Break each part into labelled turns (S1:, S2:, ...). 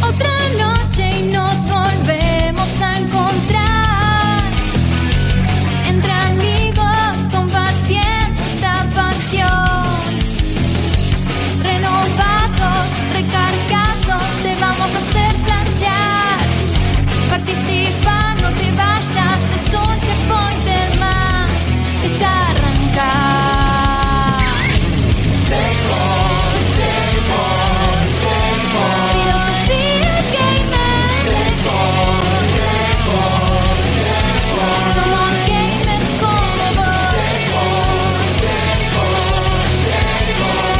S1: Otra noche y nos volvemos a encontrar. Entre amigos combatiendo esta pasión. Renovados, recargados, te vamos a hacer flashear. Participa, no te vayas, es un checkpointer más que ya arranca. Filosofía gamer. Somos gamers como vos.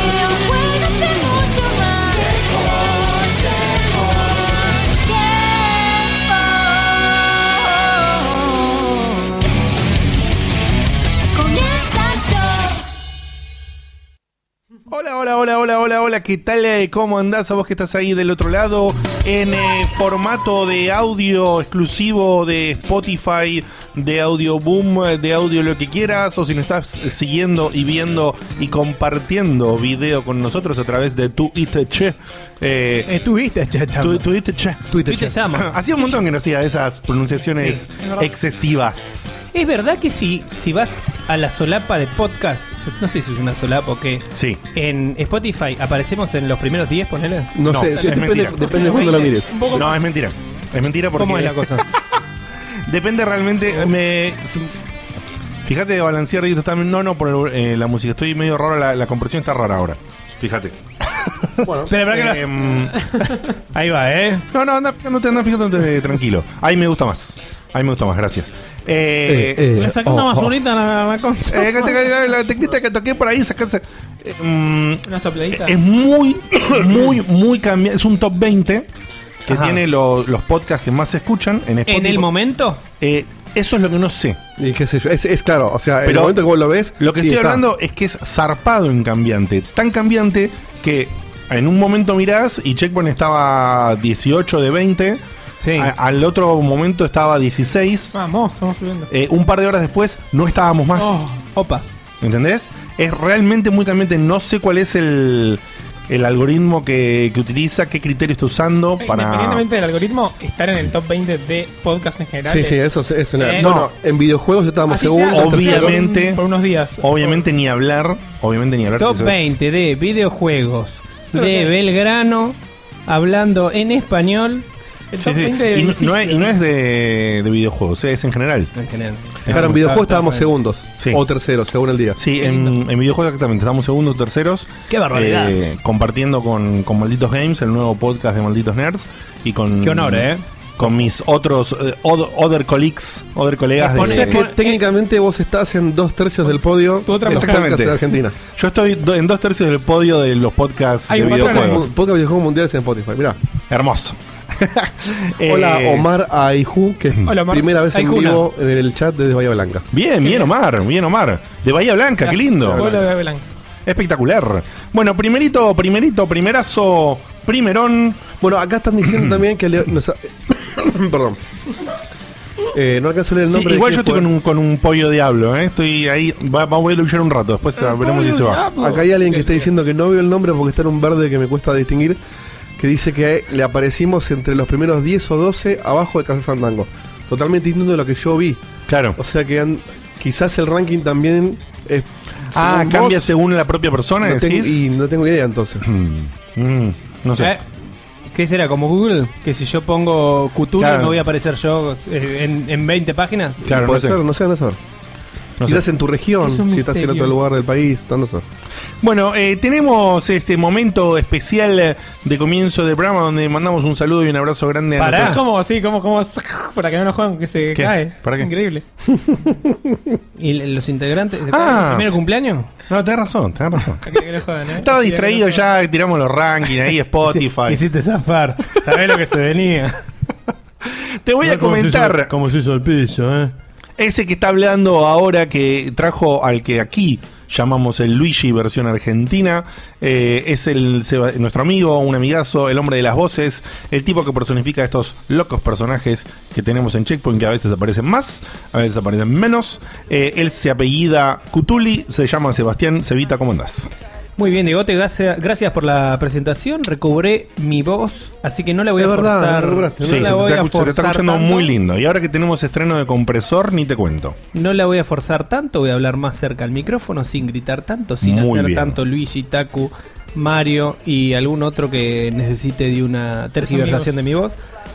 S1: Videojuegos de mucho más. Tiempo. Comienza el show.
S2: Hola, hola, hola, hola, hola, hola, ¿qué tal? Eh, ¿Cómo andás? A vos que estás ahí del otro lado en eh, formato de audio exclusivo de Spotify, de Audio Boom, eh, de audio lo que quieras, o si nos estás siguiendo y viendo y compartiendo video con nosotros a través de tu Itche. Eh,
S3: Estuviste, chata.
S2: tu, tu Itche.
S3: Twitter,
S4: Twitter
S3: che.
S4: llama.
S2: Hacía un montón que no hacía esas pronunciaciones
S4: Sí,
S2: excesivas.
S4: Es verdad que si, si vas a la solapa de podcast, no sé si es una solapa o qué,
S2: Sí.
S4: en Spotify aparecemos en los primeros 10, ponele.
S5: No,
S2: No,
S5: sé,
S2: es
S5: sí, depende,
S2: mentira.
S5: depende de cuándo lo mires.
S4: Un poco-
S2: No, es mentira. Es mentira porque...
S4: ¿Cómo es la cosa?
S2: Depende realmente. eh, Me, s- fíjate de balancear y esto también. No, no, por el- eh, la música. Estoy medio rara. La, la compresión está rara ahora. Fíjate.
S5: Bueno,
S4: Espera, espera que
S2: Em,
S4: lo- Ahí va, ¿eh?
S2: no, no, anda fijándote, anda fijándote eh, tranquilo. Ahí me gusta más. Ahí me gusta más, gracias. Eh,
S5: Eh,
S4: Le sacó una
S5: oh, oh.
S4: basurita a la, a la consola.
S2: eh, la- la teclita que toqué por ahí, sacarse. eh, mm,
S3: Una sopladita.
S2: Es muy, muy, muy cambiante. Es un top 20 que
S4: Ajá.
S2: tiene lo- los podcasts que más se escuchan en Spotify.
S4: En el momento,
S2: Eh, eso es lo que no sé.
S5: y qué sé yo, es, es claro, o sea, el
S2: Pero
S5: momento que vos lo ves.
S2: Lo que
S5: sí,
S2: estoy
S5: está.
S2: hablando es que es zarpado en cambiante. Tan cambiante que en un momento mirás y Checkpoint estaba 18 de 20.
S4: Sí.
S2: a- al otro momento estaba 16.
S3: Vamos, vamos subiendo.
S2: eh, un par de horas después no estábamos más.
S3: Oh.
S4: opa.
S2: ¿Entendés? Es realmente muy cambiante. No sé cuál es el, el algoritmo que, que utiliza, qué criterio está usando para...
S3: Eh, Independientemente del algoritmo, estar en el top 20 de podcast en general.
S5: Sí, sí,
S3: es-
S5: eso es. es una-
S3: Eh,
S5: bueno, en videojuegos estábamos
S3: así
S5: seguros.
S3: sea, por-
S2: obviamente.
S3: Por unos días.
S2: Obviamente ni hablar. Obviamente ni hablar.
S4: Top
S2: eso es-
S4: 20 de videojuegos de
S3: Creo que-
S4: Belgrano, hablando en español.
S3: El
S2: Sí,
S3: top
S2: sí.
S3: 20 de
S2: Y no, no es, y
S3: beneficio.
S2: no es de, de videojuegos, eh, es en general.
S4: En general.
S5: Claro, en
S2: Digamos,
S5: videojuegos
S4: está- está
S5: estábamos
S4: bien.
S5: segundos.
S2: Sí.
S5: O terceros, según el día.
S2: Sí, en, en videojuegos exactamente. Estamos segundos, terceros.
S4: Qué barbaridad.
S2: Eh, compartiendo con, con Malditos Games, el nuevo podcast de Malditos Nerds. Y con.
S4: Qué honor, ¿eh?
S2: Con mis otros. eh, od- other colleagues. Other colegas
S5: O sea
S2: de.
S5: que técnicamente vos estás en dos tercios del podio
S3: Tu otra
S5: de los podcasts
S2: Exactamente.
S5: de Argentina.
S2: Yo estoy do- en dos tercios del podio de los podcasts
S3: Hay
S2: de
S3: un patrón.
S2: videojuegos.
S5: Podcast de videojuegos mundiales en Spotify, mirá.
S2: Hermoso. Eh,
S5: Hola Omar Aiju, que es
S3: Hola, Omar.
S5: primera vez en
S4: Aijuna.
S5: vivo en el chat desde Bahía Blanca.
S2: Bien, bien, Omar. Bien, Omar. De Bahía Blanca, qué lindo.
S3: Pueblo de Blanca.
S2: Espectacular. Bueno, primerito, primerito, primerazo, primerón.
S5: Bueno, acá están diciendo también que Leo- nos ha- Perdón. Eh, no alcanzo a leer el
S2: Sí,
S5: nombre. de
S2: igual yo
S5: quién
S2: estoy
S5: fue.
S2: con un, con un pollo diablo, ¿eh? Estoy ahí, va, va- voy a luchar un rato, después ah, veremos si se va.
S5: Acá hay alguien que está diciendo que no veo el nombre porque está en un verde que me cuesta distinguir. Que dice que le aparecimos entre los primeros 10 o 12 abajo de Café Fandango. Totalmente distinto de lo que yo vi.
S2: Claro.
S5: O sea que han- quizás el ranking también es.
S2: Ah,
S5: según
S2: cambia
S5: vos,
S2: según la propia persona,
S5: no tengo-
S2: decís.
S5: Y no tengo idea entonces.
S2: Mm, no sé.
S4: Eh, ¿Qué será? ¿Como Google? Que si yo pongo Cthulhu
S2: Claro.
S4: no voy a aparecer yo eh, en, en 20 páginas.
S2: Claro, no
S5: Puede
S2: sé.
S5: ser, no sé, no sé.
S2: no sé.
S5: quizás en tu región,
S3: Es
S5: si
S3: un
S5: estás en
S3: misterio.
S5: otro lugar del país, no sé.
S2: Bueno, eh, tenemos este momento especial eh, de comienzo de programa donde mandamos un saludo y un abrazo grande a
S4: Pará.
S2: nuestros-
S3: ¿Cómo así? ¿Cómo? ¿Cómo? Para que no nos jueguen, que se
S2: ¿Qué?
S3: cae.
S2: ¿Para qué?
S3: Increíble.
S4: ¿Y l- los integrantes? ¿Se
S2: Ah.
S4: acuerdan del primer cumpleaños?
S2: No, tenés razón, tenés razón.
S3: Para que no jodan, ¿eh?
S2: Estaba
S3: Sí,
S2: distraído
S3: que no jodan.
S2: ya, tiramos los rankings ahí, Spotify.
S4: Quisiste zafar. Sabés lo que se venía.
S2: Te voy a comentar.
S4: Como se hizo el piso, ¿eh?
S2: Ese que está hablando ahora que trajo al que aquí llamamos el Luigi versión argentina, eh, es el Seba- nuestro amigo, un amigazo, el hombre de las voces, el tipo que personifica a estos locos personajes que tenemos en Checkpoint, que a veces aparecen más, a veces aparecen menos. Eh, él se apellida Cutuli, se llama Sebastián Cevita, ¿cómo andás?
S4: Muy bien, Diegote, gracias, gracias por la presentación. Recobré mi voz, así que no la voy
S5: Es
S4: a
S5: verdad,
S4: forzar.
S5: la recobraste,
S4: no
S2: Sí, se te,
S4: la
S2: está,
S4: voy
S2: escuch- se
S4: a
S2: te está
S4: forzar
S2: escuchando
S4: tanto.
S2: muy lindo. Y ahora que tenemos estreno de compresor, ni te cuento.
S4: No la voy a forzar tanto, voy a hablar más cerca al micrófono sin gritar tanto, sin
S2: Muy
S4: hacer
S2: bien.
S4: tanto Luigi, Taku, Mario y algún otro que necesite de una tergiversación de mi voz.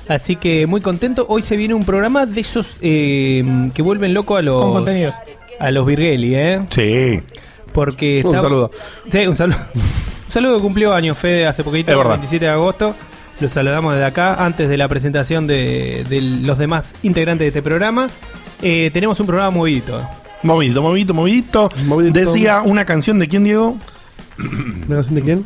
S4: Así que muy contento. Hoy se viene un programa de esos eh, que vuelven loco a
S3: Con
S4: los
S3: contenido.
S4: a los Virgeli, ¿eh?
S2: Sí,
S4: Porque
S5: Un
S4: está-
S5: saludo.
S4: Sí, un saludo. Un saludo que cumplió años Fede hace poquito,
S2: Es
S4: el
S2: verdad.
S4: 27 de agosto. Lo saludamos desde acá, antes de la presentación de, de los demás integrantes de este programa. Eh, tenemos un programa movidito.
S2: movidito, movidito, movidito.
S5: Movidito.
S2: Decía una canción de quién, Diego?
S5: ¿Una canción de quién?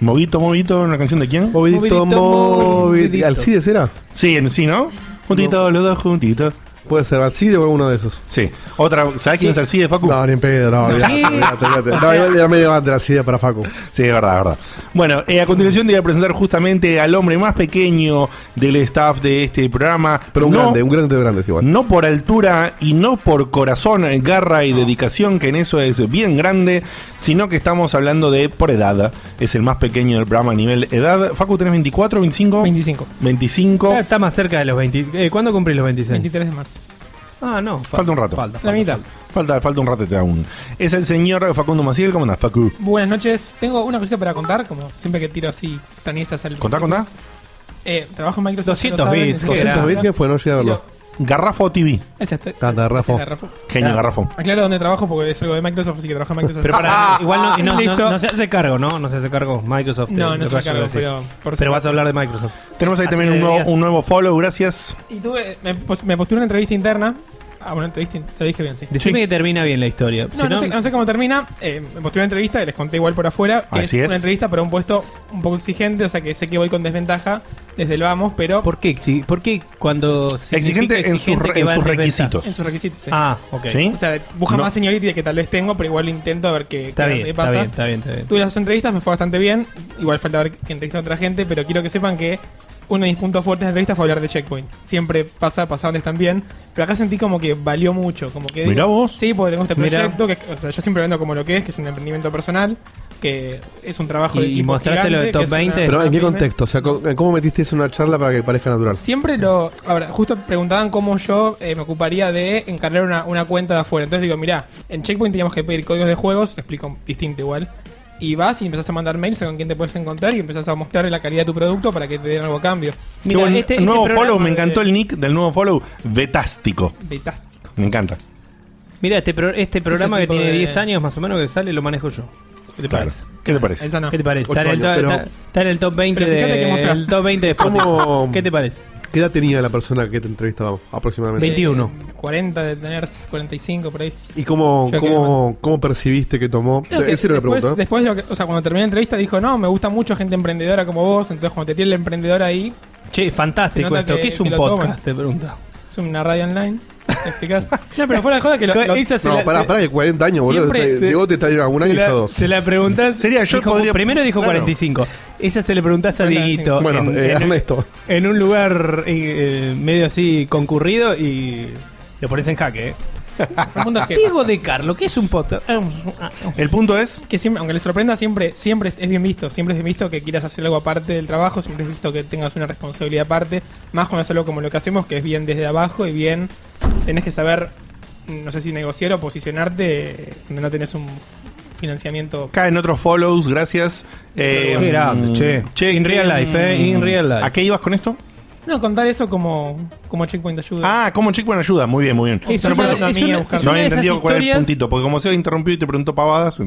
S2: Movito, movito, una canción de quién?
S5: Movidito,
S4: Movidito,
S5: movidito.
S4: movidito.
S5: ¿Alcides era?
S2: Sí, en sí, ¿no? Juntitos, los dos juntitos.
S5: Puede ser Alcides o alguno de esos.
S2: Sí. Otra, ¿sabes quién es el de Facu?
S5: No, ni en pedo, no, olvidate,
S4: Sí.
S5: olvidate, olvidate. No, igual era medio antes Alcides para Facu.
S2: Sí, es verdad, es verdad. Bueno, eh, a continuación te voy a presentar justamente al hombre más pequeño del staff de este programa.
S5: Pero un
S2: No-
S5: grande, un grande de grandes igual.
S2: No por altura y no por corazón, eh, garra y dedicación, que en eso es bien grande, sino que estamos hablando de por edad. Es el más pequeño del programa a nivel edad. Facu, ¿tenés 24, 25?
S3: 25.
S2: 25.
S4: Ya está más cerca de los 20. eh, ¿Cuándo cumplís los 26?
S3: 23 de marzo.
S4: Ah, no.
S2: Falta un rato.
S4: Falta,
S3: La
S4: falta.
S3: mitad.
S2: Falta, falta un ratete aún. Es el señor Facundo Maciel. ¿Cómo andás, Facu?
S3: Buenas noches. Tengo una cosita para contar, como siempre que tiro así extrañezas al.
S2: Contá, contá.
S3: Eh, trabajo en Microsoft.
S4: 200
S3: lo saben,
S4: bits,
S3: entonces-
S4: qué grande.
S5: 200 bits que fue, no llegué a verlo.
S2: Garrafo TV.
S3: Esa estoy-
S5: Tanda, Rafa.
S3: Esa, Rafa.
S2: Genio,
S4: Claro.
S2: Garrafo.
S3: este, Aclaro dónde trabajo porque es algo de Microsoft, así que trabajo en Microsoft.
S4: Pero para, igual no, no- no-
S3: Listo.
S4: no se hace cargo, ¿no? No se hace cargo Microsoft. eh,
S3: no,
S4: lo
S3: no
S4: que
S3: se
S4: vaya a
S3: cargo,
S4: decir.
S3: pero. por
S4: Pero vas a
S3: supuesto.
S4: hablar de Microsoft.
S2: Tenemos ahí
S4: Así
S2: también
S4: que
S2: un nuevo,
S4: deberías-
S2: un nuevo follow, gracias.
S3: Y tuve. Me, pos- me postulé una entrevista interna. Ah, una entrevista. in- Lo dije bien, sí.
S4: Decime que termina bien la historia.
S3: No, no, sé, no sé cómo termina. eh, me postulé una entrevista y les conté igual por afuera. que
S2: Así es.
S3: Una entrevista para un puesto un poco exigente, o sea que sé que voy con desventaja desde el vamos, pero
S4: ¿Por qué, exi- ¿Por qué cuando significa
S2: Exigente en sus-
S4: que
S2: en
S4: va
S2: sus
S4: desventaja?
S2: requisitos.
S3: en sus requisitos. sí.
S4: Ah, ok.
S2: ¿Sí?
S3: O sea, busca
S2: No.
S3: más señorita que tal vez tengo, pero igual intento a ver qué,
S4: Está
S3: qué
S4: bien,
S3: qué
S4: está bien, está bien, está bien.
S3: Tuve las dos entrevistas, me fue bastante bien. Igual falta ver que entrevista a otra gente, pero quiero que sepan que uno de mis puntos fuertes de la entrevista fue hablar de Checkpoint. Siempre pasa, pasaban están bien. Pero acá sentí como que valió mucho. Como que
S2: Mirá vos.
S3: Sí, porque tengo este
S4: Mirá.
S3: proyecto. Que, o sea, yo siempre vendo como lo que es, que es un emprendimiento personal, que es un trabajo
S4: Y-
S3: de
S4: y
S3: equipo
S4: mostraste lo de
S3: gigante,
S4: Top
S3: que es una-
S4: 20.
S5: Pero ¿en qué
S3: una pyme.
S5: contexto? O sea, ¿cómo cómo metiste eso en una charla para que parezca natural?
S3: Siempre lo. Ahora, justo preguntaban cómo yo eh, me ocuparía de encargar una, una cuenta de afuera. Entonces digo, mirá, en Checkpoint teníamos que pedir códigos de juegos, lo explico distinto igual. Y vas y empezás a mandar mails con quién te puedes encontrar y empezás a mostrarle la calidad de tu producto para que te den algo a cambio.
S2: Qué
S4: Mira,
S2: buen-
S4: este- este
S2: nuevo
S4: programa
S2: follow, me
S4: de-
S2: encantó el nick del nuevo follow, Vetástico.
S3: Fantástico.
S2: Me encanta.
S4: Mira, este, pro- este programa que
S3: tipo
S4: tiene
S3: de-
S4: 10 años más o menos que sale, lo manejo yo. ¿Qué te
S2: Claro.
S4: parece?
S2: ¿Qué te parece?
S3: Esa no.
S4: ¿Qué te parece? Está en,
S5: Ocho
S4: el,
S5: años,
S4: to-
S5: pero-
S4: está- está en el top 20
S3: Ah. Pero fíjate que
S4: de,
S3: mostrás.
S4: el top 20 de
S5: ¿Cómo-
S4: Spotify. ¿Qué te parece?
S5: ¿Qué edad tenía la persona que te entrevistaba aproximadamente?
S4: 21.
S3: 40 Eh, de tener 45 por ahí.
S5: ¿Y cómo,
S3: Yo
S5: cómo, cómo percibiste que tomó?
S3: No, que
S5: Esa era la
S3: después,
S5: pregunta. ¿eh?
S3: después lo que- o sea, cuando terminé la entrevista dijo, no, me gusta mucho gente emprendedora como vos. Entonces, cuando te tiene el emprendedor ahí,
S4: Che,
S3: Se
S4: fantástico
S3: nota
S4: esto.
S3: que-
S4: ¿Qué es
S3: que
S4: un
S3: lo
S4: podcast?
S3: toman.
S4: Te pregunto.
S3: es una radio online. ¿Me explicás? no, pero fuera de joda Ah, que lo. lo-
S4: Esa se
S5: No,
S4: la-
S5: pará,
S4: se-
S5: pará, que 40 años, boludo.
S4: Siempre
S5: Te-
S4: se-
S5: Diego te está yendo algún
S4: se
S5: año y
S4: la,
S5: yo dos.
S4: se la preguntás.
S2: Sería, yo
S4: dijo-
S2: podría-
S4: Primero dijo
S2: claro.
S4: 45. Esa se le preguntás a
S3: Claro,
S4: Dieguito.
S5: Bueno,
S4: en-
S5: eh,
S4: en-
S5: Ernesto.
S4: en un lugar eh, eh, medio así concurrido y lo pones en jaque. ¿eh?
S3: el mundo es que-
S4: Diego de Carlo, ¿qué es un podcast?
S3: Ah,
S2: El punto es,
S3: que siempre, aunque les sorprenda, siempre, siempre es bien visto, siempre es bien visto que quieras hacer algo aparte del trabajo, siempre es visto que tengas una responsabilidad aparte, más cuando es algo como lo que hacemos, que es bien desde abajo y bien tenés que saber, no sé si negociar o posicionarte eh, donde no tenés un financiamiento.
S2: caen otros follows, gracias. Eh, mm,
S4: Qué grande, che. In real life, eh, in real life.
S2: ¿A qué ibas con esto?
S3: No, contar eso como, como checkpoint de ayuda.
S2: Ah, como Chick, bueno, ayuda. Muy bien, muy bien.
S3: Es
S2: Pero por
S3: una-
S2: eso-
S3: es una-
S2: no
S3: es una
S2: había
S4: de Eh, esas
S2: entendido cuál era el
S4: historias-
S2: puntito, porque como se había interrumpido y te preguntó pavadas.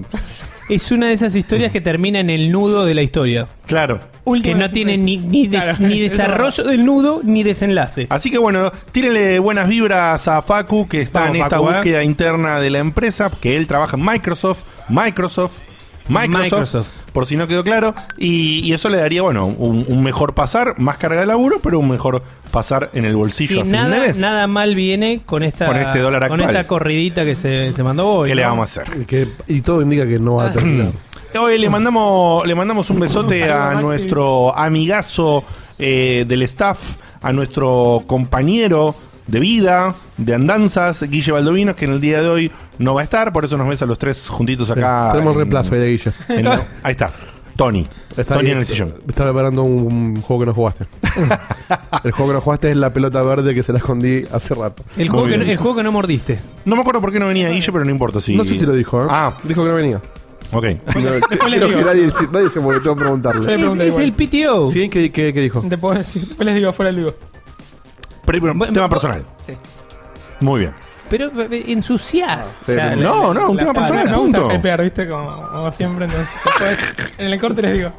S4: Es una de esas historias que termina en el nudo de la historia.
S2: Claro.
S4: que
S3: Última
S4: no
S3: vez-
S4: tiene ni, ni des-
S3: Claro,
S4: ni
S3: eso-
S4: desarrollo del nudo ni desenlace.
S2: Así que bueno, tírenle buenas vibras a Facu, que está
S4: Vamos,
S2: en esta
S4: Facu, ¿eh?
S2: búsqueda interna de la empresa, que él trabaja en Microsoft, Microsoft, Microsoft.
S4: Microsoft.
S2: por si no quedó claro. Y, y eso le daría, bueno, un, un mejor pasar, más carga de laburo, pero un mejor pasar en el bolsillo
S4: Y
S2: a fin de
S4: nada,
S2: mes.
S4: nada mal viene con esta,
S2: Con este dólar
S4: con
S2: actual.
S4: esta corridita que se, se mandó hoy.
S2: ¿Qué le
S4: ¿no?
S2: vamos a hacer?
S5: Y que- y todo indica que no va a terminar.
S2: Hoy le mandamos, le mandamos un besote a nuestro amigazo eh, del staff, a nuestro compañero de vida, de andanzas, Guille Baldovinos, que en el día de hoy no va a estar, por eso nos ves a los tres juntitos acá.
S5: Tenemos
S2: en-
S5: reemplazo ahí de Guilla.
S2: en la- ahí está, Tony. Tony
S5: bien,
S2: en el sillón.
S5: Está preparando un, un juego que no jugaste. el juego que no jugaste es la pelota verde que se la escondí hace rato.
S4: El
S2: Muy
S4: juego, que,
S2: bien.
S4: no- el juego que no mordiste.
S2: No me acuerdo por qué no venía Guille, pero no importa. Si...
S5: No sé si lo dijo, ¿eh?
S2: Ah,
S5: Dijo que no venía.
S2: ok.
S5: No,
S3: le
S5: creo
S3: digo.
S5: que nadie, nadie se molestó en preguntarle.
S3: le
S4: Es,
S3: pregunté
S4: es
S3: igual.
S4: el PTO.
S5: ¿Sí? ¿Qué, qué, qué dijo?
S3: Te puedo decir, después les digo fuera el vivo.
S2: Pero, pero,
S4: Bueno,
S2: tema personal.
S3: Sí.
S2: Muy bien.
S4: Pero eh, ensuciás.
S5: Sí, pero-
S2: Ah, No, no, un tema
S3: no,
S2: personal,
S3: me gusta
S2: punto.
S3: pepear, viste, como, como siempre. Entonces, después, en el corte les digo.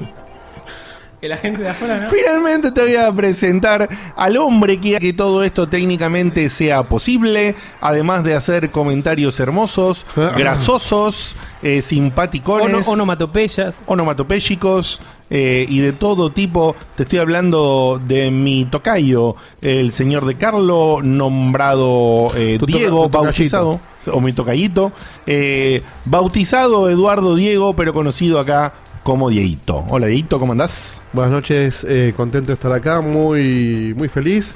S3: Que la gente de afuera, ¿no?
S2: Finalmente te voy a presentar al hombre que hace que todo esto técnicamente sea posible, además de hacer comentarios hermosos,
S5: Ah.
S2: grasosos, eh,
S4: Ono-
S2: simpaticones,
S4: onomatopeyas.
S2: onomatopéyicos eh, y de todo tipo. Te estoy hablando de mi tocayo, el señor de Carlo, nombrado eh,
S5: Tu toca-
S2: Diego,
S5: tu tocayito.
S2: bautizado, o mi tocayito, eh, bautizado Eduardo Diego, pero conocido acá como Dieguito. Hola Dieguito, ¿cómo andás?
S5: Buenas noches, eh, contento de estar acá, muy, muy feliz.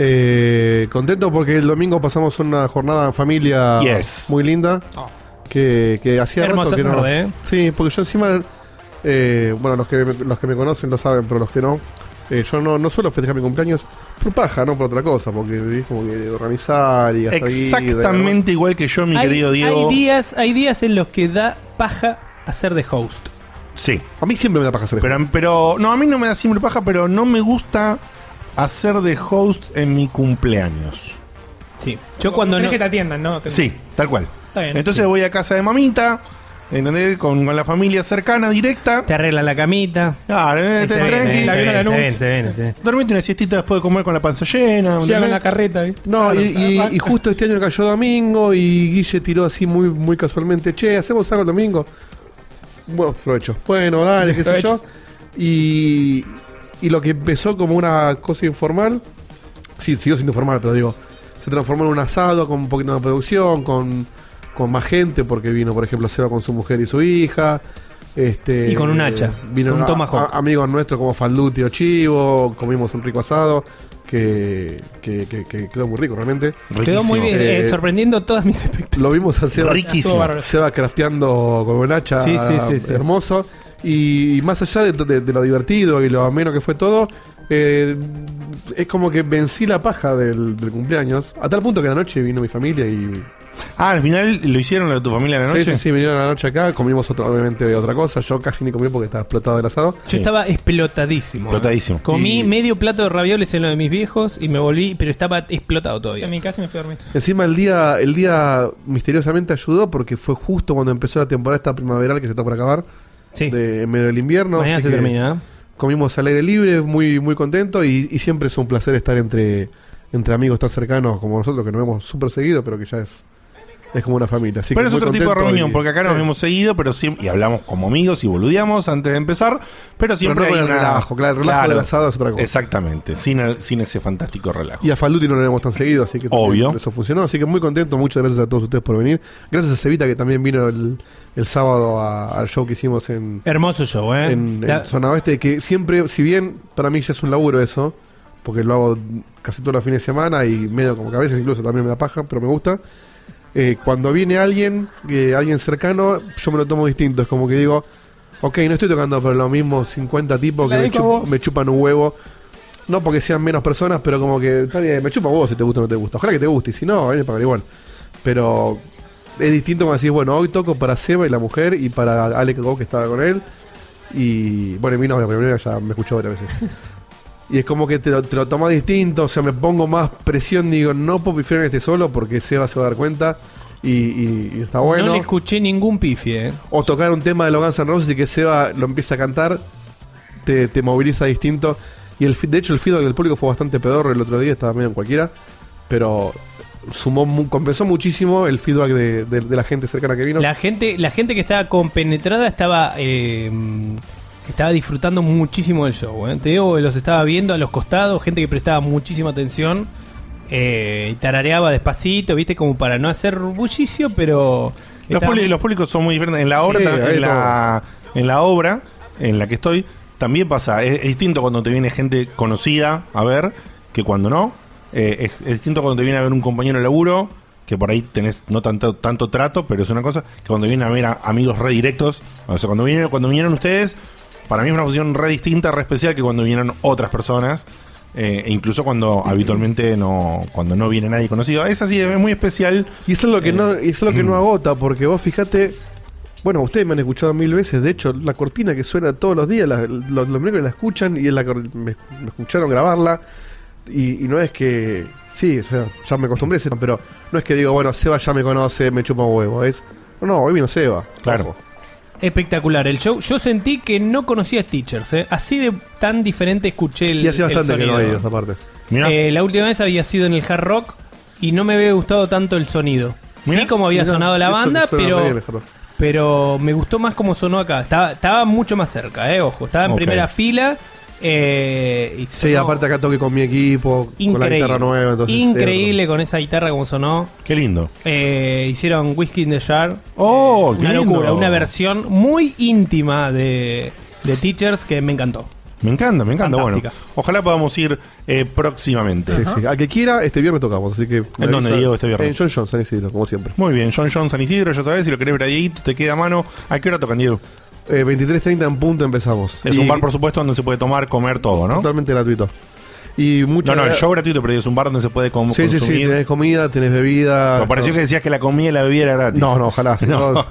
S5: Eh, contento porque el domingo pasamos una jornada en familia
S2: Yes.
S5: muy linda.
S4: Oh.
S5: Que, que hacía
S4: Hermosa
S5: rato que no-
S4: tarde, ¿eh?
S5: Sí, porque yo encima, eh, bueno, los que, me- los que me conocen lo saben, pero los que no, eh, yo no, no suelo festejar mi cumpleaños por paja, no por otra cosa, porque es como que organizar y gastar guita, ¿no?
S2: Exactamente igual que yo, mi
S4: hay,
S2: querido Diego.
S4: hay días, hay días en los que da paja hacer de host.
S2: Sí,
S5: A mí siempre me da paja hacer
S2: pero, pero no, a mí no me da siempre paja, pero no me gusta hacer de host en mi cumpleaños.
S4: Sí. Yo cuando no.
S3: Tenés que te atiendan, ¿no? Ten-
S2: Sí, tal cual.
S3: Está bien.
S2: Entonces voy a casa de mamita, ¿entendés? Con, con la familia cercana, directa.
S4: Te arreglan la camita.
S2: Ah, eh,
S4: Se ven,
S2: tranqui.
S4: eh,
S3: la
S4: se
S3: viola
S4: ven,
S3: la
S4: se
S3: luz.
S4: ven, se ven, se ven.
S2: Dormite una siestita después de comer con la panza llena.
S3: Llega con
S2: ¿entendés?
S3: la carreta, ¿viste?
S5: No, y, y-
S3: Claro.
S5: y justo este año cayó domingo y Guille tiró así muy, muy casualmente, che, ¿hacemos algo el domingo? Bueno, provecho. Bueno, dale, qué sé yo. Y, y lo que empezó como una cosa informal, sí, siguió siendo informal, pero digo, se transformó en un asado con un poquito más de producción, con, con más gente, porque vino, por ejemplo, Seba con su mujer y su hija. Este,
S4: Y con un hacha,
S5: Vino
S4: con un
S5: a-
S4: tomahawk.
S5: a- amigos nuestros como Falduti o Chivo, comimos un rico asado que, que, que- que quedó muy rico realmente.
S4: Quedó muy
S2: Riquísimo.
S4: bien, eh,
S5: Eh,
S4: sorprendiendo todas mis expectativas.
S5: Lo vimos a Seba,
S2: Riquísimo.
S3: Estuvo bárbaro.
S5: Seba crafteando con un hacha
S4: Sí, sí, sí, sí.
S5: hermoso. Y más allá de, de- de lo divertido y lo ameno que fue todo, eh, es como que vencí la paja del, del cumpleaños. A tal punto que la noche vino mi familia y
S2: Ah, al final lo hicieron lo de tu familia la
S5: Sí,
S2: noche.
S5: sí, sí, vinieron a la noche acá, comimos otra, obviamente otra cosa, yo casi ni comí porque estaba explotado del asado.
S4: Yo estaba explotadísimo.
S2: Explotadísimo.
S4: Comí
S5: Y-
S4: medio plato de ravioles en lo de mis viejos y me volví, pero estaba explotado
S3: Fui
S4: todavía.
S3: a mi casa y me fui a dormir.
S5: Encima el día, el día misteriosamente ayudó porque fue justo cuando empezó la temporada esta primaveral que se está por acabar,
S4: Sí.
S5: de, en medio del invierno.
S4: Mañana
S5: así
S4: se
S5: que
S4: termina. ¿eh?
S5: Comimos al aire libre, muy, muy contento y, y siempre es un placer estar entre, entre amigos tan cercanos como nosotros que nos vemos súper seguido, pero que ya es, es como una familia. Así
S2: pero
S5: que
S2: es
S5: muy
S2: otro tipo de
S5: contento
S2: reunión,
S5: y-
S2: porque acá nos
S5: Sí.
S2: hemos seguido, pero siempre, y hablamos como amigos y boludeamos antes de empezar, pero siempre
S5: no con
S2: hay
S5: el
S2: una-
S5: relajo, claro, el relajo del asado es otra cosa.
S2: Exactamente, sin, el- sin ese fantástico relajo.
S5: Y a Falduti no lo vemos tan seguido, así que
S2: Obvio.
S5: también eso funcionó. Así que muy contento, muchas gracias a todos ustedes por venir. Gracias a Cevita que también vino el, el sábado a- al show que hicimos en,
S4: Hermoso show, ¿eh?
S5: en- en
S4: La-
S5: Zona Oeste, que siempre, si bien para mí ya es un laburo eso, porque lo hago casi todos los fines de semana y medio como que a veces incluso también me da paja, pero me gusta. Eh, cuando viene alguien, eh, alguien cercano, yo me lo tomo distinto. Es como que digo, ok, no estoy tocando por los mismos 50 tipos
S3: La
S5: que me,
S3: dedico a
S5: chup-
S3: vos.
S5: me chupan un huevo. No porque sean menos personas, pero como que está bien, me chupa vos si te gusta o no te gusta. Ojalá que te guste, y si no, a mí me pagan igual. Pero es distinto como decís, bueno, hoy toco para Seba y la mujer y para Ale Cacó que estaba con él. Y bueno, y mi novia, pero mi novia ya me escuchó varias veces. Y es como que te lo, te lo tomas distinto, o sea, me pongo más presión, digo, no puedo pifiar en este solo porque Seba se va a dar cuenta y, y- y está bueno.
S4: No le escuché ningún pifie, ¿eh?
S5: o tocar un tema de los Guns N' Roses y que Seba lo empieza a cantar, te, te moviliza distinto. Y el, fi- de hecho el feedback del público fue bastante pedorro el otro día, estaba medio en cualquiera, pero sumó, mu- compensó muchísimo el feedback de, de- de la gente cercana que vino.
S4: La gente, la gente que estaba compenetrada estaba eh, estaba disfrutando muchísimo del show. ¿eh? Te digo, los estaba viendo a los costados, gente que prestaba muchísima atención eh, y tarareaba despacito, viste, como para no hacer bullicio, pero
S2: Los,
S4: estaba-
S2: públi- los públicos son muy diferentes. En la obra,
S5: Sí,
S2: tam-
S5: hay
S2: en, la, en la obra en la que estoy, también pasa. Es, es distinto cuando te viene gente conocida a ver que cuando no. Eh, es, es distinto cuando te viene a ver un compañero de laburo, que por ahí tenés no tanto, tanto trato, pero es una cosa, que cuando vienen a ver a amigos re directos. O sea, cuando vinieron, cuando vinieron ustedes, para mí es una función re distinta, re especial que cuando vinieron otras personas. eh, e incluso cuando habitualmente no cuando no viene nadie conocido. Es así, es muy especial.
S5: Y eso es lo que no, y eso es lo que no agota, porque vos fijate, bueno, ustedes me han escuchado mil veces, de hecho, la cortina que suena todos los días, la- los, los miércoles la escuchan y la cor- me, me escucharon grabarla, y, y no es que, sí, o sea, ya me acostumbré, pero no es que digo, bueno, Seba ya me conoce, me chupa un huevo, es, no, no, hoy vino Seba.
S2: Claro.
S5: Ojo.
S4: espectacular el show. Yo sentí que no conocía a Stitchers, ¿eh? así de tan diferente escuché el
S5: Y
S4: el
S5: hace bastante que no
S4: sonido.
S5: hay ellos, aparte.
S2: Mirá.
S4: Eh, la última vez había sido en el hard rock y no me había gustado tanto el sonido.
S2: Mirá,
S4: sí, como había
S5: Mirá,
S4: sonado la
S5: eso
S4: banda,
S5: suena
S4: pero
S5: re bien, Alejandro.
S4: pero me gustó más como sonó acá. Estaba, estaba mucho más cerca, eh, ojo. Estaba en
S2: Ok.
S4: primera fila. eh, y
S5: Sí,
S4: sonó
S5: aparte acá toqué con mi equipo, con la
S4: increíble.
S5: guitarra nueva, entonces. sí,
S4: increíble con esa guitarra como sonó.
S2: Qué lindo.
S4: Eh, hicieron Whiskey in the Jar.
S2: Oh, qué
S4: una
S2: lindo.
S4: locura, una versión muy íntima de, de Teachers que me encantó.
S2: Me encanta, me encanta.
S4: Fantástica.
S2: Bueno, ojalá podamos ir eh, próximamente.
S5: Sí, sí. A que quiera, este viernes tocamos, así que. me
S2: dónde,
S5: avisa.
S2: Diego, este viernes?
S5: En John John, San Isidro, como siempre.
S2: Muy bien, John John San Isidro, ya sabes, si lo querés ver a Dieguito, te queda a mano. ¿A qué hora tocan, Diego?
S5: Eh, 23.30 en punto empezamos.
S2: Es
S5: Y
S2: un bar, por supuesto, donde se puede tomar, comer todo, ¿no?
S5: Totalmente gratuito. Y mucho.
S2: No, no, el show gratuito, pero es un bar donde se puede com-
S5: Sí, sí,
S2: consumir.
S5: sí. Tenés comida, tenés bebida.
S2: Me pareció que
S5: todo.
S2: decías que la comida y la bebida era gratis.
S5: No, no, ojalá. si
S2: No.
S5: no,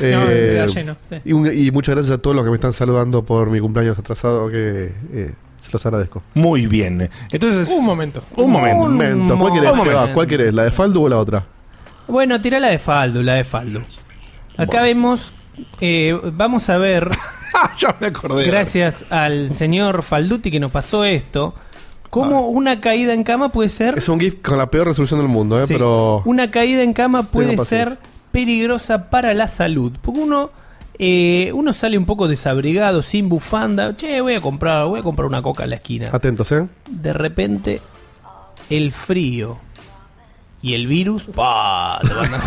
S5: eh,
S3: No, era lleno, sí.
S5: y, un- y muchas gracias a todos los que me están saludando por mi cumpleaños atrasado, que eh, se los agradezco.
S2: Muy bien. Entonces.
S3: Un momento.
S2: Un momento.
S4: Un
S5: Momento, ¿cuál querés?
S4: momento.
S5: Seba? ¿Cuál querés? ¿La de Faldo o la otra?
S4: Bueno, tira la de Faldo, la de Faldo. Acá vemos, eh, vamos a ver,
S2: Ah, ya me acordé.
S4: gracias al señor Falduti que nos pasó esto, cómo una caída en cama puede ser,
S5: Es un GIF con la peor resolución del mundo, ¿eh?
S4: Sí,
S5: Pero.
S4: una caída en cama puede
S5: paciencia.
S4: ser peligrosa para la salud, porque uno eh, uno sale un poco desabrigado, sin bufanda, che, voy a comprar, voy a comprar una coca en la esquina.
S5: Atentos, ¿eh?
S4: De repente, el frío y el virus. ¡pa! Lo van a-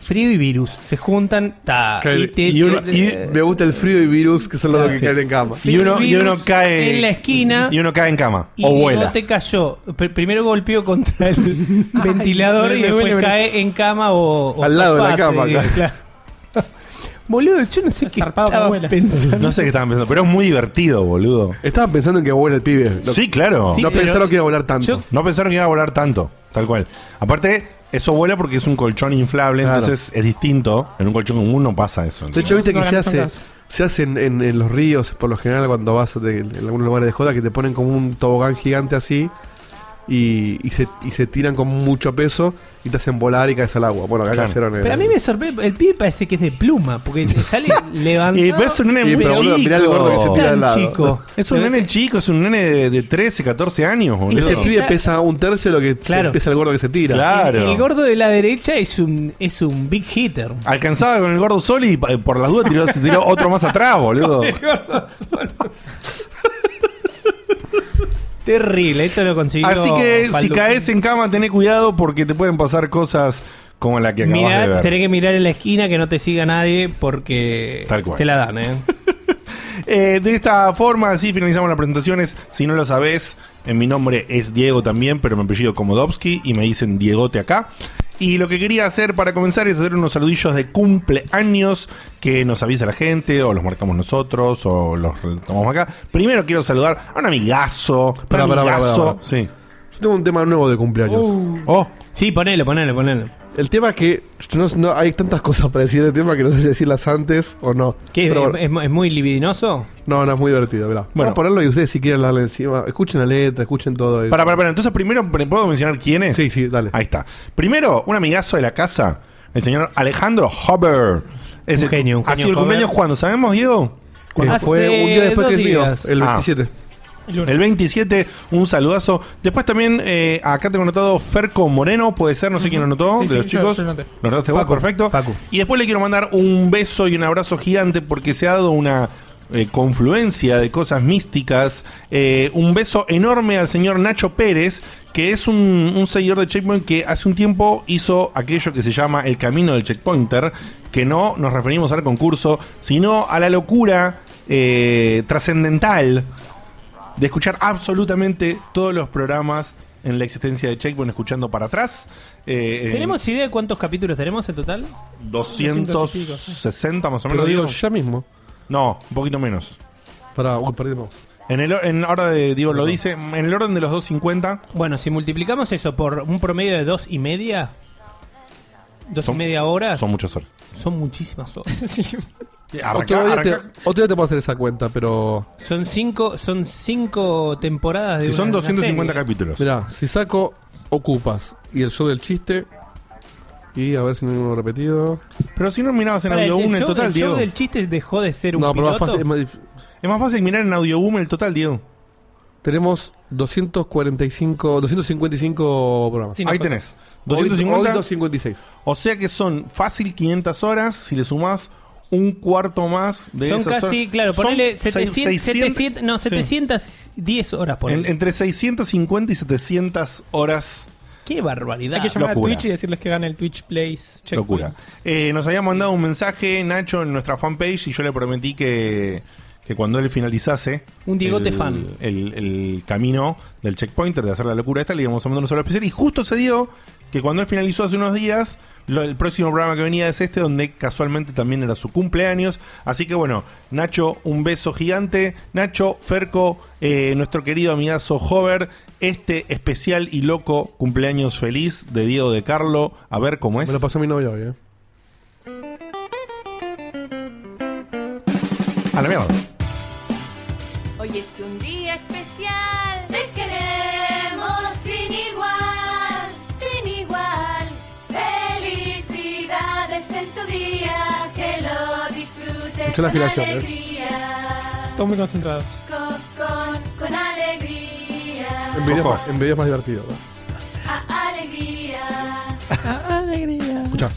S4: frío y virus se juntan. ta,
S5: Claro,
S4: y te-
S5: y uno-
S2: Eh.
S4: te-
S5: Me gusta el frío y virus, que son los dos que caen en cama.
S2: Y uno, y uno
S4: Virus
S2: cae.
S4: en la esquina.
S2: Y uno cae en cama.
S4: y
S2: o
S4: Diego
S2: vuela.
S4: te cayó. Pr- primero golpeó contra el ventilador
S3: me-
S4: y
S3: me
S4: después
S3: duele,
S4: cae en cama o. o
S5: Al lado de la
S4: zafate,
S5: cama,
S4: digo,
S5: claro.
S4: claro. Boludo, yo no sé
S3: Es
S4: qué
S3: zarpado como
S4: estaba
S3: vuela.
S4: pensando.
S2: No sé qué estaban pensando, pero es muy divertido, boludo.
S5: Estaban pensando en que vuela el pibe. No,
S2: Sí, claro.
S4: Sí,
S5: no
S4: pero-
S5: pensaron que iba a volar tanto.
S4: Yo-
S2: No pensaron que iba a volar tanto, tal cual. Aparte, eso vuela porque es un colchón inflable,
S5: Claro.
S2: entonces es distinto. En un colchón común no pasa eso.
S5: De hecho, viste
S3: No,
S5: que
S3: no,
S5: se
S3: no
S5: hace,
S3: son
S5: se hace en, en- en los ríos, por lo general, cuando vas de- en algunos lugares de joda, que te ponen como un tobogán gigante así y, y se, y se tiran con mucho peso y te hacen volar y caes al agua. Bueno, acá
S2: Claro.
S5: cayeron en-
S4: Pero a mí me sorprende. El pibe parece que es de pluma, porque sale levantado.
S2: Eh, pero es un nene muy
S5: Sí, pero boludo,
S2: chico.
S5: mirá el gordo que se tira al lado.
S2: Es un nene chico, es un nene de, de 13, 14 años,
S4: Y
S2: boludo.
S5: Ese
S4: Claro.
S5: pibe pesa un tercio de lo que se
S4: Claro.
S5: pesa el gordo que se tira.
S2: Claro.
S4: El, el gordo de la derecha es un es un big hitter.
S2: Ah. Alcanzaba con el gordo Soli y pa- por las dudas tiró, se tiró otro más atrás, boludo.
S4: Terrible, esto lo consiguió.
S2: Así que si
S4: Balducci.
S2: caes en cama, tené cuidado porque te pueden pasar cosas como la que acabas de
S4: Mirá,
S2: ver.
S4: tenés que mirar en la esquina que no te siga nadie porque
S2: Tal cual.
S4: te la dan, ¿eh?
S2: Eh, de esta forma, así finalizamos las presentaciones. Si no lo sabés, en mi nombre es Diego también, pero me apellido Komodowski y me dicen Diegote acá. Y lo que quería hacer para comenzar es hacer unos saludillos de cumpleaños que nos avisa la gente, o los marcamos nosotros, o los tomamos acá. Primero quiero saludar a un amigazo. Un
S5: Pará, pará, pará,
S2: amigazo.
S5: pará, pará.
S2: Sí.
S5: Yo tengo un tema nuevo de cumpleaños.
S4: Uh.
S2: Oh,
S4: Sí, ponelo, ponelo, ponelo.
S5: El tema es que no, no- hay tantas cosas para decir del tema que no sé si decirlas antes o no.
S4: ¿Qué,
S5: Pero bueno.
S4: es, es- es muy libidinoso?
S5: No, no, es muy divertido, mirá.
S2: Bueno.
S5: Bueno, a ponerlo y ustedes si quieren darle encima. Escuchen la letra, escuchen todo.
S2: para, para, para. Entonces, primero, ¿puedo mencionar quién es?
S5: Sí, sí, dale.
S2: Ahí está. Primero, un amigazo de la casa, el señor Alejandro Hober. Es
S4: Un genio, un
S2: ¿Ha sido
S4: genio
S2: Ah, el
S4: Hober.
S2: cumpleaños cuando? ¿Sabemos, Diego?
S5: Que
S4: Hace
S5: fue un día después
S4: dos
S5: que el mío,
S4: días.
S5: el
S2: Ah.
S5: 27.
S3: El lunes.
S2: El 27, un saludazo. Después también, eh, acá tengo anotado Ferco Moreno, puede ser, no sé quién lo anotó, de
S3: Sí, sí,
S2: los
S3: yo-
S2: chicos.
S3: yo lo anoté.
S2: Lo anotaste vos,
S4: Facu,
S2: perfecto.
S4: Facu.
S2: Y después le quiero mandar un beso y un abrazo gigante porque se ha dado una eh, confluencia de cosas místicas. Eh, un beso enorme al señor Nacho Pérez, que es un, un seguidor de Checkpoint que hace un tiempo hizo aquello que se llama el camino del checkpointer, que no nos referimos al concurso, sino a la locura eh, trascendental de escuchar absolutamente todos los programas en la existencia de Checkpoint, escuchando para atrás. Eh, en-
S4: ¿Tenemos idea de cuántos capítulos tenemos en total?
S2: 260 más o
S5: Pero
S2: menos.
S5: digo
S2: digo.
S5: ya mismo.
S2: No, un poquito menos.
S5: Para, uy, perdimos.
S2: En el or- en ahora de- digo lo dice en el orden de los 250
S4: Bueno, si multiplicamos eso por un promedio de dos y media, dos
S2: Son-
S4: y media horas,
S2: son
S4: son,
S2: muchas horas.
S4: muchísimas horas.
S3: Sí.
S2: Arrancá-
S5: otro, día te,
S2: arrancá-
S5: otro día te puedo hacer esa cuenta, pero.
S4: Son cinco, son cinco temporadas de
S2: Si son
S4: una- una
S2: 250
S4: serie.
S2: capítulos.
S5: Mirá, si saco Ocupas y el show del chiste. Y a ver si no hay uno repetido.
S2: Pero si no mirabas en
S4: Pará,
S2: audio
S4: el- el
S2: 1 el
S4: show-
S2: total,
S4: el show
S2: Diego.
S4: del chiste dejó de ser un
S5: No, pero más
S4: piloto.
S5: fácil. es más dif-
S2: Es más fácil mirar en audio 1 el total, Diego.
S5: Tenemos 245, 255 programas.
S3: Sí, no
S2: Ahí
S3: fue-
S2: tenés.
S5: Hoy-
S2: 250.
S5: hoy 256.
S2: o sea que son fácil 500 horas si le sumás un cuarto más de
S4: son
S2: esas
S4: casi,
S2: horas.
S4: claro,
S2: Son
S4: ponele
S2: seis-
S4: 700,
S2: 600
S4: 700, no,
S2: sí.
S4: 710 horas por
S2: En- entre 650 y 700 horas
S4: Qué barbaridad.
S3: Hay que llamar
S2: Locura.
S3: a Twitch y decirles que gane el Twitch Plays. Checkpoint.
S2: Locura. Eh, nos había mandado un mensaje, Nacho, en nuestra fanpage y yo le prometí que, que cuando él finalizase
S4: Un Diegote
S2: el,
S4: fan.
S2: El, el camino del checkpointer de hacer la locura esta, le íbamos a mandar un solo especial y justo se dio que cuando él finalizó hace unos días, lo- el próximo programa que venía es este, donde casualmente también era su cumpleaños. Así que bueno, Nacho, un beso gigante. Nacho, Ferco, eh, nuestro querido amigazo Hover, este especial y loco cumpleaños feliz de Diego de Carlo. A ver cómo es.
S5: Me lo pasó mi novia hoy, eh.
S2: A la mierda.
S1: Hoy es un día especial, te queremos sin igual, sin igual. Felicidades en tu día, que lo disfrutes
S5: Escuchá la
S1: con
S5: afinación, ¿eh?
S1: alegría.
S3: Todos muy concentrados.
S1: Con, con, con alegría,
S5: En video, es
S2: Ojo.
S5: más- en video es más divertido. ¿no?
S1: a- alegría.
S5: Escuchá.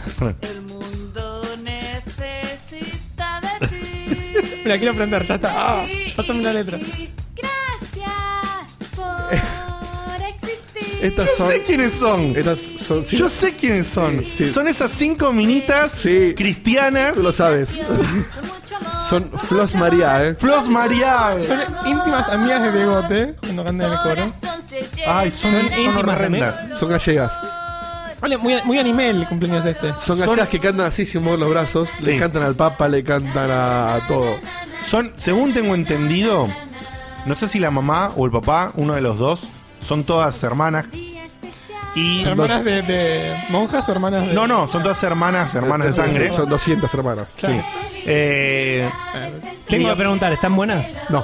S1: El mundo necesita de ti.
S3: Me la quiero aprender, ya está. Ah, pásame la letra.
S1: Gracias por existir.
S5: Estas
S2: Yo
S5: son.
S2: sé quiénes son.
S5: Estas son. sí,
S2: Yo sé quiénes son.
S5: Sí.
S2: Son esas cinco minitas
S5: Sí.
S2: cristianas.
S5: tú lo sabes. Son Flos María, eh.
S2: Flos María.
S3: Son íntimas amigas de Diegote cuando canta en el coro.
S2: Ay, son,
S4: Son
S2: son
S4: íntimas
S2: horrendas.
S4: también.
S5: Son gallegas.
S3: Vale, muy, muy anime el cumpleaños este.
S2: Son-
S5: Son gallegas que cantan así sin mover los brazos.
S2: Sí.
S5: Le cantan al Papa, le cantan a, a todo.
S2: Son, según tengo entendido, no sé si la mamá o el papá, uno de los dos, son todas hermanas. Y
S3: ¿Hermanas de, de monjas o hermanas de.?
S2: no, no, son todas hermanas, hermanas de sangre.
S5: Son 200 hermanas.
S2: Sí. Eh,
S4: Tengo que preguntar, ¿están buenas?
S5: No.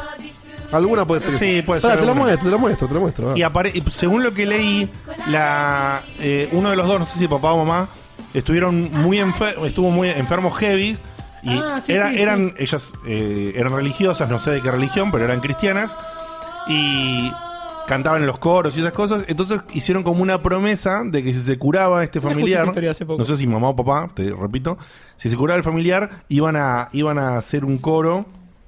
S5: Alguna puede ser. que
S2: Sí, puede ser
S5: Pará, Te lo
S2: alguna.
S5: muestro, te lo muestro, te lo muestro. va.
S2: Y apare- y según lo que leí, la, eh, uno de los dos, no sé si papá o mamá, estuvieron muy enfer- estuvo muy enfermo heavy. Y
S3: Ah, sí,
S2: era-
S3: sí,
S2: eran, ellas eh, eran religiosas, no sé de qué religión, pero eran cristianas. Y cantaban en los coros y esas cosas. Entonces hicieron como una promesa de que si se curaba este
S3: escuché esta
S2: familiar,
S3: historia hace poco.
S2: no sé si mamá o papá, te repito, si se curaba el familiar, iban a, iban a hacer un coro,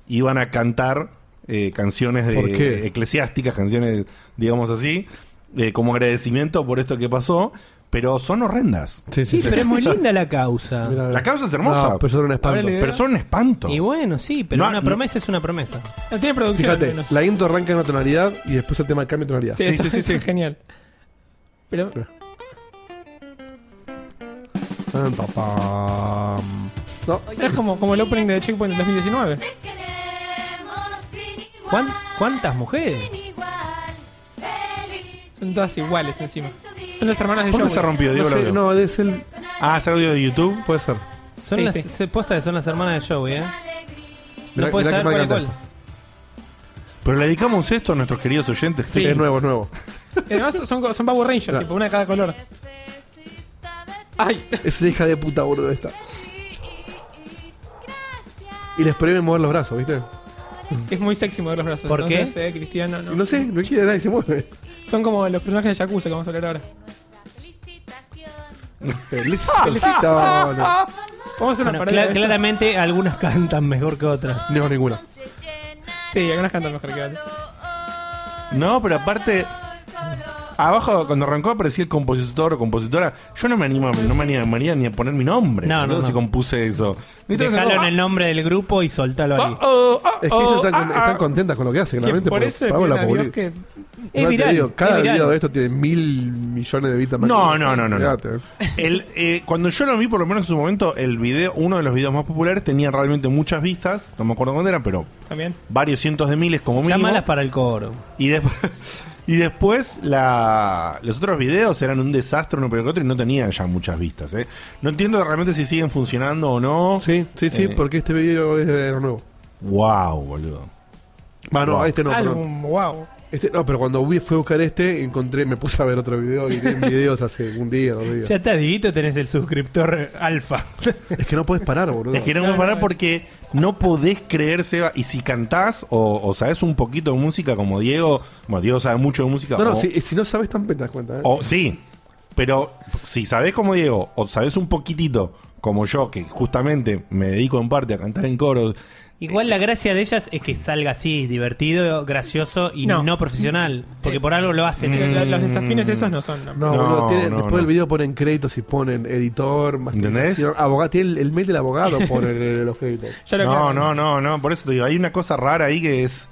S2: iban a cantar eh, canciones de
S5: ¿Por qué?
S2: eclesiásticas, canciones, digamos así, eh, como agradecimiento por esto que pasó, pero son horrendas.
S4: Sí,
S5: Sí, sí, sí.
S4: pero es muy linda la causa.
S5: Mirá,
S2: La causa es hermosa,
S5: No, pero son un espanto.
S3: Órale.
S2: pero son un espanto.
S4: Y bueno, sí, pero
S2: No,
S4: una
S2: no.
S4: promesa es una promesa.
S3: No, Tiene producción. al
S5: Fíjate,
S3: menos.
S5: la intro arranca en una tonalidad y después el tema cambia de tonalidad.
S3: Sí,
S2: Sí,
S3: eso-
S2: sí, sí,
S3: eso
S2: sí.
S3: es genial. Pero
S5: Tan, pa,
S2: Ah,
S5: pam. Ah, No,
S3: es como, como el opening de Checkpoint del 2019.
S4: ¿Cuán- ¿Cuántas mujeres?
S3: Son todas iguales encima. Son las hermanas de
S2: ¿Por qué
S3: Joey.
S2: se rompió, Diego?
S5: no,
S2: lo
S5: sé,
S2: veo.
S5: no, es el.
S2: Ah, es audio de YouTube.
S5: Puede ser.
S4: Son
S3: Sí,
S4: las,
S3: sí.
S4: se- posta que son las hermanas de Joey, ¿eh?
S5: Mirá-
S4: no puedes
S5: mirá
S4: saber cuál
S5: que mal
S4: es cuál.
S5: canta.
S2: Pero le dedicamos esto a nuestros queridos oyentes.
S4: Sí.
S5: Es nuevo, es nuevo.
S3: Y además son, co- son Power Rangers,
S5: Claro.
S3: tipo una de cada color. Ay,
S5: Es una hija de puta, boludo, esta. Y les prohíben mover los brazos, ¿viste?
S3: Es muy sexy mover los brazos.
S4: ¿Por qué?
S3: entonces, eh, Cristiano, no.
S5: Y No sé, no quiere nadie se mueve.
S3: Son como los personajes de Yakuza que vamos a hablar ahora.
S5: Eh, Felicitaciones.
S3: Vamos a hacer una
S4: Bueno,
S3: parodia
S4: cla-
S3: de esto.
S4: claramente algunas cantan mejor que otras.
S5: No, ninguna.
S3: Sí, algunas cantan mejor que otras.
S2: No, pero aparte. Abajo, cuando arrancó, aparecía el compositor o compositora. Yo no me animo, no me animaría ni a poner mi nombre.
S4: No, no,
S2: boludo,
S4: no.
S2: Si compuse eso. Entonces,
S4: Dejalo
S2: ah,
S4: en el nombre del grupo y soltalo ahí.
S2: ah, oh, ah,
S5: Es que
S2: oh,
S5: ellos están, con-
S2: ah, ah.
S5: están contentas con lo que hacen,
S3: Que
S5: claramente.
S3: por
S5: porque
S3: eso
S5: pagó la
S3: pidan a Dios
S5: publi-
S3: que
S4: Es
S5: Igual te
S4: viral.
S5: digo, cada
S4: es viral.
S5: video de esto tiene mil millones de vistas. más
S2: No,
S5: que-
S2: no, no, no, no.
S5: Fíjate.
S2: El, eh, cuando yo lo vi, por lo menos en su momento, el video, uno de los videos más populares, tenía realmente muchas vistas. No me acuerdo cuándo eran, pero
S3: también.
S2: varios cientos de miles como mínimo.
S4: Llámalas para el coro.
S2: Y después, y después la, los otros videos eran un desastre uno pero que otro y no tenían ya muchas vistas. ¿eh? No entiendo realmente si siguen funcionando o no.
S5: Sí, sí, sí,
S2: Eh.
S5: porque este video es- era nuevo.
S2: Wow, boludo.
S5: Va, no,
S2: Wow.
S5: este no, perdón.
S3: Álbum, wow.
S5: Este, no, pero cuando fui, fui a buscar este, encontré, me puse a ver otro video y tienen videos hace un día, dos días.
S4: Ya está, Dieguito, tenés el suscriptor alfa.
S5: Es que no puedes parar, boludo.
S2: Es que no
S3: No,
S2: me
S3: no,
S2: parar
S3: no.
S2: porque no podés creer, Seba. Y si cantás o, o sabes un poquito de música, como Diego, bueno, Diego sabe mucho de música.
S5: no, no,
S2: o-
S5: si, si no sabes tan te das cuenta. ¿eh?
S2: O sí, pero si sabés como Diego, o sabés un poquitito como yo, que justamente me dedico en parte a cantar en coros.
S4: Igual la gracia de ellas es que salga así, divertido, gracioso y no,
S3: No.
S4: profesional. Porque por algo lo
S2: Mm.
S4: hacen.
S3: Los, los desafines esos no son. ¿no?
S5: No,
S2: No,
S5: boludo, tiene-
S2: no,
S5: después
S2: no.
S5: del video ponen créditos y ponen editor,
S2: ¿Entendés?
S5: masterización, abogado, tiene el, el mail del abogado ponen en los créditos.
S3: Ya lo
S2: No,
S3: aclaro.
S2: no, no, no, por eso te digo, hay una cosa rara ahí que es...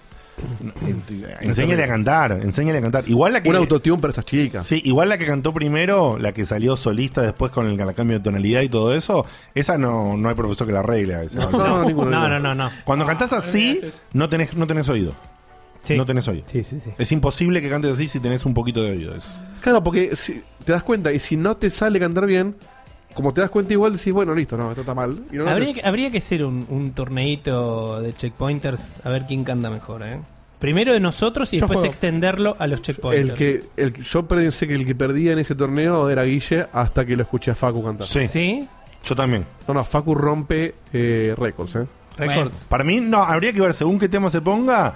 S2: Enséñale a cantar, enséñale a cantar. Igual la que...
S5: Un autotune para esas
S2: Eh,
S5: chicas.
S2: Sí, igual la que cantó primero, la que salió solista después con el, el cambio de tonalidad y todo eso, esa no, no hay profesor que la arregle. a esa.
S5: No, no, no, ninguno,
S4: No,
S5: ninguno.
S4: no, no, no.
S2: Cuando cantás así,
S3: digas eso.
S2: no tenés, no tenés oído.
S4: Sí.
S2: No tenés oído.
S4: Sí, sí, sí.
S2: Es imposible que cantes así si tenés un poquito de oído. Es,
S5: Claro, porque si te das cuenta y si no te sale cantar bien, como te das cuenta igual decís, bueno, listo, no, esto está mal. Y no lo
S4: Habría
S5: haces.
S4: que, habría que hacer un, un torneito de checkpointers a ver quién canta mejor, ¿eh? Primero de nosotros y
S3: Yo
S4: después
S3: juego.
S4: extenderlo a los checkpointers.
S5: el que el, que- yo pensé que el que perdía en ese torneo era Guille hasta que lo escuché a Facu cantar.
S2: sí,
S4: ¿Sí?
S2: yo también.
S5: No, no, Facu rompe eh, récords, ¿eh?
S4: Records.
S2: Para mí, no, habría que ver según qué tema se ponga,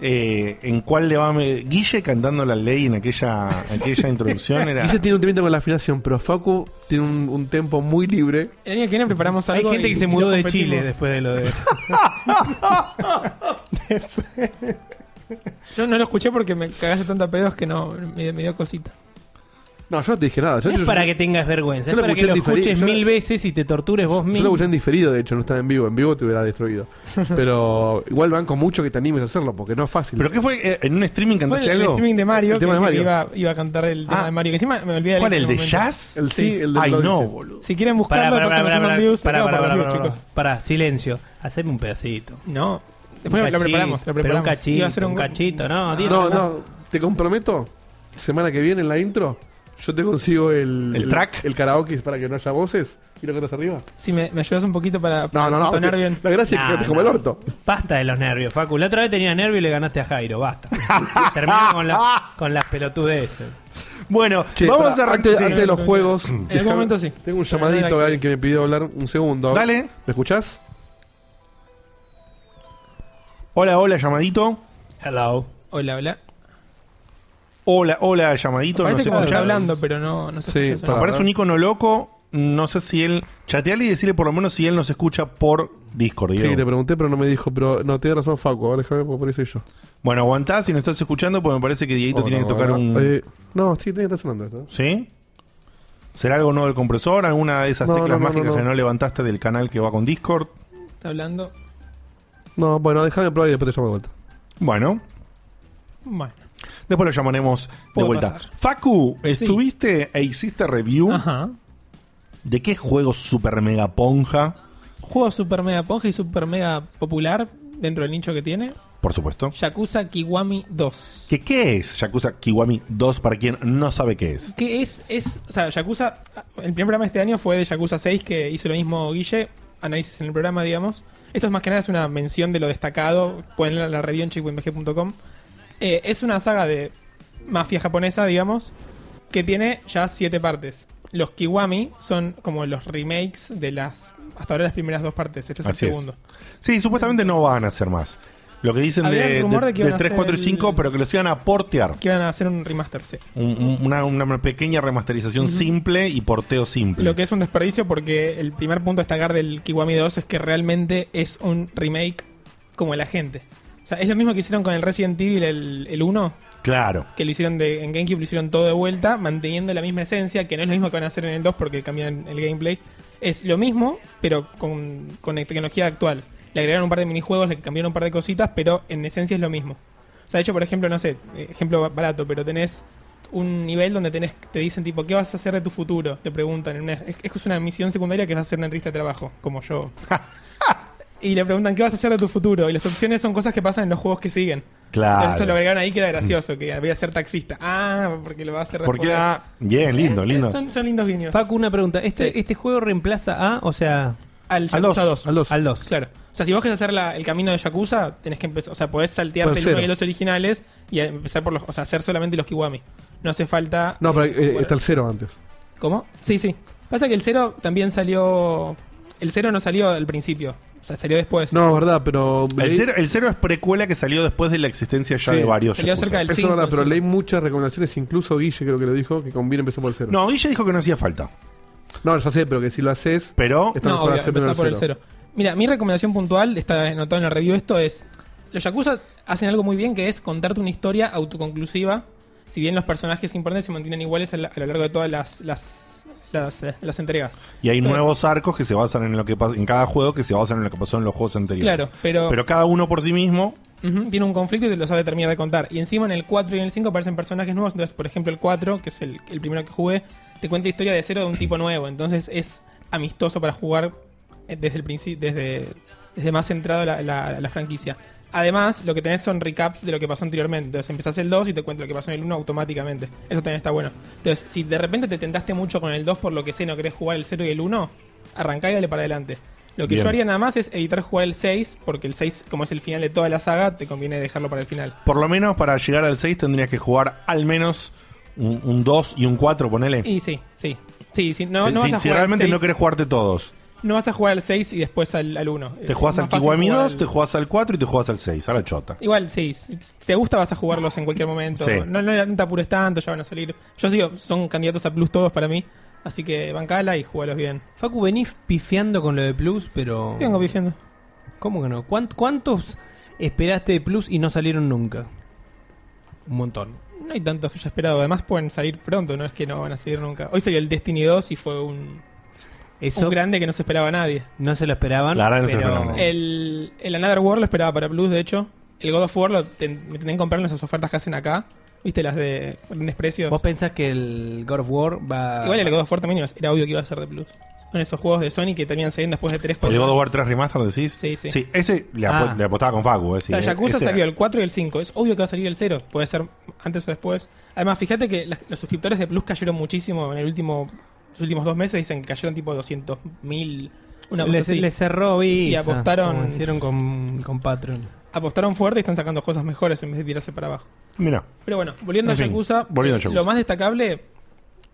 S2: eh, en cuál le va a... me- Guille cantando la ley en aquella, aquella introducción era...
S5: Guille tiene un temita con la afinación, pero Facu tiene un, un tempo muy libre.
S3: El año que viene preparamos
S4: Hay
S3: algo.
S4: gente
S3: y-
S4: que se
S3: y
S4: mudó
S3: lo
S4: de
S3: competimos.
S4: Chile después de lo de...
S3: Yo no lo escuché porque me cagaste tanta pedos que no me, me dio cosita.
S5: No, yo no te dije nada. Yo,
S4: No es
S5: yo-
S4: para
S5: yo-
S4: que tengas vergüenza, es
S5: yo lo
S4: para que
S5: escuché
S4: lo
S5: en diferido,
S4: escuches
S5: yo lo-
S4: mil veces y te tortures vos
S5: yo lo
S4: mismo.
S5: escuché en diferido, de hecho, no estaba en vivo. En vivo te hubiera destruido. Pero igual banco mucho que te animes a hacerlo, porque no es fácil.
S2: ¿Pero qué fue? Eh, ¿En un streaming
S3: Fue en
S2: cantaste
S3: el,
S2: algo?
S3: streaming de Mario,
S5: El tema
S3: que-
S5: de Mario.
S3: que Iba, iba a cantar el tema
S2: Ah.
S3: de Mario, que encima me olvidé.
S2: ¿Cuál? ¿El
S3: en este
S2: de
S3: momento.
S2: jazz?
S5: el sí,
S3: sí.
S5: el de
S2: Ay,
S5: Floyd,
S2: no,
S5: sí.
S2: boludo.
S3: Si quieren
S4: Pará,
S3: buscarlo,
S4: pará, pará,
S3: pásenlos en
S4: pará,
S3: Views,
S4: pará,
S3: acá
S4: pará,
S3: por
S4: pará,
S3: Views,
S4: pará,
S3: chicos.
S4: pará. Pará, silencio. Haceme un pedacito. Un
S3: No. Después lo
S4: cachito,
S3: preparamos, lo
S4: Pero
S3: preparamos.
S4: un cachito,
S3: Iba a ser
S4: un, cachito, no, Diego,
S5: Ah. No,
S4: no.
S5: no, te comprometo. Semana que viene en la intro, yo te consigo el,
S2: ¿El track?
S5: el karaoke para que no haya voces y lo cantas arriba.
S3: Si me, me ayudas un poquito para,
S5: No,
S3: para
S5: no, no.
S3: tonar
S5: sí.
S3: bien.
S5: La gracia es
S4: Nah,
S5: que te como
S4: no.
S5: el orto.
S4: Basta de los nervios, Facu. La otra vez tenía nervios y le ganaste a Jairo, basta. Termina con, la- con las pelotudeces.
S2: Bueno,
S5: Che,
S2: vamos
S5: pará,
S2: a arrancar.
S5: antes, antes de los
S3: sí.
S5: juegos.
S2: Eh,
S3: En
S5: déjame-
S3: algún momento sí.
S5: Tengo un
S3: Pero
S5: llamadito
S3: no
S5: de
S3: era
S5: alguien que me pidió hablar un segundo.
S2: Dale.
S5: ¿Me escuchás?
S2: Hola, hola, llamadito.
S4: Hello.
S3: Hola, hola.
S2: Hola, hola, llamadito.
S3: Parece
S2: ¿Nos
S3: como que está
S2: escuchás?
S3: hablando, pero no, no se
S5: Sí,
S3: escucha.
S5: para-
S2: Aparece un icono loco. No sé si él. Chateale y decirle por lo menos si él nos escucha por Discord.
S5: Sí,
S2: Diego.
S5: te pregunté, pero no me dijo. Pero no, tiene razón, Facu. Ahora déjame porque por eso soy yo.
S2: Bueno, aguantá si nos estás escuchando, porque me parece que
S3: Oh,
S2: Dieguito tiene que tocar un.
S5: Eh, no, sí, tiene que estar sonando esto.
S2: ¿Sí? ¿Será algo nuevo del compresor? ¿Alguna de esas
S5: No,
S2: teclas
S5: no, no,
S2: mágicas
S5: no, no.
S2: que no levantaste del canal que va con Discord?
S3: Está hablando.
S5: No, bueno, déjame probar y después te llamo de vuelta.
S2: Bueno,
S3: Bueno.
S2: después lo llamaremos de
S3: Puede
S2: vuelta.
S3: pasar.
S2: Facu, estuviste e hiciste review
S3: Ajá.
S2: de qué juego super mega ponja,
S3: Juego super mega ponja y super mega popular dentro del nicho que tiene.
S2: por supuesto.
S3: Yakuza Kiwami 2.
S2: ¿Que ¿Qué es Yakuza Kiwami 2 para quien no sabe qué es?
S3: Que es, es, o sea, Yakuza, el primer programa de este año fue de Yakuza 6, que hizo lo mismo Guille, análisis en el programa, digamos. Esto es más que nada es una mención de lo destacado, pueden leer la review en chicuinvg.com. Eh, es una saga de mafia japonesa, digamos, que tiene ya siete partes. Los Kiwami son como los remakes de las, hasta ahora las primeras dos partes, este es
S2: Así
S3: el
S2: es.
S3: segundo.
S2: Sí, supuestamente no van a ser más. Lo que dicen
S3: Había
S2: de,
S3: el rumor
S2: de-
S3: de que
S2: de
S3: iban a
S2: 3, 4 y
S3: hacer
S2: 5,
S3: el-
S2: pero que los iban a portear.
S3: Que van a hacer un remaster, sí.
S2: Un- un- una, una pequeña remasterización simple y porteo simple.
S3: Lo que es un desperdicio porque el primer punto a destacar del Kiwami 2 es que realmente es un remake como la gente. O sea, es lo mismo que hicieron con el Resident Evil el, el 1,
S2: Claro.
S3: que lo hicieron de, en GameCube, lo hicieron todo de vuelta, manteniendo la misma esencia, que no es lo mismo que van a hacer en el 2 porque cambian el gameplay. Es lo mismo, pero con, con tecnología actual. Le agregaron un par de minijuegos, le cambiaron un par de cositas, pero en esencia es lo mismo. O sea, de hecho, por ejemplo, no sé, ejemplo barato, pero tenés un nivel donde tenés, te dicen tipo, ¿qué vas a hacer de tu futuro? Te preguntan. en una- es, es una misión secundaria que vas a hacer una entrevista de trabajo, como yo. y le preguntan, ¿qué vas a hacer de tu futuro? Y las opciones son cosas que pasan en los juegos que siguen.
S2: Claro.
S3: Pero Eso lo agregaron ahí que era gracioso, que voy a ser taxista. Ah, porque lo va a hacer
S2: Porque,
S3: responder. Eh,
S2: ah, bien, lindo, lindo.
S3: Son, son lindos guiños.
S4: Facu, una pregunta. ¿Este,
S3: Sí.
S4: ¿Este juego reemplaza a, o sea,
S3: Al Yakuza 2.
S5: Al dos.
S4: Al 2.
S3: Claro. O sea, si vos querés hacer la- el camino de Yakuza, tenés que empezar. O sea, podés saltearte
S5: Por
S3: el uno
S5: cero.
S3: y los originales y empezar por los. O sea, hacer solamente los Kiwami. No hace falta.
S5: No, pero
S3: eh,
S5: eh,
S3: bueno,
S5: está el cero antes.
S3: ¿Cómo? Sí, sí. Pasa que el 0 también salió. El 0 no salió al principio. O sea, salió después.
S5: No, verdad, pero.
S2: El
S5: leí-
S2: cero, el cero es precuela que salió después de la existencia ya
S5: Sí,
S2: de varios.
S3: salió
S2: Yakuzas.
S3: cerca del-
S5: Eso es
S3: cinco,
S5: verdad, pero
S3: sí.
S5: leí muchas recomendaciones, incluso Guille creo que lo dijo, que conviene empezar por el cero.
S2: No, Guille dijo que no hacía falta.
S5: No, ya sé, pero que si lo haces,
S2: Pero
S5: Está
S3: No,
S5: mejor
S3: obvio,
S5: hacer
S3: empezar por
S5: primero
S3: el
S5: el cero.
S3: cero. Mira, mi recomendación puntual, está anotado en la review esto, es... Los Yakuza hacen algo muy bien que es contarte una historia autoconclusiva. Si bien los personajes importantes se mantienen iguales a, la- a lo largo de todas las, las, las, eh, las entregas.
S2: y hay
S3: Entonces,
S2: nuevos arcos que se basan en lo que pasa en cada juego que se basan en lo que pasó en los juegos anteriores.
S3: Claro, pero,
S2: Pero cada uno por sí mismo.
S3: ujú, tiene un conflicto y te lo sabe terminar de contar. Y encima en el 4 y en el 5 aparecen personajes nuevos. Entonces, por ejemplo, el 4, que es el, el primero que jugué, te cuenta la historia de cero de un tipo nuevo. Entonces es amistoso para jugar eh, desde el principio, desde, desde más centrado la, la- la franquicia. Además, lo que tenés son recaps de lo que pasó anteriormente. Entonces empezás el 2 y te cuenta lo que pasó en el 1 automáticamente. Eso también está bueno. Entonces, si de repente te tentaste mucho con el 2 por lo que sé, no querés jugar el 0 y el 1, arrancá y dale para adelante. Lo que
S2: Bien.
S3: yo haría nada más es evitar jugar el 6, porque el 6, como es el final de toda la saga, te conviene dejarlo para el final.
S2: Por lo menos para llegar al 6 tendrías que jugar al menos un, 2 y un 4, ponele.
S3: Y sí, sí. Sí, sí, no,
S2: si
S3: no
S2: si-
S3: vas a
S2: si
S3: jugar al
S2: realmente no
S3: seis,
S2: querés jugarte todos,
S3: no vas a jugar al 6 y después al, al 1.
S2: te jugás al Kiwami 2, te jugás al 4 y te jugás al 6, a la chota.
S3: Igual, sí, si te gusta vas a jugarlos en cualquier momento.
S2: Sí.
S3: No, no, no te apures tanto, ya van a salir. Yo digo, son candidatos a plus todos para mí. Así que bancala y jugalos bien.
S4: Facu, venís pifiando con lo de Plus, pero...
S3: Vengo pifiando.
S4: ¿Cómo que no? ¿Cuán- ¿Cuántos esperaste de Plus y no salieron nunca? Un montón.
S3: No hay tantos que ya esperado. Además pueden salir pronto, no es que no van a salir nunca. Hoy salió el Destiny 2 y fue un,
S4: Eso
S3: un grande que no se esperaba a nadie.
S4: no se lo esperaban.
S2: La verdad no se
S4: pero-
S2: lo esperaban.
S3: El, el Another World lo esperaba para Plus, de hecho. El God of War lo ten- me tenían que comprar en esas ofertas que hacen acá. ¿Viste? Las de grandes precios.
S4: ¿Vos pensás que el God of War va...
S3: Igual el God of War también era- era obvio que iba a ser de Plus. Son esos juegos de Sony que terminan saliendo después de 3, 4
S2: ¿El God of War 3 Remaster decís?
S3: Sí, sí.
S2: ese le,
S4: Ah.
S2: apo- le apostaba con Facu. Eh, sí,
S3: La
S2: eh,
S3: Yakuza
S2: ese-
S3: salió el 4 y el 5. Es obvio que va a salir el 0. Puede ser antes o después. Además, fíjate que las- los suscriptores de Plus cayeron muchísimo en el último, los últimos dos meses. Dicen que cayeron tipo 200.000. Una cosa
S4: le,
S3: así.
S4: le cerró Visa,
S3: Y apostaron-
S4: como hicieron con, con Patreon.
S3: Apostaron fuerte y están sacando cosas mejores en vez de tirarse para abajo.
S2: Mira,
S3: Pero bueno, volviendo
S2: En
S3: a
S2: fin,
S3: Yakuza, eh,
S2: volviendo a Yakuza.
S3: lo más destacable,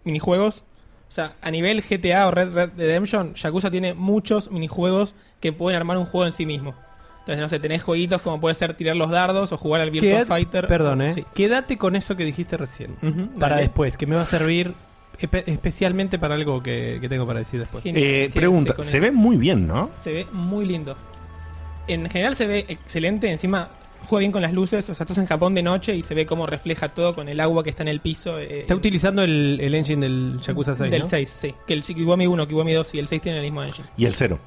S3: minijuegos. O sea, a nivel GTA o Red Red Redemption, Yakuza tiene muchos minijuegos que pueden armar un juego en sí mismo. Entonces, no sé, tenés jueguitos como puede ser tirar los dardos o jugar al Virtua
S4: Qued-
S3: Fighter. oh,
S4: Perdón, eh.
S3: Sí.
S4: Quédate con eso que dijiste recién.
S3: Ujú,
S4: para
S3: dale.
S4: después, que me va a servir espe- especialmente para algo que, que tengo para decir después.
S3: Genial.
S2: eh,
S3: Quédense
S2: pregunta,
S3: con
S2: se
S3: eso.
S2: ve muy bien, ¿no?
S3: Se ve muy lindo. En general se ve excelente, encima juega bien con las luces. O sea, estás en Japón de noche y se ve cómo refleja todo con el agua que está en el piso. eh,
S4: Está
S3: en-
S4: utilizando el, el engine del Yakuza 6,
S3: Del
S4: ¿no?
S3: 6, sí. Que el Kiwami 1, Kiwami 2 y el 6 tienen el mismo engine.
S2: Y el 0.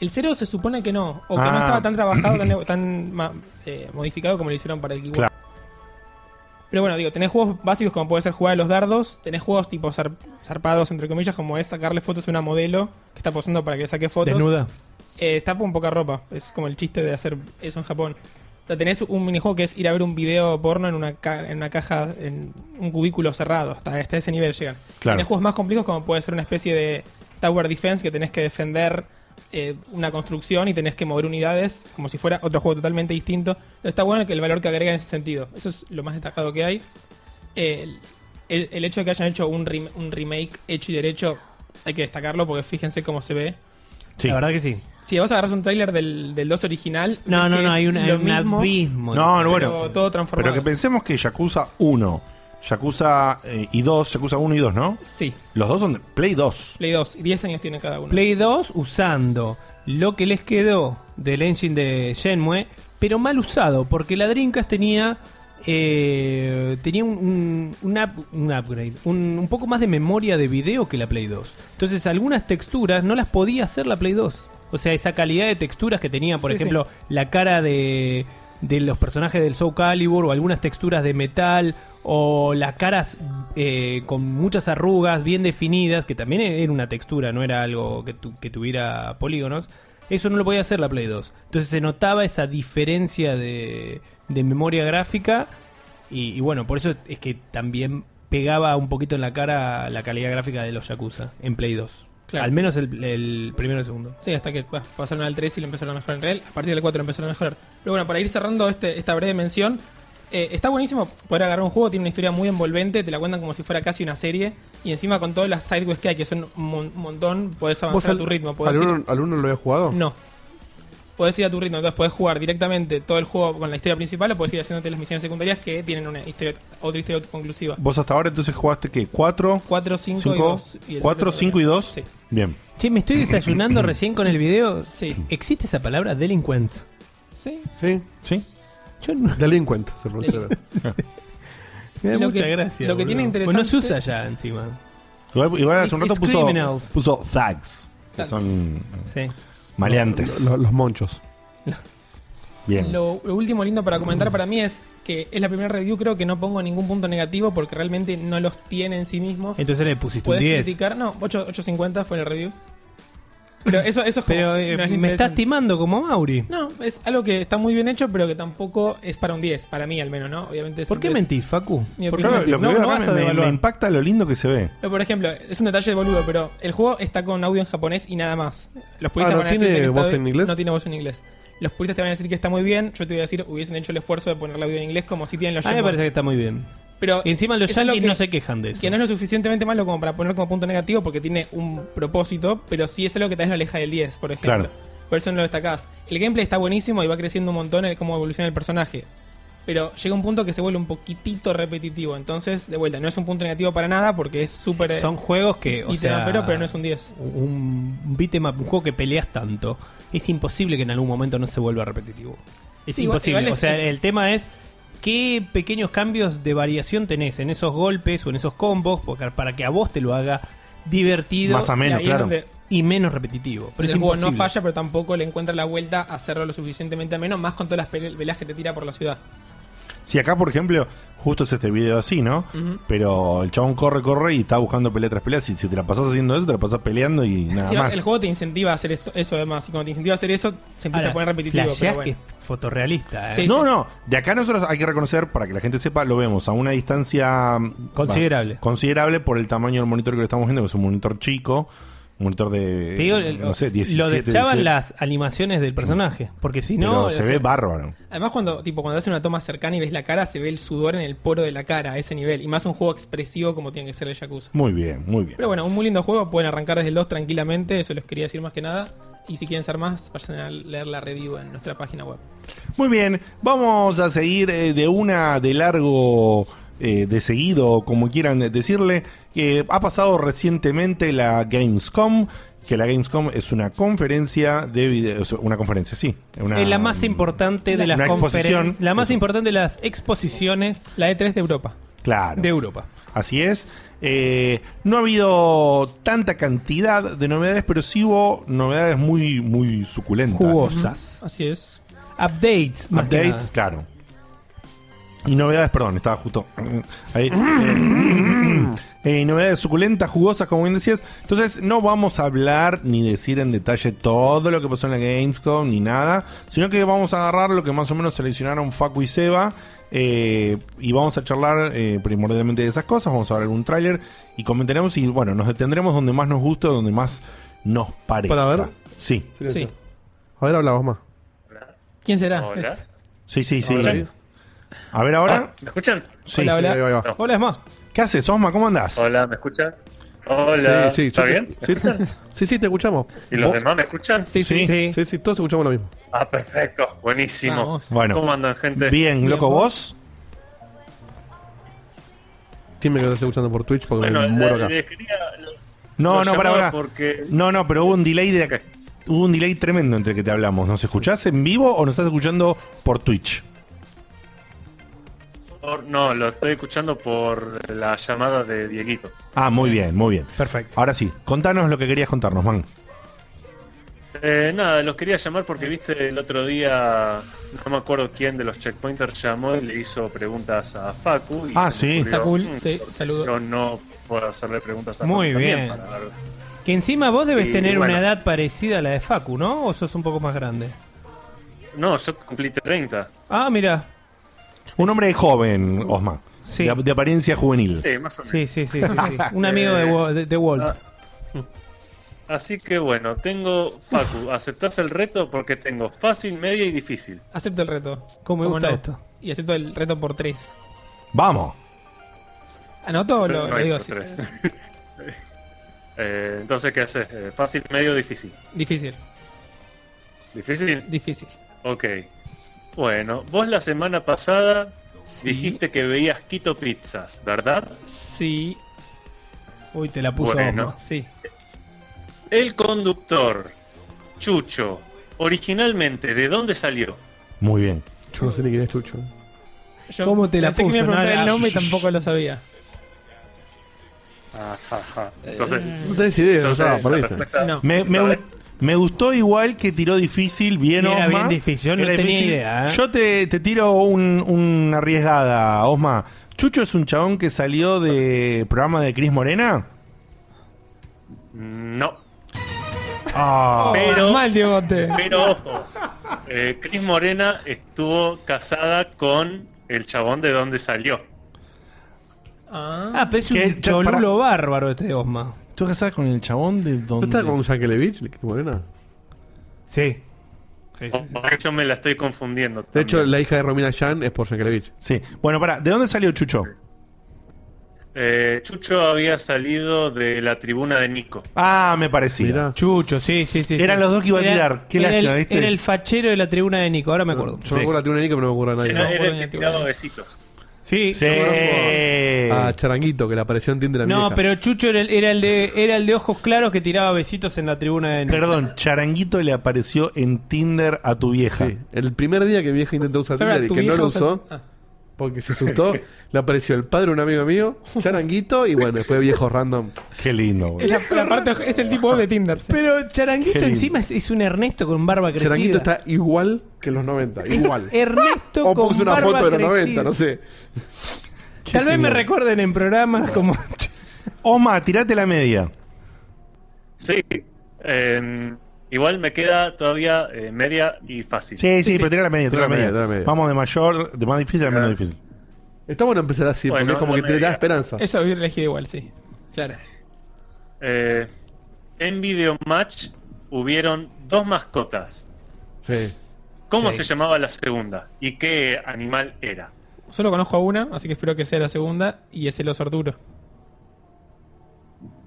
S3: El 0 se supone que no, o que
S2: Ah.
S3: no estaba tan trabajado, tan, tan ma- eh, modificado como lo hicieron para el Kiwami.
S2: Claro.
S3: Pero bueno, digo, tenés juegos básicos como puede ser jugar a los dardos, tenés juegos tipo zar- zarpados, entre comillas, como es sacarle fotos a una modelo que está posando para que le saque fotos.
S4: Desnuda.
S3: Eh, está con poca ropa, es como el chiste de hacer eso en Japón. O sea, tenés un minijuego que es ir a ver un video porno en una, ca- en una caja, en un cubículo cerrado, hasta, hasta ese nivel llegan.
S2: Claro.
S3: Tenés juegos más complejos como puede ser una especie de Tower Defense que tenés que defender eh, una construcción y tenés que mover unidades como si fuera otro juego totalmente distinto. Pero está bueno que el valor que agrega en ese sentido. Eso es lo más destacado que hay. El, el- el hecho de que hayan hecho un, rem- un remake hecho y derecho hay que destacarlo porque fíjense cómo se ve.
S2: Sí.
S4: La verdad que sí.
S3: Si vos agarras un tráiler del, del 2 original.
S4: No,
S3: ves
S4: no,
S3: que
S4: no,
S3: es
S4: hay un, hay
S3: lo
S4: un
S3: mismo,
S4: abismo.
S2: No, no,
S3: pero
S2: bueno.
S3: todo transformado.
S2: Pero que pensemos que Yakuza 1, Yakuza eh, y 2, Yakuza 1 y 2, ¿no?
S3: Sí,
S2: Los dos son de Play 2.
S3: Play 2. 10 años tiene cada uno.
S4: Play 2 usando lo que les quedó del engine de Shenmue, pero mal usado, porque la Dreamcast tenía eh, tenía un, un- un up- un upgrade, un, un poco más de memoria de video que la Play 2. Entonces algunas texturas no las podía hacer la Play 2. O sea, esa calidad de texturas que tenía, por
S3: Sí,
S4: ejemplo, la cara de, de los personajes del Soul Calibur o algunas texturas de metal o las caras eh, con muchas arrugas bien definidas, que también era una textura, no era algo que, tu- que tuviera polígonos. Eso no lo podía hacer la Play 2. Entonces se notaba esa diferencia de, de memoria gráfica y, y bueno, por eso es que también pegaba un poquito en la cara la calidad gráfica de los Yakuza en Play 2.
S3: Claro.
S4: Al menos el, el primero y el segundo.
S3: Sí, hasta que bah, pasaron al 3 y lo empezaron a mejorar en real. A partir del 4 lo empezaron a mejorar. Pero bueno, para ir cerrando este, esta breve mención, eh, está buenísimo poder agarrar un juego. Tiene una historia muy envolvente, te la cuentan como si fuera casi una serie. Y encima con todas las sidequests que hay, que son un mon- montón, podés
S5: ¿Vos
S3: avanzar a tu ritmo. podés
S5: ¿Al
S3: ir-
S5: uno, al uno lo había jugado?
S3: No. Podés ir a tu ritmo, entonces podés jugar directamente todo el juego con la historia principal o podés ir haciéndote las misiones secundarias que tienen una historia, otra historia conclusiva.
S2: Vos hasta ahora entonces jugaste qué? 4,
S3: 4, 5 y 2.
S2: 4, 5 y 2.
S3: Sí.
S2: Bien.
S4: Che, me estoy desayunando recién con el video.
S3: Sí.
S4: ¿Existe esa palabra delincuente?
S3: Sí.
S5: Sí.
S2: ¿Sí?
S4: Yo no.
S5: Delinquent se pronuncia.
S4: Me da
S3: Lo
S4: mucha
S3: que-
S4: gracia.
S3: lo que tiene
S4: boludo.
S3: interesante-
S4: Pues no se usa ya encima.
S2: Igual, igual hace un
S4: It's-
S2: rato
S4: it's
S2: puso,
S4: criminals.
S2: puso thugs, que
S3: Thugs.
S2: son
S4: Sí.
S2: maleantes.
S5: Lo- los monchos.
S2: Bien.
S3: Lo, lo último lindo para comentar para mí es que es la primera review, creo que no pongo ningún punto negativo porque realmente no los tiene en sí mismo.
S4: Entonces le pusiste un
S3: Puedes
S4: 10.
S3: criticar, no, 8, 8.50 fue la review. Pero eso, eso es como-
S4: Pero
S3: no
S4: eh,
S3: es
S4: me estás
S3: interesante.
S4: timando como Mauri.
S3: No, es algo que está muy bien hecho, pero que tampoco es para un 10, para mí al menos, ¿no? Obviamente
S4: ¿Por qué
S3: siempre es-
S4: mentís, Facu?
S3: Mi
S4: ¿Por qué
S2: Yo lo,
S4: mentís?
S2: lo que
S4: no,
S2: veo
S4: no
S2: acá
S4: vas
S2: me-
S4: a
S2: me- me,
S4: devaluar.
S2: impacta lo lindo que se ve.
S3: No, por ejemplo, es un detalle de boludo, pero el juego está con audio en japonés y nada más. Los puristas
S5: Ah, ¿no
S3: van a decir
S5: tiene
S3: que está-
S5: voz en inglés?
S3: No tiene voz en inglés. Los puristas te van a decir que está muy bien. Yo te voy a decir, hubiesen hecho el esfuerzo de ponerle audio en inglés como si tienen los
S4: A mí me
S3: Yankees.
S4: parece que está muy bien.
S3: Pero
S4: Encima los
S3: es algo
S4: yankees
S3: que-
S4: no se quejan de eso.
S3: Que no es lo suficientemente malo como para poner como punto negativo porque tiene un propósito, pero sí es algo que tal vez lo aleja del 10, por ejemplo.
S2: Claro.
S3: Por eso no lo destacás. El gameplay está buenísimo y va creciendo un montón en cómo evoluciona el personaje. Pero llega un punto que se vuelve un poquitito repetitivo. Entonces, de vuelta, no es un punto negativo para nada porque es súper. eh,
S4: Son juegos que, o
S3: y te
S4: sea,
S3: dan pero, pero no es un 10.
S4: un beat'em up, un juego que peleas tanto, es imposible que en algún momento no se vuelva repetitivo. Es
S3: Sí, igual-
S4: imposible.
S3: igual
S4: o
S3: es-
S4: sea, el tema es qué pequeños cambios de variación tenés en esos golpes o en esos combos porque- para que a vos te lo haga divertido
S2: Más ameno,
S3: y ahí es
S2: claro.
S3: donde-
S4: y menos repetitivo. Pero
S3: el
S4: es
S3: juego
S4: imposible.
S3: no falla, pero tampoco le encuentra la vuelta a hacerlo lo suficientemente ameno, más con todas las pele- peleas que te tira por la ciudad.
S2: Si acá, por ejemplo, justo es este video así, ¿no?
S3: Ujú.
S2: Pero el chabón corre, corre y está buscando pelea tras pelea. Si, si te la pasás haciendo eso, te la pasás peleando y nada
S3: Sí,
S2: más.
S3: El juego te incentiva a hacer esto, eso además, y cuando te incentiva a hacer eso, se empieza
S4: Ahora,
S3: a poner repetitivo.
S4: flasheás
S3: Pero bueno.
S4: que es fotorrealista. ¿eh?
S3: Sí.
S2: No, no, de acá nosotros hay que reconocer, para que la gente sepa, lo vemos a una distancia mm,
S4: Considerable.
S2: va, considerable por el tamaño del monitor que lo estamos viendo, que es un monitor chico, un monitor de,
S4: Te digo,
S2: Eh, no sé, 17,
S4: lo deschaban
S2: 17,
S4: las animaciones del personaje, porque si
S2: pero
S4: no...
S2: se
S4: o sea,
S2: ve bárbaro.
S3: Además, cuando, tipo, cuando hacen una toma cercana y ves la cara, se ve el sudor en el poro de la cara a ese nivel. Y más un juego expresivo como tiene que ser el Yakuza.
S2: Muy bien, muy bien.
S3: Pero bueno, un muy lindo juego. Pueden arrancar desde el 2 tranquilamente. Eso les quería decir más que nada. Y si quieren saber más, vayan a leer la review en nuestra página web.
S2: Muy bien, vamos a seguir eh, de una de largo, eh, de seguido, como quieran decirle. que ha pasado recientemente la Gamescom, que la Gamescom es una conferencia de video- es una conferencia, sí. Una,
S4: es la más importante de
S2: Una
S4: las
S2: exposición.
S4: conferen- la más
S2: Eso.
S4: importante de las exposiciones
S3: La E3 de Europa.
S2: Claro.
S4: de Europa.
S2: Así es. Eh, no ha habido tanta cantidad de novedades, pero sí hubo novedades muy, muy suculentas.
S4: Jugosas.
S3: Así es.
S4: Updates. más que
S2: Updates,
S4: nada.
S2: claro. Y novedades, perdón, estaba justo ahí. Eh, eh, novedades suculentas, jugosas, como bien decías. Entonces, no vamos a hablar ni decir en detalle todo lo que pasó en la Gamescom ni nada, sino que vamos a agarrar lo que más o menos seleccionaron Facu y Seba. eh, y vamos a charlar eh, primordialmente de esas cosas. Vamos a ver algún tráiler y comentaremos. Y bueno, nos detendremos donde más nos guste, donde más nos parezca.
S5: ¿Para ver?
S2: Sí,
S3: Sí.
S5: A ver, hablamos más.
S3: ¿Quién será?
S6: Hola.
S2: sí, sí, sí.
S5: Ahora sí.
S2: A ver ahora.
S6: ¿Me escuchan?
S2: Sí.
S3: Hola, hola.
S5: Ahí va, ahí va.
S4: Hola, es más.
S2: ¿Qué haces, Osma? ¿Cómo andás?
S6: Hola, ¿me escuchas? Hola.
S5: Sí, sí,
S6: ¿Está
S5: yo te-
S6: bien? ¿Me
S5: Sí,
S6: escuchan?
S5: sí, sí, te escuchamos.
S6: ¿Y los
S5: Vos-
S6: demás me escuchan?
S3: Sí, sí,
S2: Sí.
S3: sí.
S5: Sí, sí, todos escuchamos lo mismo.
S6: Ah, perfecto. Buenísimo.
S3: Vamos.
S2: Bueno.
S6: ¿Cómo andan, gente?
S2: Bien, loco, ¿vos?
S5: Sí, me quedé escuchando por Twitch porque
S6: Bueno, eh,
S5: me muero acá.
S6: la- les quería. lo-
S2: No,
S6: los
S2: no, para,
S6: llamaba
S2: para.
S6: Porque
S2: No, no, pero hubo un delay de la- Hubo un delay tremendo entre que te hablamos. ¿Nos escuchás en vivo o nos estás escuchando por Twitch?
S6: por- no, lo estoy escuchando por la llamada de Dieguito.
S2: Ah, muy bien, muy bien.
S4: Perfecto.
S2: Ahora sí, contanos lo que querías contarnos, man.
S6: Eh, nada, los quería llamar porque viste el otro día, no me acuerdo quién de los checkpointers llamó y le hizo preguntas a Facu. Y
S2: Ah,
S6: se me
S2: sí.
S6: ocurrió,
S3: Facul,
S6: "Mm,
S3: sí,
S6: ¿por qué
S3: saludo".
S6: Yo no puedo hacerle preguntas a
S4: Muy
S6: Facu también
S4: bien.
S6: para ver.
S4: Que encima vos debes
S6: Y
S4: tener
S6: bueno.
S4: una edad parecida a la de Facu, ¿no? ¿O sos un poco más grande?
S6: No, yo cumplí 30.
S4: Ah, mira.
S2: Un hombre joven, Osman.
S4: Sí.
S2: De, de apariencia juvenil.
S6: Sí, más o menos.
S4: Sí, sí, sí. sí, sí. Un amigo de, Wa- de, de Walt.
S6: Ah. Así que bueno, tengo Facu, ¿aceptás el reto? Porque tengo fácil, media y difícil.
S3: Acepto el reto.
S4: ¿Cómo me
S3: ¿Cómo
S4: gusta
S3: no?
S4: esto?
S3: Y acepto el reto por tres.
S2: Vamos.
S3: ¿Anoto o
S6: Pero
S3: lo,
S6: no
S3: lo
S6: hay
S3: digo
S6: por
S3: así?
S6: tres. Eh, entonces, ¿qué haces? Eh, ¿Fácil, medio o difícil?
S3: Difícil,
S6: ¿Difícil?
S3: difícil.
S6: Ok. Bueno, vos la semana pasada
S3: Sí.
S6: dijiste que veías Quito Pizzas, ¿verdad?
S3: Sí,
S2: Ah.
S4: Uy, te la puso
S6: Bueno.
S4: Osma.
S3: sí.
S6: El conductor, Chucho, originalmente, ¿de dónde salió?
S2: Muy bien.
S5: Yo no sé ni quién es Chucho.
S6: eh,
S3: Yo
S4: ¿Cómo te la
S3: pensé que me
S4: puso?
S3: iba a preguntar
S4: No,
S3: el
S4: la-
S3: nombre y tampoco lo sabía.
S6: Ah, Entonces,
S3: Eh.
S5: No tenés idea, no,
S6: entonces
S5: sabes,
S6: la
S5: perdiste.
S6: respuesta-
S3: No.
S2: Me, me
S6: ¿Sabes?
S2: gu- me gustó igual que tiró difícil, bien Osma.
S4: Era bien difícil, yo no
S2: Era
S4: tenía idea, ¿eh?
S2: Yo te, te tiro un- una arriesgada, Osma. ¿Chucho es un chabón que salió de programa de Cris Morena?
S6: no.
S2: Ah,
S6: Pero-
S3: mal, Diegote.
S6: Pero ojo, eh, Cris Morena estuvo casada con el chabón de donde salió.
S3: Ah,
S4: Ah, pero es
S2: ¿Qué?
S4: un
S2: Ya,
S4: cholulo bárbaro este Osma.
S2: ¿Tú casada con el chabón de
S5: ¿No
S2: donde?
S5: está con Yankelevich, Liquid Morena?
S4: Sí. Sí, sí, sí.
S6: Por eso me la estoy confundiendo.
S5: De
S6: también.
S5: hecho, la hija de Romina Yan es por Yankelevich.
S2: Sí. Bueno, pará, ¿de dónde salió Chucho?
S6: Eh, Chucho había salido de la tribuna de Nico.
S2: Ah, me parecía.
S5: Mirá.
S4: Chucho, sí, sí, sí.
S2: Eran
S4: sí.
S2: los dos que iba a
S4: Era-
S2: tirar. Qué
S4: era
S2: lástima,
S4: el-
S2: ¿viste?
S4: Era el fachero de la tribuna de Nico, ahora me acuerdo.
S5: Yo
S2: Sí.
S5: me acuerdo la tribuna de Nico, pero no me acuerdo a
S6: Era,
S5: nadie.
S6: era el que tiraba besitos.
S4: Sí.
S2: Sí. Eh, Ah,
S5: A Charanguito, que le apareció en Tinder a mi
S4: No,
S5: vieja.
S4: pero Chucho era el, era el de era el de ojos claros que tiraba besitos en la tribuna de Nico.
S2: Perdón, Charanguito le apareció en Tinder a tu vieja.
S5: Sí, el primer día que mi vieja intentó usar
S3: Pero
S5: Tinder y
S3: tu
S5: que no
S3: vieja
S5: lo
S3: usa-
S5: usó,
S3: Ah.
S5: porque se asustó, le apareció el padre de un amigo mío, Charanguito, y bueno, después viejos random.
S2: Qué lindo,
S3: Es,
S2: güey.
S3: la, la parte, es el tipo de Tinder. sí.
S4: Pero
S2: Qué
S4: Charanguito
S2: lindo.
S4: encima es, es un Ernesto con barba crecida.
S5: Charanguito está igual que en los 90, igual.
S4: Ernesto
S5: O
S2: Oh,
S4: con
S5: puso una
S4: barba
S5: foto de los
S4: crecida.
S5: 90, no sé.
S4: Tal vez me
S2: genial.
S4: recuerden en programas como
S2: Oma, tirate la media.
S6: Sí. Eh, igual me queda todavía eh, media y fácil.
S2: Sí, sí, pero tira la media, tira la media.
S5: tira la media.
S2: Vamos de mayor, de más difícil a menos difícil.
S5: Está bueno empezar así, porque
S6: Bueno,
S5: es como que
S6: la
S5: te da
S6: media.
S5: esperanza.
S3: Eso hubiera elegido igual, sí. Claro.
S6: Eh, en Video Match hubieron dos mascotas.
S5: Sí.
S6: ¿Cómo se llamaba la segunda? ¿Y qué animal era?
S3: Solo conozco a una, así que espero que sea la segunda. Y es el oso Arturo.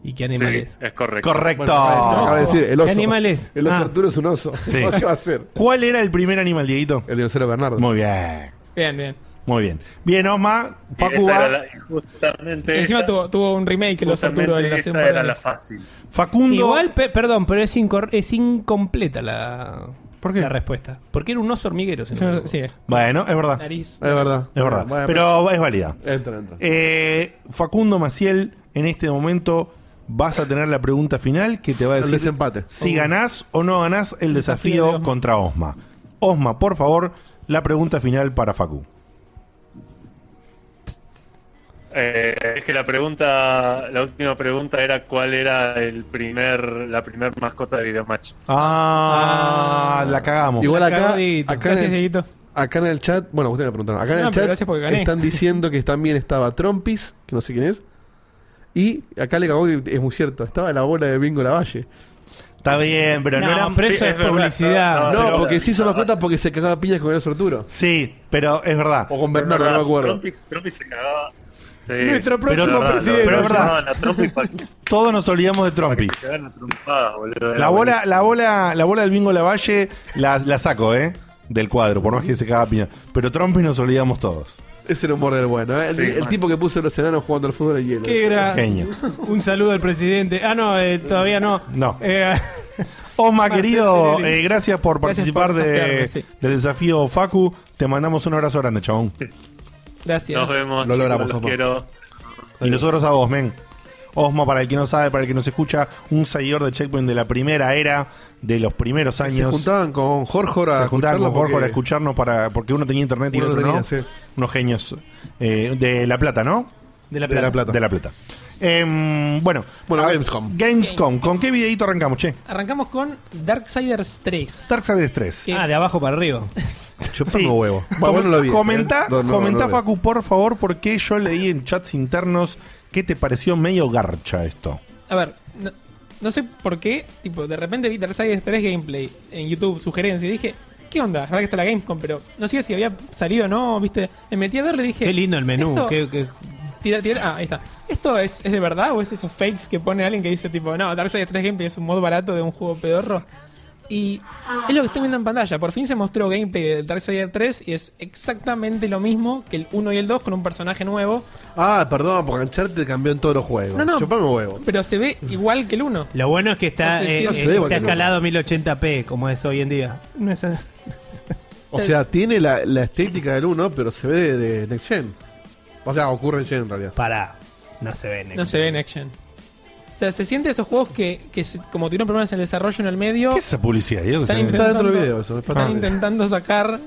S4: ¿Y qué
S6: Sí,
S4: animal es?
S6: es correcto.
S2: Correcto.
S5: Acaba de decir, el
S4: Oh, ¿Qué
S5: oso.
S4: animal es?
S5: El oso
S4: Ah.
S5: Arturo es un oso.
S2: Sí.
S5: ¿Qué va a hacer?
S2: ¿Cuál era el primer animal, Dieguito?
S5: El dinosaurio Bernardo.
S2: Muy bien.
S3: Bien, bien.
S2: Muy bien. Bien, Osma.
S6: Y
S2: Facu
S6: esa
S2: va-
S6: era la- justamente
S3: Encima
S6: esa-
S3: tuvo, tuvo un remake el oso
S6: justamente
S3: Arturo en la
S6: esa era la
S3: temporada.
S6: fácil.
S2: Facundo.
S4: Igual, pe- perdón, pero es, incor- es incompleta la,
S2: ¿Por qué?
S4: la respuesta. Porque era un oso hormiguero. si no me equivoco.
S3: Sí,
S2: Bueno, es verdad. Es
S3: nariz.
S5: Es verdad.
S2: verdad.
S5: Bueno,
S2: pero es válida.
S5: Entra, entra.
S2: Eh, Facundo Maciel, en este momento vas a tener la pregunta final que te va a
S5: El
S2: decir
S5: desempate. Oh.
S2: si ganás o no ganás el desafío,
S3: desafío de Osma.
S2: contra Osma. Osma, por favor, la pregunta final para Facu.
S6: Eh, es que la pregunta, la última pregunta era cuál era el primer, la primer mascota de Videomatch.
S2: Ah,
S4: Ah.
S2: la cagamos.
S5: Igual acá,
S4: Cagadito.
S5: acá,
S3: Gracias,
S5: en el,
S3: Dieguito.
S5: acá en el chat, bueno, ustedes me preguntaron, acá en
S3: No,
S5: el
S3: Ah, pero
S5: chat
S3: gracias porque gané.
S5: están diciendo que también estaba Trompis, que no sé quién es, y acá le cagó que es muy cierto, estaba la bola de Bingo Lavalle.
S2: Está bien, pero no,
S4: No,
S2: era.
S4: pero
S6: Sí,
S4: eso es,
S6: es verdad,
S4: publicidad.
S6: no, Ah,
S5: no,
S6: pero-
S5: porque se hizo más
S6: Lavalle.
S5: cuenta porque se cagaba piñas con el oso Arturo.
S2: Sí, pero es verdad.
S5: O con Bernardo, no me acuerdo.
S6: Trompis, Trompis se cagaba, Sí.
S4: Nuestro próximo
S6: Pero es verdad,
S4: presidente.
S6: lo-
S2: Pero es verdad.
S6: no, la trompa y pa- para
S2: Todos nos olvidamos de Trompi.
S6: que se hagan a trompadas, boludo.
S2: La bola, la bola, la bola del bingo Lavalle la, la saco, ¿eh? Del cuadro, por más que se caga piña. Pero Trompi nos olvidamos todos.
S5: Es el humor del bueno. ¿eh? El-
S6: Sí,
S5: el
S6: bueno.
S5: tipo que puso los enanos jugando al fútbol y hielo.
S4: Qué gra-
S2: Genio.
S4: Un saludo al presidente. Ah, no, eh, todavía no.
S2: No.
S4: Eh,
S2: Osma,
S4: Marcelo
S2: querido,
S4: Tinelli.
S2: eh, gracias por
S3: Gracias por
S2: participar de,
S3: desafiarme, sí.
S2: del desafío Facu. Te mandamos un abrazo grande, chabón.
S3: Gracias.
S6: Nos vemos.
S5: Lo logramos,
S6: chicos, los
S5: papá.
S6: quiero.
S2: Y nosotros a vos, men. Osmo, para el que no sabe, para el que nos escucha, un seguidor de Checkpoint de la primera era, de los primeros
S5: Se
S2: años.
S5: juntaban con Jorjora.
S2: se juntaban con Jorge para
S5: para
S2: escucharnos para, porque uno tenía internet y el
S5: Uno
S2: otro
S5: tenía,
S2: no.
S5: sí.
S2: Unos genios. Eh, de La Plata, ¿no?
S4: de la
S5: De
S4: plata.
S5: la Plata.
S2: De La Plata. Em, bueno,
S5: Bueno,
S2: a-
S5: Gamescom.
S2: Gamescom. ¿Con qué videito arrancamos, che?
S3: Arrancamos con Darksiders 3.
S2: Darksiders 3.
S3: ¿Qué?
S4: Ah, de abajo para arriba.
S5: Chupame
S2: Sí.
S5: huevo.
S2: Com-
S5: Bueno, vos no lo vi,
S2: Comenta,
S5: ¿eh? No, no,
S2: comenta
S5: no lo vi.
S2: Facu, por favor, porque yo leí en chats internos que te pareció medio garcha esto.
S3: A ver, no, no sé por qué, tipo, de repente vi Darksiders 3 gameplay en YouTube, sugerencia, y dije, ¿qué onda? Es verdad que está la Gamescom, pero no sé si había salido o no, ¿viste? Me metí a verlo y dije...
S4: Qué lindo el menú.
S3: esto-
S4: qué- qué-
S3: Tira, tira- ah, ahí está. ¿Esto es, es de verdad o es esos fakes que pone alguien que dice tipo, no, Darksiders 3 Gameplay es un mod barato de un juego pedorro? Y es lo que estoy viendo en pantalla. Por fin se mostró gameplay de Darksiders 3 y es exactamente lo mismo que el 1 y el 2 con un personaje nuevo.
S5: Ah, perdón, porque Uncharted cambió en todos los juegos.
S3: No, no.
S5: Chupame huevo.
S3: Pero se ve igual que el 1.
S4: Lo bueno es que está,
S3: No sé si-
S4: eh,
S3: no
S4: eh,
S5: se ve
S4: está
S5: cualquier
S4: escalado 1080p, como es hoy en día. No es-
S5: O sea, tiene la, la estética del 1, pero se ve de, de Next Gen. O sea, ocurre en Gen en realidad.
S4: Pará. No se ve. Nick.
S3: No se ve en action. O sea, se siente esos juegos que, que se- como tuvieron problemas en el desarrollo en el medio,
S2: ¿Qué es esa publicidad? Diego?
S3: Está
S2: Se me-
S5: Está dentro del video eso. es
S3: están
S5: parte de-
S3: intentando sacar...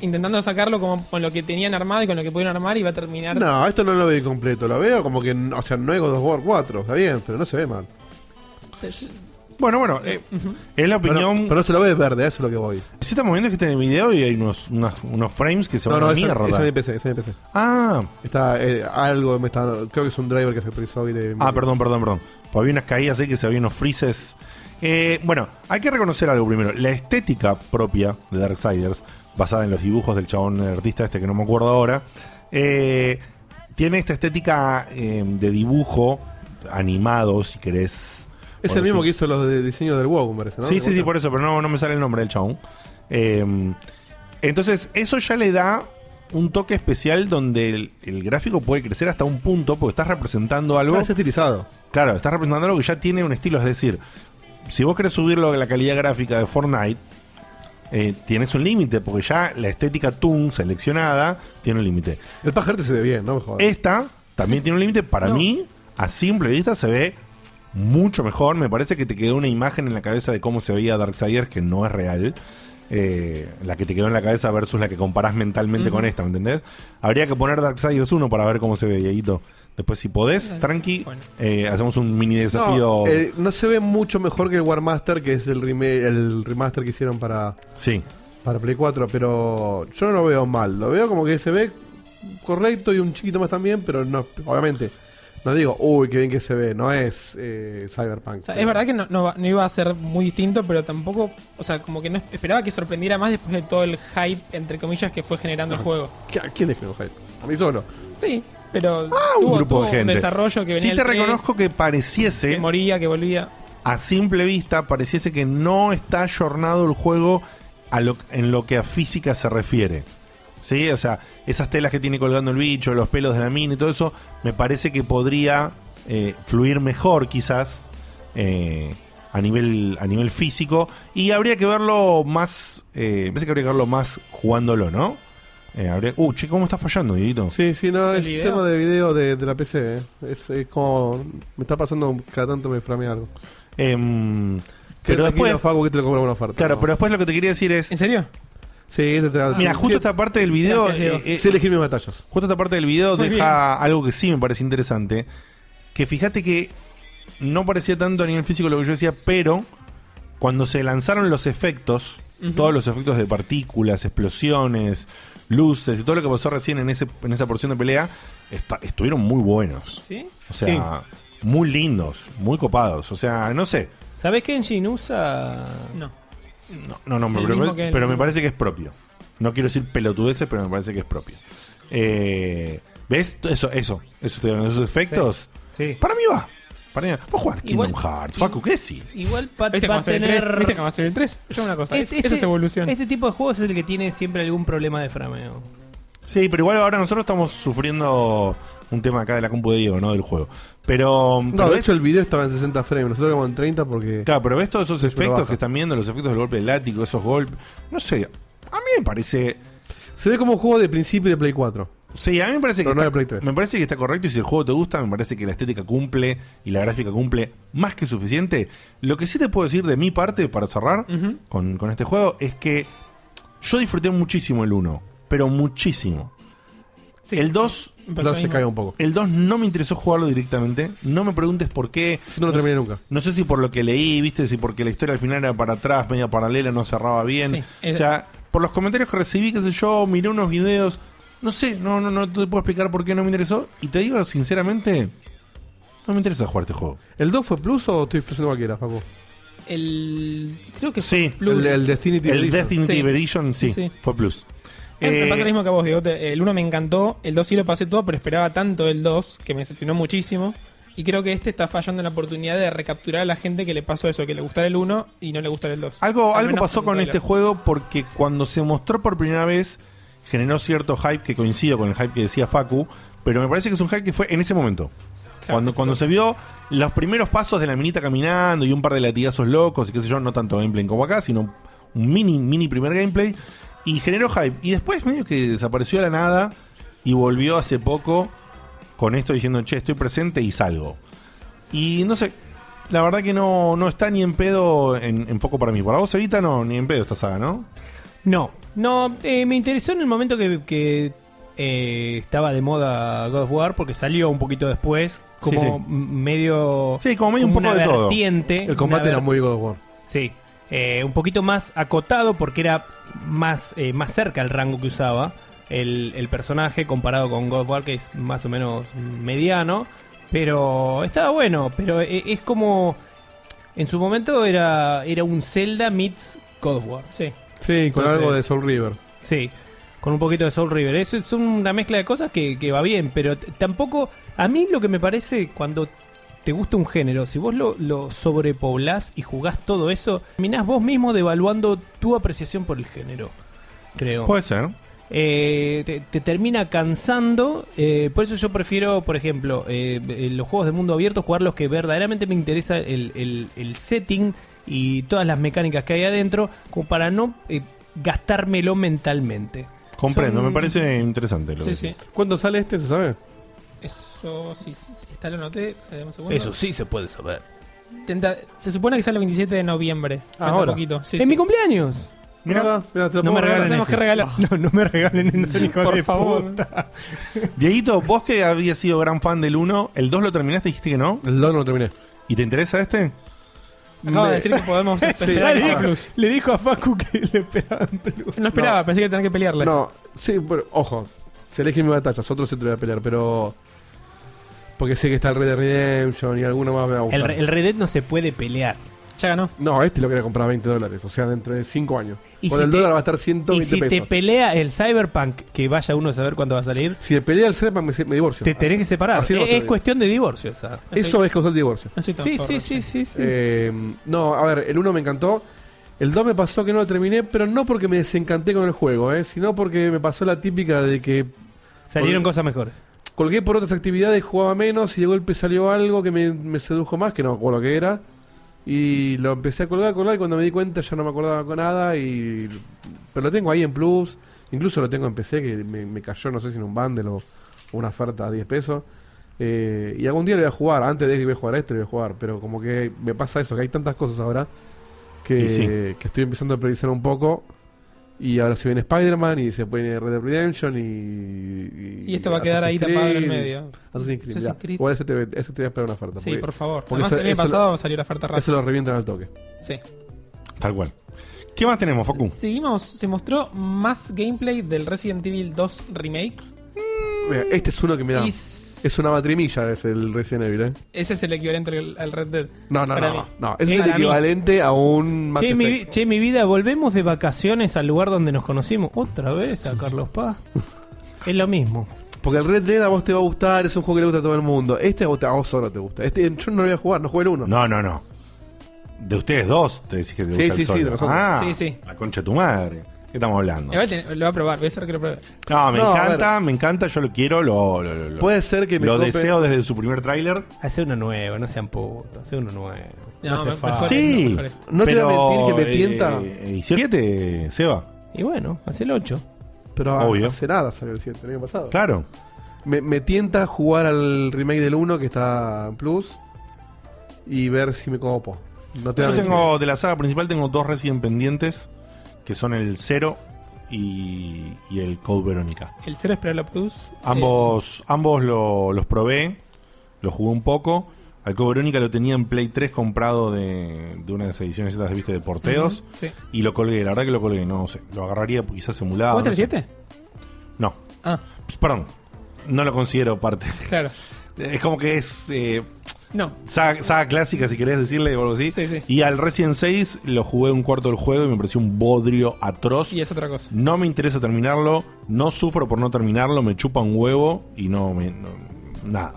S3: Intentando sacarlo como con lo que tenían armado y con lo que pudieron armar y va a terminar
S5: No, esto no lo veo completo. Lo veo como que, o sea, no es God of War 4. Está bien, pero no se ve mal.
S3: O sea, yo-
S2: Bueno, bueno, eh, es la
S5: Pero,
S2: opinión.
S5: pero no se lo ve verde, a eso es lo que voy.
S2: Si estamos viendo que está en el video y hay unos, unas- unos frames que se
S5: No,
S2: van
S5: no,
S2: a
S5: es
S2: mierda.
S5: es en PC, es en PC.
S2: ah,
S5: Está eh, algo, me está, creo que es un driver que se utilizó hoy de...
S2: ah, perdón, perdón, perdón. Pues había unas caídas ahí que se había unos freezes. Eh, bueno, hay que reconocer algo primero. La estética propia de Darksiders, basada en los dibujos del chabón el artista este que no me acuerdo ahora, eh, tiene esta estética eh, de dibujo animado, si querés.
S5: Es
S2: por
S5: el mismo
S2: decir-
S5: que hizo los de diseño del WoW, me parece, ¿no?
S2: Sí, sí, sí, por eso, pero no, no me sale el nombre del chabón. Eh, entonces, eso ya le da un toque especial donde el, el gráfico puede crecer hasta un punto, porque estás representando algo.
S5: Ah, es estilizado.
S2: Claro, estás representando algo que ya tiene un estilo. Es decir, si vos querés subirlo a la calidad gráfica de Fortnite, eh, tienes un límite, porque ya la estética Toon seleccionada tiene un límite.
S5: El pajarete se ve bien, no me jodas.
S2: Esta también tiene un límite. Para
S3: No.
S2: mí, a simple vista, se ve mucho mejor. Me parece que te quedó una imagen en la cabeza de cómo se veía Darksiders que no es real. Eh, la que te quedó en la cabeza versus la que comparás mentalmente con esta, ¿me entendés? Habría que poner Darksiders 1 para ver cómo se ve, Dieguito. Después, si podés, tranqui,
S3: Bueno.
S2: eh, hacemos un mini desafío.
S5: No, eh, no se ve mucho mejor que el Warmaster, que es el, reme- el remaster que hicieron para,
S2: sí.
S5: para Play 4, pero yo no lo veo mal. Lo veo como que se ve correcto y un chiquito más también, pero no, obviamente. No digo, uy, qué bien que se ve, no es eh, Cyberpunk.
S3: O sea, es verdad que no, no va- no iba a ser muy distinto, pero tampoco, o sea, como que no es- esperaba que sorprendiera más después de todo el hype, entre comillas, que fue generando el
S4: Ah.
S3: juego.
S5: ¿Qui- ¿A quién es que no hype? A mí solo.
S3: Sí, pero
S2: Ah, un
S3: tuvo-
S2: grupo
S3: tuvo
S2: de gente.
S3: un desarrollo que venía
S2: sí
S3: del
S2: te
S3: 3,
S2: reconozco que pareciese.
S3: que moría, que volvía.
S2: a simple vista pareciese que no está ayornado el juego a lo- en lo que a física se refiere. ¿Sí? O sea, esas telas que tiene colgando el bicho, los pelos de la mina y todo eso, me parece que podría eh, fluir mejor quizás eh, a, nivel, a nivel físico. Y habría que verlo más... Eh, me parece que habría que verlo más jugándolo, ¿no? Eh, habría- uh, che, ¿cómo está fallando, Dieguito?
S5: Sí, sí, no,
S3: ¿Es el
S5: es
S3: video?
S5: tema de video de, de la PC. eh. Es, es como. Me está pasando cada tanto me framea algo.
S2: Em,
S5: Pero
S2: pero después...
S5: Fago, que te lo compro una oferta.
S2: Claro,
S5: No.
S2: pero después lo que te quería decir es...
S3: ¿En serio?
S5: Sí, este te
S2: Mira, justo esta parte del video...
S3: Gracias, Diego.
S2: eh, eh,
S5: Sé elegir mis batallas.
S2: Justo esta parte del video
S3: Muy
S2: deja algo que sí me parece interesante. Que fíjate que no parecía tanto a nivel físico lo que yo decía, pero cuando se lanzaron los efectos, todos los efectos de partículas, explosiones, luces y todo lo que pasó recién en, ese, en esa porción de pelea, esta- estuvieron muy buenos.
S3: ¿Sí?
S2: O sea, muy lindos, muy copados. O sea, no sé.
S4: ¿Sabés que Engine usa.?
S3: No.
S2: No, no, no,
S3: El
S2: pero,
S3: mismo que el-
S2: pero me parece que es propio. No quiero decir pelotudeces, pero me parece que es propio. Eh, ¿Ves? Eso, eso, eso estoy hablando, esos efectos. Para mí va. Para mí va. Vos jugás Kingdom
S4: Igual-
S2: Hearts, Facu, ¿qué sí?
S4: Igual pa-
S3: ¿Viste
S4: va
S3: cómo
S4: a
S3: se ve el 3?
S4: tener.
S3: ¿Viste cómo se ve el 3? Yo una cosa, es-
S4: Este-
S3: eso es
S4: este-
S3: evolución.
S4: Este tipo de juegos es el que tiene siempre algún problema de frameo.
S2: Sí, pero igual ahora nosotros estamos sufriendo un tema acá de la compu de Diego, ¿no? Del juego. Pero.
S5: No,
S2: pero
S5: de
S2: ves-
S5: hecho el video estaba en 60 frames, nosotros éramos en 30 porque...
S2: Claro, pero ves todos esos efectos
S5: baja.
S2: que están viendo, los efectos del golpe del látigo, esos golpes. No sé, a mí me parece.
S5: Se ve como un juego de principio de Play 4.
S2: Sí, a mí me parece que.
S5: Pero no
S2: está,
S5: de Play 3.
S2: Me parece que está correcto y si el juego te gusta, me parece que la estética cumple y la gráfica cumple más que suficiente. Lo que sí te puedo decir de mi parte, para cerrar
S3: Ujú.
S2: con, con este juego, es que yo disfruté muchísimo el 1, pero muchísimo.
S3: Sí.
S2: El 2.
S3: Me pasó
S5: No
S3: lo
S5: se
S3: mismo.
S5: cae un poco.
S2: El 2 no me interesó jugarlo directamente. No me preguntes por qué.
S5: Yo no lo terminé nunca.
S2: No sé si por lo que leí, viste, si porque la historia al final era para atrás, media paralela, no cerraba bien.
S3: Sí, es-
S2: O sea, por los comentarios que recibí, qué sé yo, miré unos videos, no sé, no, no, no te puedo explicar por qué no me interesó. Y te digo sinceramente, no me interesa jugar este juego.
S5: ¿El 2 fue Plus o estoy expresando cualquiera, Facu?
S3: El. Creo que
S2: Sí,
S3: fue Plus.
S5: El, el Destiny
S2: El
S5: Edition.
S2: Destiny
S3: Sí.
S2: Edition, sí,
S3: Sí, sí.
S2: fue plus.
S3: Eh, me
S2: Eh,
S3: pasa lo mismo que a vos, Diego. Te- El 1 me encantó, el 2 sí lo pasé todo, pero esperaba tanto el 2 que me decepcionó muchísimo. Y creo que este está fallando en la oportunidad de recapturar a la gente que le pasó eso, que le gustara el 1 y no le gustara el 2.
S2: Algo,
S3: Al
S2: algo
S3: menos
S2: pasó
S3: con
S2: con
S3: el
S2: este
S3: trailer.
S2: juego porque cuando se mostró por primera vez generó cierto hype que coincido con el hype que decía Facu, pero me parece que es un hype que fue en ese momento. cuando cuando se vio los primeros pasos de la minita caminando y un par de latigazos locos y qué sé yo, no tanto gameplay como acá, sino un mini, mini primer gameplay y generó hype. Y después medio que desapareció de la nada y volvió hace poco con esto diciendo, che, estoy presente y salgo. Y no sé, la verdad que no, no está ni en pedo en, en foco para mí. Para vos, Evita, no, ni en pedo esta saga, ¿no?
S4: No, no, eh, me interesó en el momento que, que, eh, estaba de moda God of War porque salió un poquito después, como
S2: Sí, sí.
S4: m- medio.
S2: Sí, como medio un poco
S4: una
S2: de todo.
S4: vertiente,
S5: El combate
S4: una
S5: era
S4: ver-
S5: muy God of War.
S4: Sí, eh, un poquito más acotado porque era más, eh, más cerca el rango que usaba el, el personaje comparado con God of War, que es más o menos mediano. Pero estaba bueno, pero e- es como. En su momento era, era un Zelda meets God of War.
S3: Sí.
S5: Sí, con
S4: Entonces-
S5: algo de Soul River.
S4: Sí, con un poquito de Soul River. Eso es una mezcla de cosas que, que va bien, pero t- tampoco. A mí lo que me parece cuando te gusta un género, si vos lo, lo sobrepoblás y jugás todo eso, terminás vos mismo devaluando tu apreciación por el género. Creo.
S2: Puede ser.
S4: Eh, te, te termina cansando. eh, por eso yo prefiero, por ejemplo, eh, eh, los juegos de mundo abierto, jugar los que verdaderamente me interesa el, el- el setting y todas las mecánicas que hay adentro, como para no eh, gastármelo mentalmente.
S2: Comprendo,
S4: Son-
S2: me parece interesante lo
S3: Sí,
S2: que
S3: sí.
S2: decís.
S5: ¿Cuándo sale este? ¿Se sabe?
S3: Eso sí, sí, está lo noté. un segundo.
S4: Eso sí se puede saber.
S3: Tenta- se supone que sale el 27 de noviembre. Falta
S5: Ahora.
S3: poquito. Sí,
S4: en
S3: sí.
S4: mi cumpleaños.
S5: Mirá, mirá, te lo
S4: No
S5: puedo
S4: me regalen
S5: regalar.
S3: Tenemos que regalar.
S4: No, no me regalen eso, hijo
S3: Por
S4: de
S3: favor.
S4: puta.
S2: Dieguito, vos que habías sido gran fan del 1, ¿el 2 lo terminaste y dijiste que no?
S5: El 2 no lo terminé.
S2: ¿Y te interesa este?
S3: Acabo de
S5: Me-
S3: decir que podemos
S4: Ya
S3: esperar
S4: dijo-
S3: en Plus.
S4: le dijo a Facu que le esperaban peludos.
S3: No esperaba, pensé que tenía que pelearle.
S5: No, sí, bueno, ojo. Se elige mi batalla, otros se te voy a pelear, pero. Porque sé que está el Red Dead Redemption y alguno más me va a gustar.
S4: El, re- el Red Dead no se puede pelear.
S3: Ya ganó.
S5: No, este lo quería comprar a 20 dólares, o sea, dentro de 5 años.
S4: Y
S5: Con
S4: si
S5: el
S4: te-
S5: dólar va a estar
S4: Y
S5: 120
S4: si te
S5: pesos.
S4: pelea el Cyberpunk, que vaya uno a saber cuándo va a salir,
S5: si te pelea el Serpa, me, me divorcio.
S4: te tenés que separar.
S5: Así no
S4: es
S5: te digo.
S4: cuestión de divorcio esa.
S5: Eso es causar el divorcio.
S3: No soy tan
S4: Sí,
S3: forro,
S4: sí, sí, sí. sí.
S5: Eh, no, a ver, el 1 me encantó. El 2 me pasó que no lo terminé, pero no porque me desencanté con el juego, eh, sino porque me pasó la típica de que
S4: Salieron
S5: por-
S4: cosas mejores.
S5: colgué por otras actividades, jugaba menos y de golpe salió algo que me, me sedujo más, que no me acuerdo qué era. Y lo empecé a colgar, colgar y cuando me di cuenta ya no me acordaba con nada. y Pero lo tengo ahí en Plus, incluso lo tengo en PC, que me, me cayó, no sé si en un bundle o una oferta a 10 pesos. Eh, y algún día lo voy a jugar, antes de que voy a jugar a este, lo voy a jugar. Pero como que me pasa eso, que hay tantas cosas ahora que,
S2: Y sí.
S5: que estoy empezando a priorizar un poco. Y ahora se viene Spider-Man y se viene Red Dead Redemption y...
S3: Y esto va a quedar ahí
S5: Assassin's
S3: tapado en el
S5: Creed.
S3: medio.
S5: Assassin's Creed.
S3: Assassin's
S5: Assassin's
S3: Creed.
S5: Igual ese te, ese te voy a esperar una oferta.
S3: Sí,
S5: porque
S3: por favor.
S5: porque
S3: Además,
S5: eso-
S3: el año
S5: eso lo-
S3: pasado salió la oferta rápida.
S5: Eso lo revientan al toque.
S3: Sí.
S2: Tal cual. ¿Qué más tenemos, Facu?
S3: Seguimos, se mostró más gameplay del Resident Evil 2 Remake.
S5: Mira, este es uno que me da...
S3: Y
S5: Es una matrimilla, es el Resident Evil, ¿eh?
S3: ese es el equivalente al, al Red Dead.
S5: No, no,
S3: Para
S5: no,
S3: mí.
S5: no. Ese es el
S3: Para mí.
S5: equivalente a un Mass
S4: Che mi, vi-
S5: Effect.
S4: che, mi vida, volvemos de vacaciones al lugar donde nos conocimos. Otra vez a Carlos Paz. es lo mismo.
S5: Porque el Red Dead a vos te va a gustar, es un juego que le gusta a todo el mundo. Este a vos, a vos solo te gusta. Este yo no lo voy a jugar, no jugué el uno.
S2: No, no, no. De ustedes dos te decís que te
S5: Sí,
S2: gusta el
S5: sí, sí,
S2: solo.
S5: de nosotros.
S2: Ah,
S3: Sí, sí.
S2: La concha de tu madre. ¿Qué estamos hablando?
S3: Igual te- lo va a probar, voy a hacer que lo pruebe.
S2: No, me
S5: No, a
S2: encanta, me encanta, yo lo quiero, lo, lo, lo- lo-
S5: Puede ser que me
S2: lo
S5: cope-
S2: deseo desde su primer tráiler.
S4: Hace uno nuevo, no sean putos, hace uno nuevo.
S3: No,
S4: No, hace
S3: me-
S4: falta.
S3: mejor.
S2: sí,
S3: mejor es.
S5: No te voy a mentir que me
S2: eh,
S5: tienta.
S2: eh, ¿Y siete, Seba?
S4: Y bueno, hace el 8.
S5: Pero
S2: Obvio.
S5: Obvio. hace nada salió el 7 el año pasado.
S2: Claro.
S5: Me, me tienta jugar al remake del 1 que está en Plus y ver si me copo. No te
S2: Yo
S5: voy a mentir.
S2: tengo, de la saga principal, tengo dos Resident pendientes, que son el 0 y, y el Code Verónica.
S3: El cero es para la Plus.
S2: Ambos, ambos lo- los probé, los jugué un poco. Al Code Verónica lo tenía en Play 3 comprado de, de una de las ediciones estas, viste, de porteos.
S3: eh, Sí.
S2: Y lo colgué, la verdad que lo colgué, no sé. Lo agarraría quizás
S5: Ah,
S2: emulado.
S3: ¿Cuatro
S2: no
S3: el
S2: sé.
S3: 7?
S2: No,
S3: Ah,
S2: Pues, perdón, no lo considero parte.
S3: claro.
S2: Es como que es eh,
S3: No.
S2: saga, saga clásica, si querés decirle o algo así.
S3: Sí, sí.
S2: Y al Resident 6 lo jugué un cuarto del juego y me pareció un bodrio atroz.
S3: Y es otra cosa.
S2: No me interesa terminarlo, no sufro por no terminarlo, me chupa un huevo y no me. no- nada.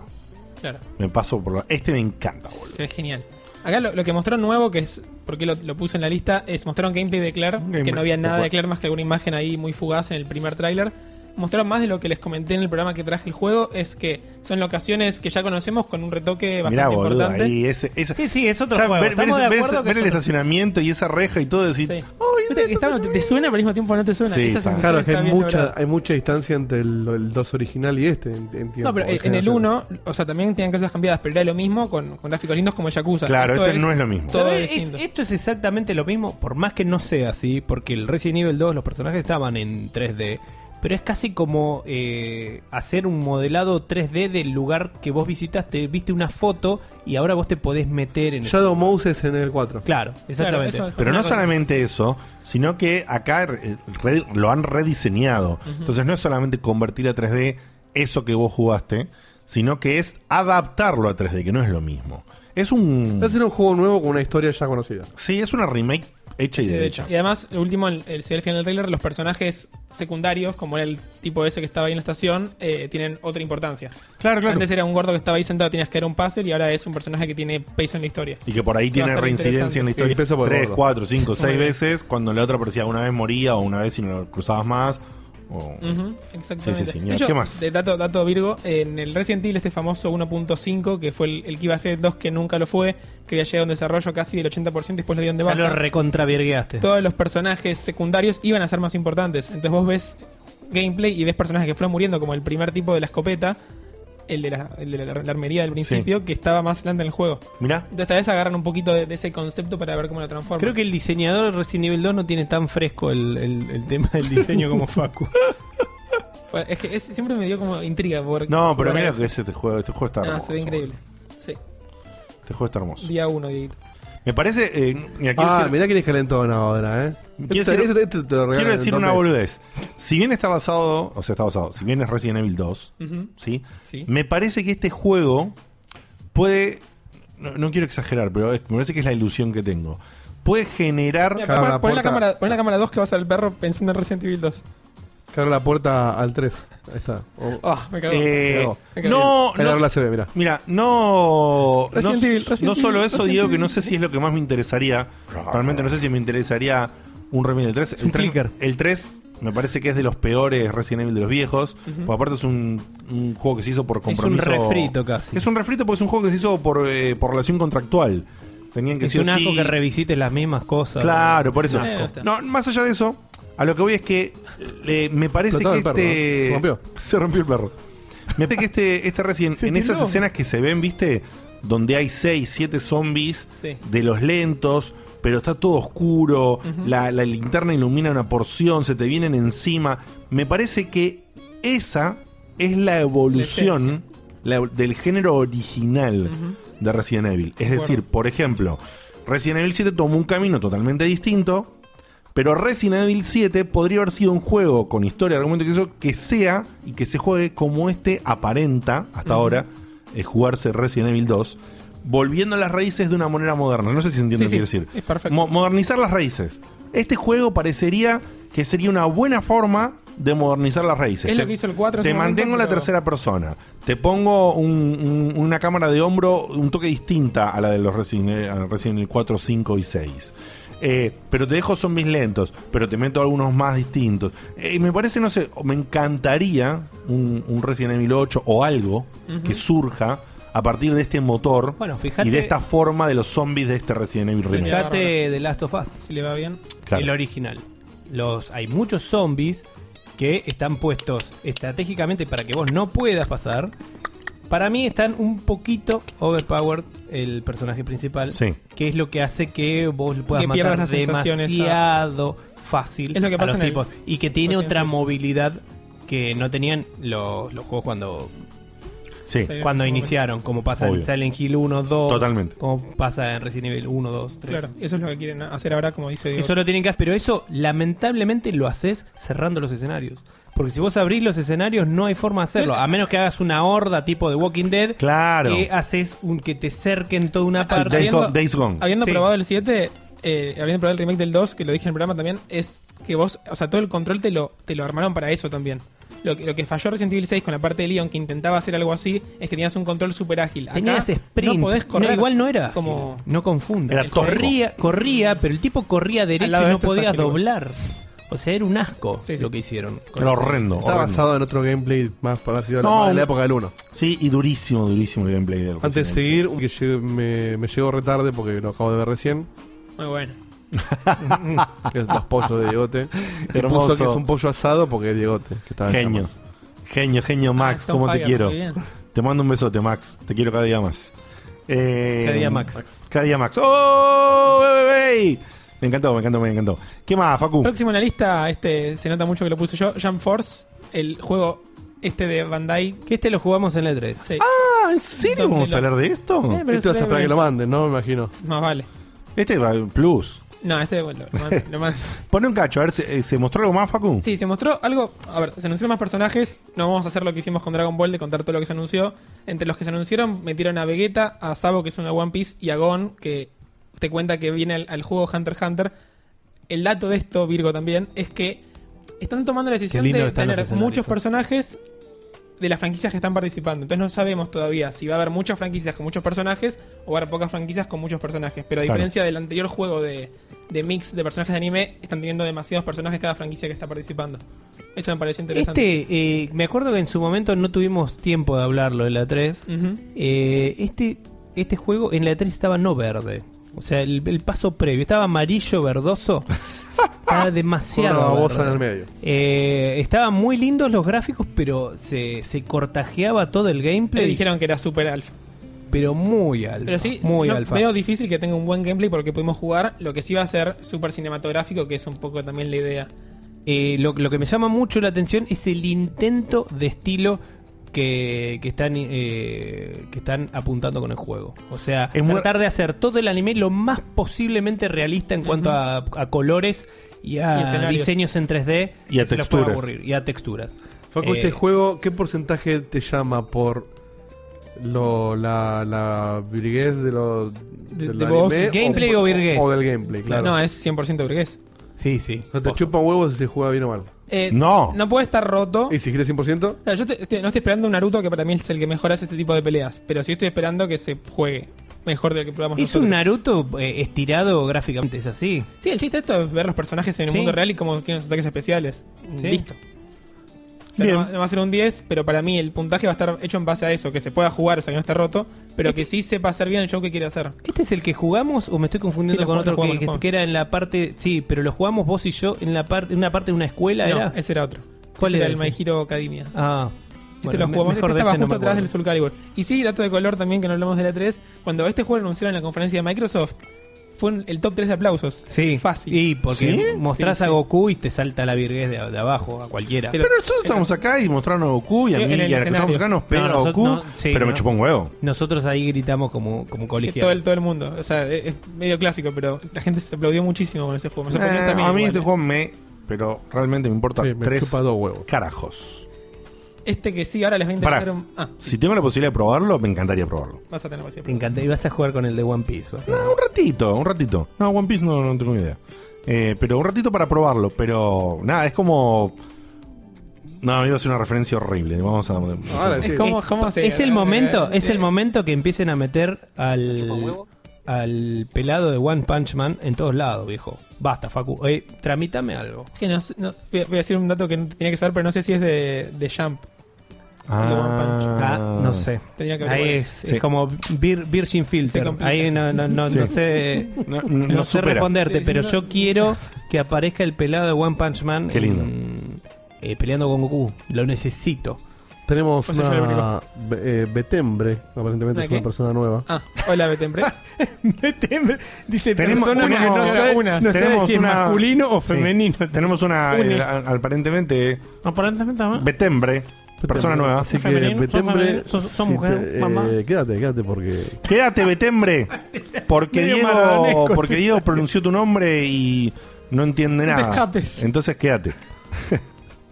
S3: Claro.
S2: Me paso por la. Este me encanta, boludo.
S3: Se ve genial. Acá lo, lo que mostraron nuevo, que es porque lo, lo puse en la lista, es mostraron gameplay de Claire,
S2: Gameplay,
S3: que no había nada
S2: tal
S3: de
S2: cual.
S3: Claire más que alguna imagen ahí muy fugaz en el primer tráiler. Mostraron más de lo que les comenté en el programa que traje el juego, es que son locaciones que ya conocemos con un retoque bastante
S2: Mirá, boludo,
S3: importante.
S2: ahí ese. ese-
S4: Sí, sí, es otro
S2: Ya
S4: juego.
S2: ver, ver
S4: Estamos
S2: ese-
S4: de
S2: ver
S4: acuerdo
S2: ese-
S4: que
S2: ver
S4: es
S2: el
S4: otro-
S2: estacionamiento y esa reja y todo, decir.
S3: Sí. Viste que está- te, te suena, pero al mismo tiempo no te suena.
S2: Sí,
S3: Esa
S2: está.
S3: sensación
S5: Claro, es
S3: está
S5: que hay
S3: bien
S5: mucha,
S3: lograda.
S5: hay mucha distancia entre el, el 2 original y este. En, en tiempo,
S3: No, pero
S5: en
S3: eh, en el
S5: generación.
S3: 1, o sea, también tenían cosas cambiadas, pero era lo mismo con, con gráficos lindos como el Yakuza.
S2: Claro,
S3: Esto
S2: este no es lo mismo.
S3: todo
S4: ¿Sabés? Es-
S3: distinto.
S4: esto es exactamente lo mismo, por más que no sea así, porque el Resident Evil 2 los personajes estaban en 3D, pero es casi como eh, hacer un modelado 3D del lugar que vos visitaste, viste una foto y ahora vos te podés meter en eso.
S5: Shadow Moses en el 4.
S4: Claro, exactamente.
S3: eso es-
S2: Pero no
S3: Una cosa.
S2: solamente eso, sino que acá eh, re- lo han rediseñado. Entonces no es solamente convertir a 3D eso que vos jugaste, sino que es adaptarlo a 3D, que no es lo mismo. Es
S5: Va a
S2: un...
S5: ser un juego nuevo con una historia ya conocida.
S2: Sí, es una remake hecha y
S3: Sí, de
S2: derecha.
S3: hecho. Y además, lo último, el, el, se ve al final del trailer, los personajes secundarios, como era el tipo ese que estaba ahí en la estación, eh, tienen otra importancia.
S2: Ah, Claro, claro.
S3: Antes era un gordo que estaba ahí sentado, tenías que era un puzzle, y ahora es un personaje que tiene peso en la historia.
S2: Y que por ahí tiene
S3: estar
S2: reincidencia en la
S3: interesante.
S2: historia
S5: Sí, peso por
S2: 3,
S5: gordo.
S2: 4, 5, 6
S3: bien.
S2: veces, cuando la otra parecía una vez moría o una vez si no lo cruzabas más. o-
S3: Ujú, exactamente.
S2: Sí, sí, sí.
S3: De hecho,
S2: ¿Qué más?
S3: de dato, dato Virgo, en el Resident Evil, este famoso 1.5, que fue el, el que iba a ser el 2, que nunca lo fue, que había llegado a un desarrollo casi del 80%, después lo dieron de
S4: Ya
S3: baja.
S4: lo recontravirgueaste.
S3: todos los personajes secundarios iban a ser más importantes. Entonces vos ves gameplay y ves personajes que fueron muriendo, como el primer tipo de la escopeta, el de la, el de la- la armería del principio, que estaba más adelante en el juego.
S2: Mirá,
S3: Entonces esta vez agarran un poquito de, de ese concepto para ver cómo lo transforman.
S4: Creo que el diseñador de Resident Evil 2 no tiene tan fresco el, el- el tema del diseño como Facu.
S3: Bueno, Pues, Es que es- siempre me dio como intriga. Por,
S2: no, pero
S3: por
S2: mira
S3: eso.
S2: que es este juego, este juego está
S3: No,
S2: hermoso.
S3: Ah, se ve increíble. Sí,
S2: Este juego está hermoso.
S3: día uno, Dieguito.
S2: Me parece... eh, mira, quiero
S5: Ah,
S2: decir-
S5: mirá que eres calentón ahora, ¿eh?
S2: Quiero
S5: Este-
S2: decir-
S5: este- este te lo regalan
S2: Quiero decir
S5: en
S2: una
S5: dos meses.
S2: boludez. Si bien está basado, o sea, está basado, si bien es Resident Evil 2,
S3: Ujú.
S2: ¿sí?
S3: Sí.
S2: Me parece que este juego puede. No, no quiero exagerar, pero es- me parece que es la ilusión que tengo. Puede generar.
S3: Mira,
S5: Claro,
S3: pon-
S5: la
S3: pon la
S5: puerta-
S3: cámara, pon la cámara 2 que vas al perro pensando en Resident Evil 2.
S5: Que abre la puerta al 3. Ahí está. O-
S3: Ah, me cago.
S2: eh, no,
S5: Cagó. Ahí la
S2: no, Oh,
S5: verdad se ve, mirá.
S2: Mira, no. No,
S3: Resident Evil, Resident
S2: no solo
S3: Evil,
S2: eso,
S3: Resident
S2: digo que
S3: Evil.
S2: no sé si es lo que más me interesaría. Realmente no sé si me interesaría un remake del 3.
S4: un
S2: el, 3
S4: clicker.
S2: el 3 me parece que es de los peores Resident Evil de los viejos. porque aparte es un, un juego que se hizo por compromiso.
S4: refrito casi.
S2: Es un refrito porque es un juego que se hizo por, eh, por relación contractual. Tenían que
S4: es
S2: sí o
S4: un asco
S2: sí-
S4: que revisites las mismas cosas.
S2: Claro, por eso.
S3: Un asco.
S2: No, más allá de eso, a lo que voy es que eh, me parece
S5: Explotó
S2: que
S5: el perro,
S2: este.
S5: ¿no? Se rompió.
S2: Se rompió el perro. Me parece que este, este recién,
S4: Se
S2: en esas
S4: tiró.
S2: escenas que se ven, ¿viste? Donde hay 6, 7 zombies
S3: Sí.
S2: de los lentos, pero está todo oscuro, la, la linterna ilumina una porción, se te vienen encima. Me parece que esa es la evolución la- del género original de Resident Evil. Es decir, por ejemplo, Resident Evil 7 tomó un camino totalmente distinto, pero Resident Evil 7 podría haber sido un juego con historia, argumento que eso, que sea y que se juegue como este aparenta hasta ahora eh, jugarse Resident Evil 2, volviendo a las raíces de una manera moderna. No sé si se entiende
S3: Sí,
S2: lo que
S3: sí,
S2: quiero decir.
S3: es perfecto.
S2: Mo- modernizar las raíces. Este juego parecería que sería una buena forma de modernizar las raíces.
S3: Es lo
S2: Te-
S3: que hizo el 4 en
S2: Te
S3: su momento,
S2: mantengo en la
S3: pero-
S2: tercera persona. Te pongo un- un- una cámara de hombro, un toque distinta a la de los Resident, eh, a Resident Evil 4, 5 y 6. Eh, pero te dejo zombies lentos, pero te meto algunos más distintos. Eh, me parece, no sé, me encantaría un, un Resident Evil 8 o algo que surja a partir de este motor
S4: Bueno, fíjate-
S2: y de esta forma de los zombies de este Resident Evil Remake.
S4: Fíjate de Last of Us,
S3: Si le va bien.
S2: Claro.
S4: el original. Los, hay muchos zombies que están puestos estratégicamente para que vos no puedas pasar. Para mí están un poquito overpowered el personaje principal,
S2: Sí.
S4: que es lo que hace que vos lo puedas
S3: Que pierdas
S4: matar
S3: la sensación esa.
S4: demasiado fácil
S3: Es lo que
S4: a
S3: pasa
S4: los
S3: en el
S4: tipos y que tiene
S3: Resident
S4: otra
S3: Evil.
S4: movilidad que no tenían los, los juegos cuando
S2: Sí.
S3: Sí.
S4: cuando
S3: Sí,
S4: iniciaron, como pasa
S2: Obvio.
S4: en Silent Hill 1, 2.
S2: Totalmente.
S4: Como pasa en Resident Evil 1, 2, 3.
S3: Claro, eso es lo que quieren hacer ahora, como dice Diego.
S4: Eso lo tienen que hacer, pero eso lamentablemente lo haces cerrando los escenarios. Porque si vos abrís los escenarios no hay forma de hacerlo, a menos que hagas una horda tipo de Walking Dead
S2: Claro.
S4: que haces un que te cerquen toda una
S2: Days,
S4: parte.
S2: Go- Days Gone.
S3: Habiendo
S4: Sí.
S3: probado el 7, eh, habiendo probado el remake del 2, que lo dije en el programa también, es que vos, o sea, todo el control te lo, te lo armaron para eso también. Lo, que- lo que falló Resident Evil 6 con la parte de Leon, que intentaba hacer algo así, es que tenías un control súper ágil. Acá
S4: Tenías sprint.
S3: No podés correr.
S4: No, igual no era.
S3: Como...
S4: No confunda.
S2: Era
S4: Él
S2: tosco.
S4: corría, corría, pero el tipo corría derecho
S3: Al lado
S4: y
S3: de
S4: no
S3: esto está
S4: podía
S3: Gilbert.
S4: doblar. O sea, era un asco
S3: Sí, sí.
S4: lo que hicieron. con
S2: Era
S4: ese-
S2: horrendo.
S5: Está
S2: horrendo.
S5: basado en otro gameplay más para haber sido la-
S2: No,
S5: más de la
S2: un-
S5: época del 1.
S2: Sí, y durísimo, durísimo el gameplay de
S5: Antes de seguir, que llegue- me, me llegó retarde porque lo acabo de ver recién.
S3: Muy bueno.
S5: Que es los pollos de Diegote. Y
S2: Hermoso.
S5: puso que es un pollo asado porque es Diegote. Que estaba en
S2: Genio.
S5: llamas.
S2: Genio, genio Max,
S3: Ah, Tom
S2: ¿cómo te
S3: Fire,
S2: quiero?
S3: muy bien.
S2: Te mando un besote, Max. Te quiero cada día más. Eh,
S4: Cada día Max.
S2: Cada día Max. ¡Oh! ey, ey! Me encantó, me encantó, me encantó. ¿Qué más, Facu?
S3: Próximo en la lista, este se nota mucho que lo puse yo, Jump Force, el juego este de Bandai.
S4: Que este lo jugamos en la E3.
S3: Sí.
S2: Ah, ¿en serio vamos a hablar de esto?
S3: Eh, pero
S5: Esto vas a
S3: es
S5: esperar que lo manden, ¿no? Me imagino.
S3: Más vale.
S2: Este va plus.
S3: No, este bueno, lo, lo man- lo man-
S2: Pone un cacho, a ver, ¿se, eh, ¿se mostró algo más, Facu?
S3: Sí, se mostró algo. A ver, se anunciaron más personajes. No vamos a hacer lo que hicimos con Dragon Ball de contar todo lo que se anunció. Entre los que se anunciaron, metieron a Vegeta, a Sabo, que es una One Piece, y a Gon, que te cuenta que viene al, al juego Hunter x Hunter. El dato de esto, Virgo, también, es que están tomando la decisión
S4: lindo
S3: de
S4: que están los
S3: tener
S4: escenarios. ¿eh?
S3: muchos personajes de las franquicias que están participando. Entonces no sabemos todavía si va a haber muchas franquicias con muchos personajes o va a haber pocas franquicias con muchos personajes. Pero a
S2: Claro.
S3: diferencia del anterior juego de, de mix de personajes de anime, están teniendo demasiados personajes cada franquicia que está participando. Eso me pareció interesante.
S4: Este, eh, me acuerdo que en su momento no tuvimos tiempo de hablarlo en la 3.
S3: Ujú.
S4: Eh, este, este juego en la 3 estaba no verde. O sea, el, el paso previo. Estaba amarillo, verdoso. estaba
S5: Con una
S4: demasiado.
S5: babosa en
S4: verde.
S5: el medio.
S4: Eh, estaban muy lindos los gráficos, pero se, se cortajeaba todo el
S3: Le
S4: gameplay.
S3: dijeron que era super alfa.
S4: pero muy alfa.
S3: Pero sí,
S4: muy
S3: yo
S4: alfa.
S3: veo difícil que tenga un buen gameplay porque pudimos jugar lo que sí va a ser super cinematográfico, que es un poco también la idea.
S4: Eh, lo, lo que me llama mucho la atención es el intento de estilo que, que están, eh, que están apuntando con el juego. O sea,
S2: Es muy-
S4: tratar de hacer todo el anime lo más posiblemente realista en cuanto a, a colores y
S3: Y
S4: a
S3: escenarios.
S4: diseños en 3D.
S2: Y a
S4: que se los pueda
S2: texturas.
S4: aburrir, y a texturas.
S5: Facu,
S4: Eh,
S5: este juego, ¿qué porcentaje te llama por lo, la, la virguez de los
S3: De-
S5: del
S3: de vos,
S5: anime
S4: gameplay o virguez?
S5: O del gameplay, claro.
S3: No,
S5: No,
S3: es 100% burgués.
S4: Sí, sí.
S5: te chupa huevos si se juega bien o mal.
S3: Eh,
S2: No.
S3: No puede estar roto.
S5: ¿Y si quieres 100%?
S3: O sea, yo te- te- no estoy esperando un Naruto que para mí es el que mejor hace este tipo de peleas, pero sí estoy esperando que se juegue mejor de lo que probamos
S4: Es un
S3: nosotros.
S4: Naruto eh, estirado gráficamente, es así.
S3: Sí, el chiste de esto es ver los personajes en el
S4: Sí.
S3: mundo real y cómo tienen sus ataques especiales.
S4: Sí.
S3: Listo. O sea, no,
S2: Bien.
S3: va, no va a ser un 10, pero para mí el puntaje va a estar hecho en base a eso, que se pueda jugar, o sea, que no esté roto, pero que sí sepa hacer bien el show que quiere hacer.
S4: ¿Este es el que jugamos o me estoy confundiendo
S3: Sí, lo
S4: con
S3: ju- lo
S4: otro
S3: jugamos,
S4: que,
S3: lo
S4: que-
S3: jugamos.
S4: que era en la parte... Sí, pero lo jugamos vos y yo en la parte una parte de una escuela,
S3: no,
S4: ¿era?
S3: ese era otro.
S4: ¿Cuál
S3: Ese
S4: era
S3: el
S4: ese?
S3: My Hero Academia.
S4: Ah.
S3: Este
S4: bueno,
S3: lo
S4: me-
S3: jugamos,
S4: mejor de
S3: este estaba
S4: ese no
S3: justo
S4: me
S3: atrás
S4: acuerdo.
S3: del Soul Calibur. Y sí, dato de color también, que no hablamos de la 3. Cuando este juego lo anunciaron en la conferencia de Microsoft, fue un- el top 3 de aplausos.
S4: Sí.
S3: Fácil.
S4: Y porque
S2: ¿Sí?
S4: mostrás
S3: Sí,
S4: a
S3: sí.
S4: Goku y te salta la virguez de, de abajo a cualquiera.
S3: Pero-
S2: Pero nosotros estamos acá y mostraron a Goku y a
S3: Sí,
S2: mí
S3: en
S2: y
S3: el
S2: a los que estamos
S3: escenario.
S2: acá nos pega
S4: No, nosotros-
S2: Goku,
S4: no, sí,
S2: pero me
S4: no.
S2: chupó un huevo.
S4: Nosotros ahí gritamos como, como
S3: Que todo el,
S4: colegiados.
S3: todo el mundo. O sea, es es medio clásico, pero la gente se aplaudió muchísimo con ese juego. Me sorprendió
S2: Eh,
S3: también
S2: a mí
S3: igual.
S2: este juego me. Pero realmente me importa
S5: Sí, me
S2: tres
S5: chupa dos huevos.
S2: carajos.
S3: Este que sí, ahora les voy a
S2: Pará.
S3: interesar un... Ah,
S2: Si tengo la posibilidad de probarlo, me encantaría probarlo.
S3: vas a tener la
S4: Te encanta. Y vas a jugar con el de One Piece. vas a-
S2: No, Ah, un ratito, un ratito. No, One Piece no, no tengo idea. Eh, pero un ratito para probarlo. Pero nada, es como. No, iba a ser una referencia horrible. Vamos a.
S5: Ahora sí.
S4: Es, como- como-
S3: Sí,
S4: es el
S3: eh,
S4: momento,
S3: eh,
S4: es el
S3: eh.
S4: momento que empiecen a meter al al pelado de One Punch Man en todos lados, viejo. Basta, Facu. Eh, tramítame algo.
S3: Que no sé- no- voy a voy a decir un dato que no tenía que saber, pero no sé si es de, de Jump.
S4: Ah, no sé.
S3: Tendría que
S4: Ahí
S3: averiguar.
S4: es,
S2: Sí.
S4: es como vir- Virgin Filter.
S3: complica.
S4: Ahí no, no, no, no
S2: Sí.
S4: sé,
S2: No,
S4: no,
S2: no- no
S4: sé
S2: supera.
S4: responderte,
S3: Sí,
S4: pero
S3: no-
S4: yo quiero que aparezca el pelado de One Punch Man.
S2: Qué lindo.
S4: en- eh, peleando con Goku. Lo necesito.
S5: Tenemos
S3: O sea, yo lo
S5: una be- eh, Betembre, aparentemente
S3: ¿Una
S5: es una
S3: qué?
S5: persona nueva.
S3: Ah, hola, Betembre.
S4: Dice
S2: Tenemos
S4: persona
S2: una-
S4: que no sabe,
S3: una.
S4: no sabe
S2: Tenemos
S4: si es
S2: una-
S4: masculino o
S2: sí.
S4: femenino.
S2: Tenemos una.
S4: Une.
S2: eh, a- aparentemente.
S4: Aparentemente más.
S2: Betembre. Persona nueva.
S5: Así que
S4: Femenino, sos
S5: Betembre,
S4: femenino, sos- sos
S5: si
S4: mujer,
S5: te- eh,
S4: mamá.
S5: quédate, quédate porque
S2: Quédate, Betembre. Porque
S4: Medio maradonesco,
S2: Diego, porque Diego pronunció tu nombre y no entiende
S3: No te
S2: nada.
S3: escapes.
S2: Entonces quédate.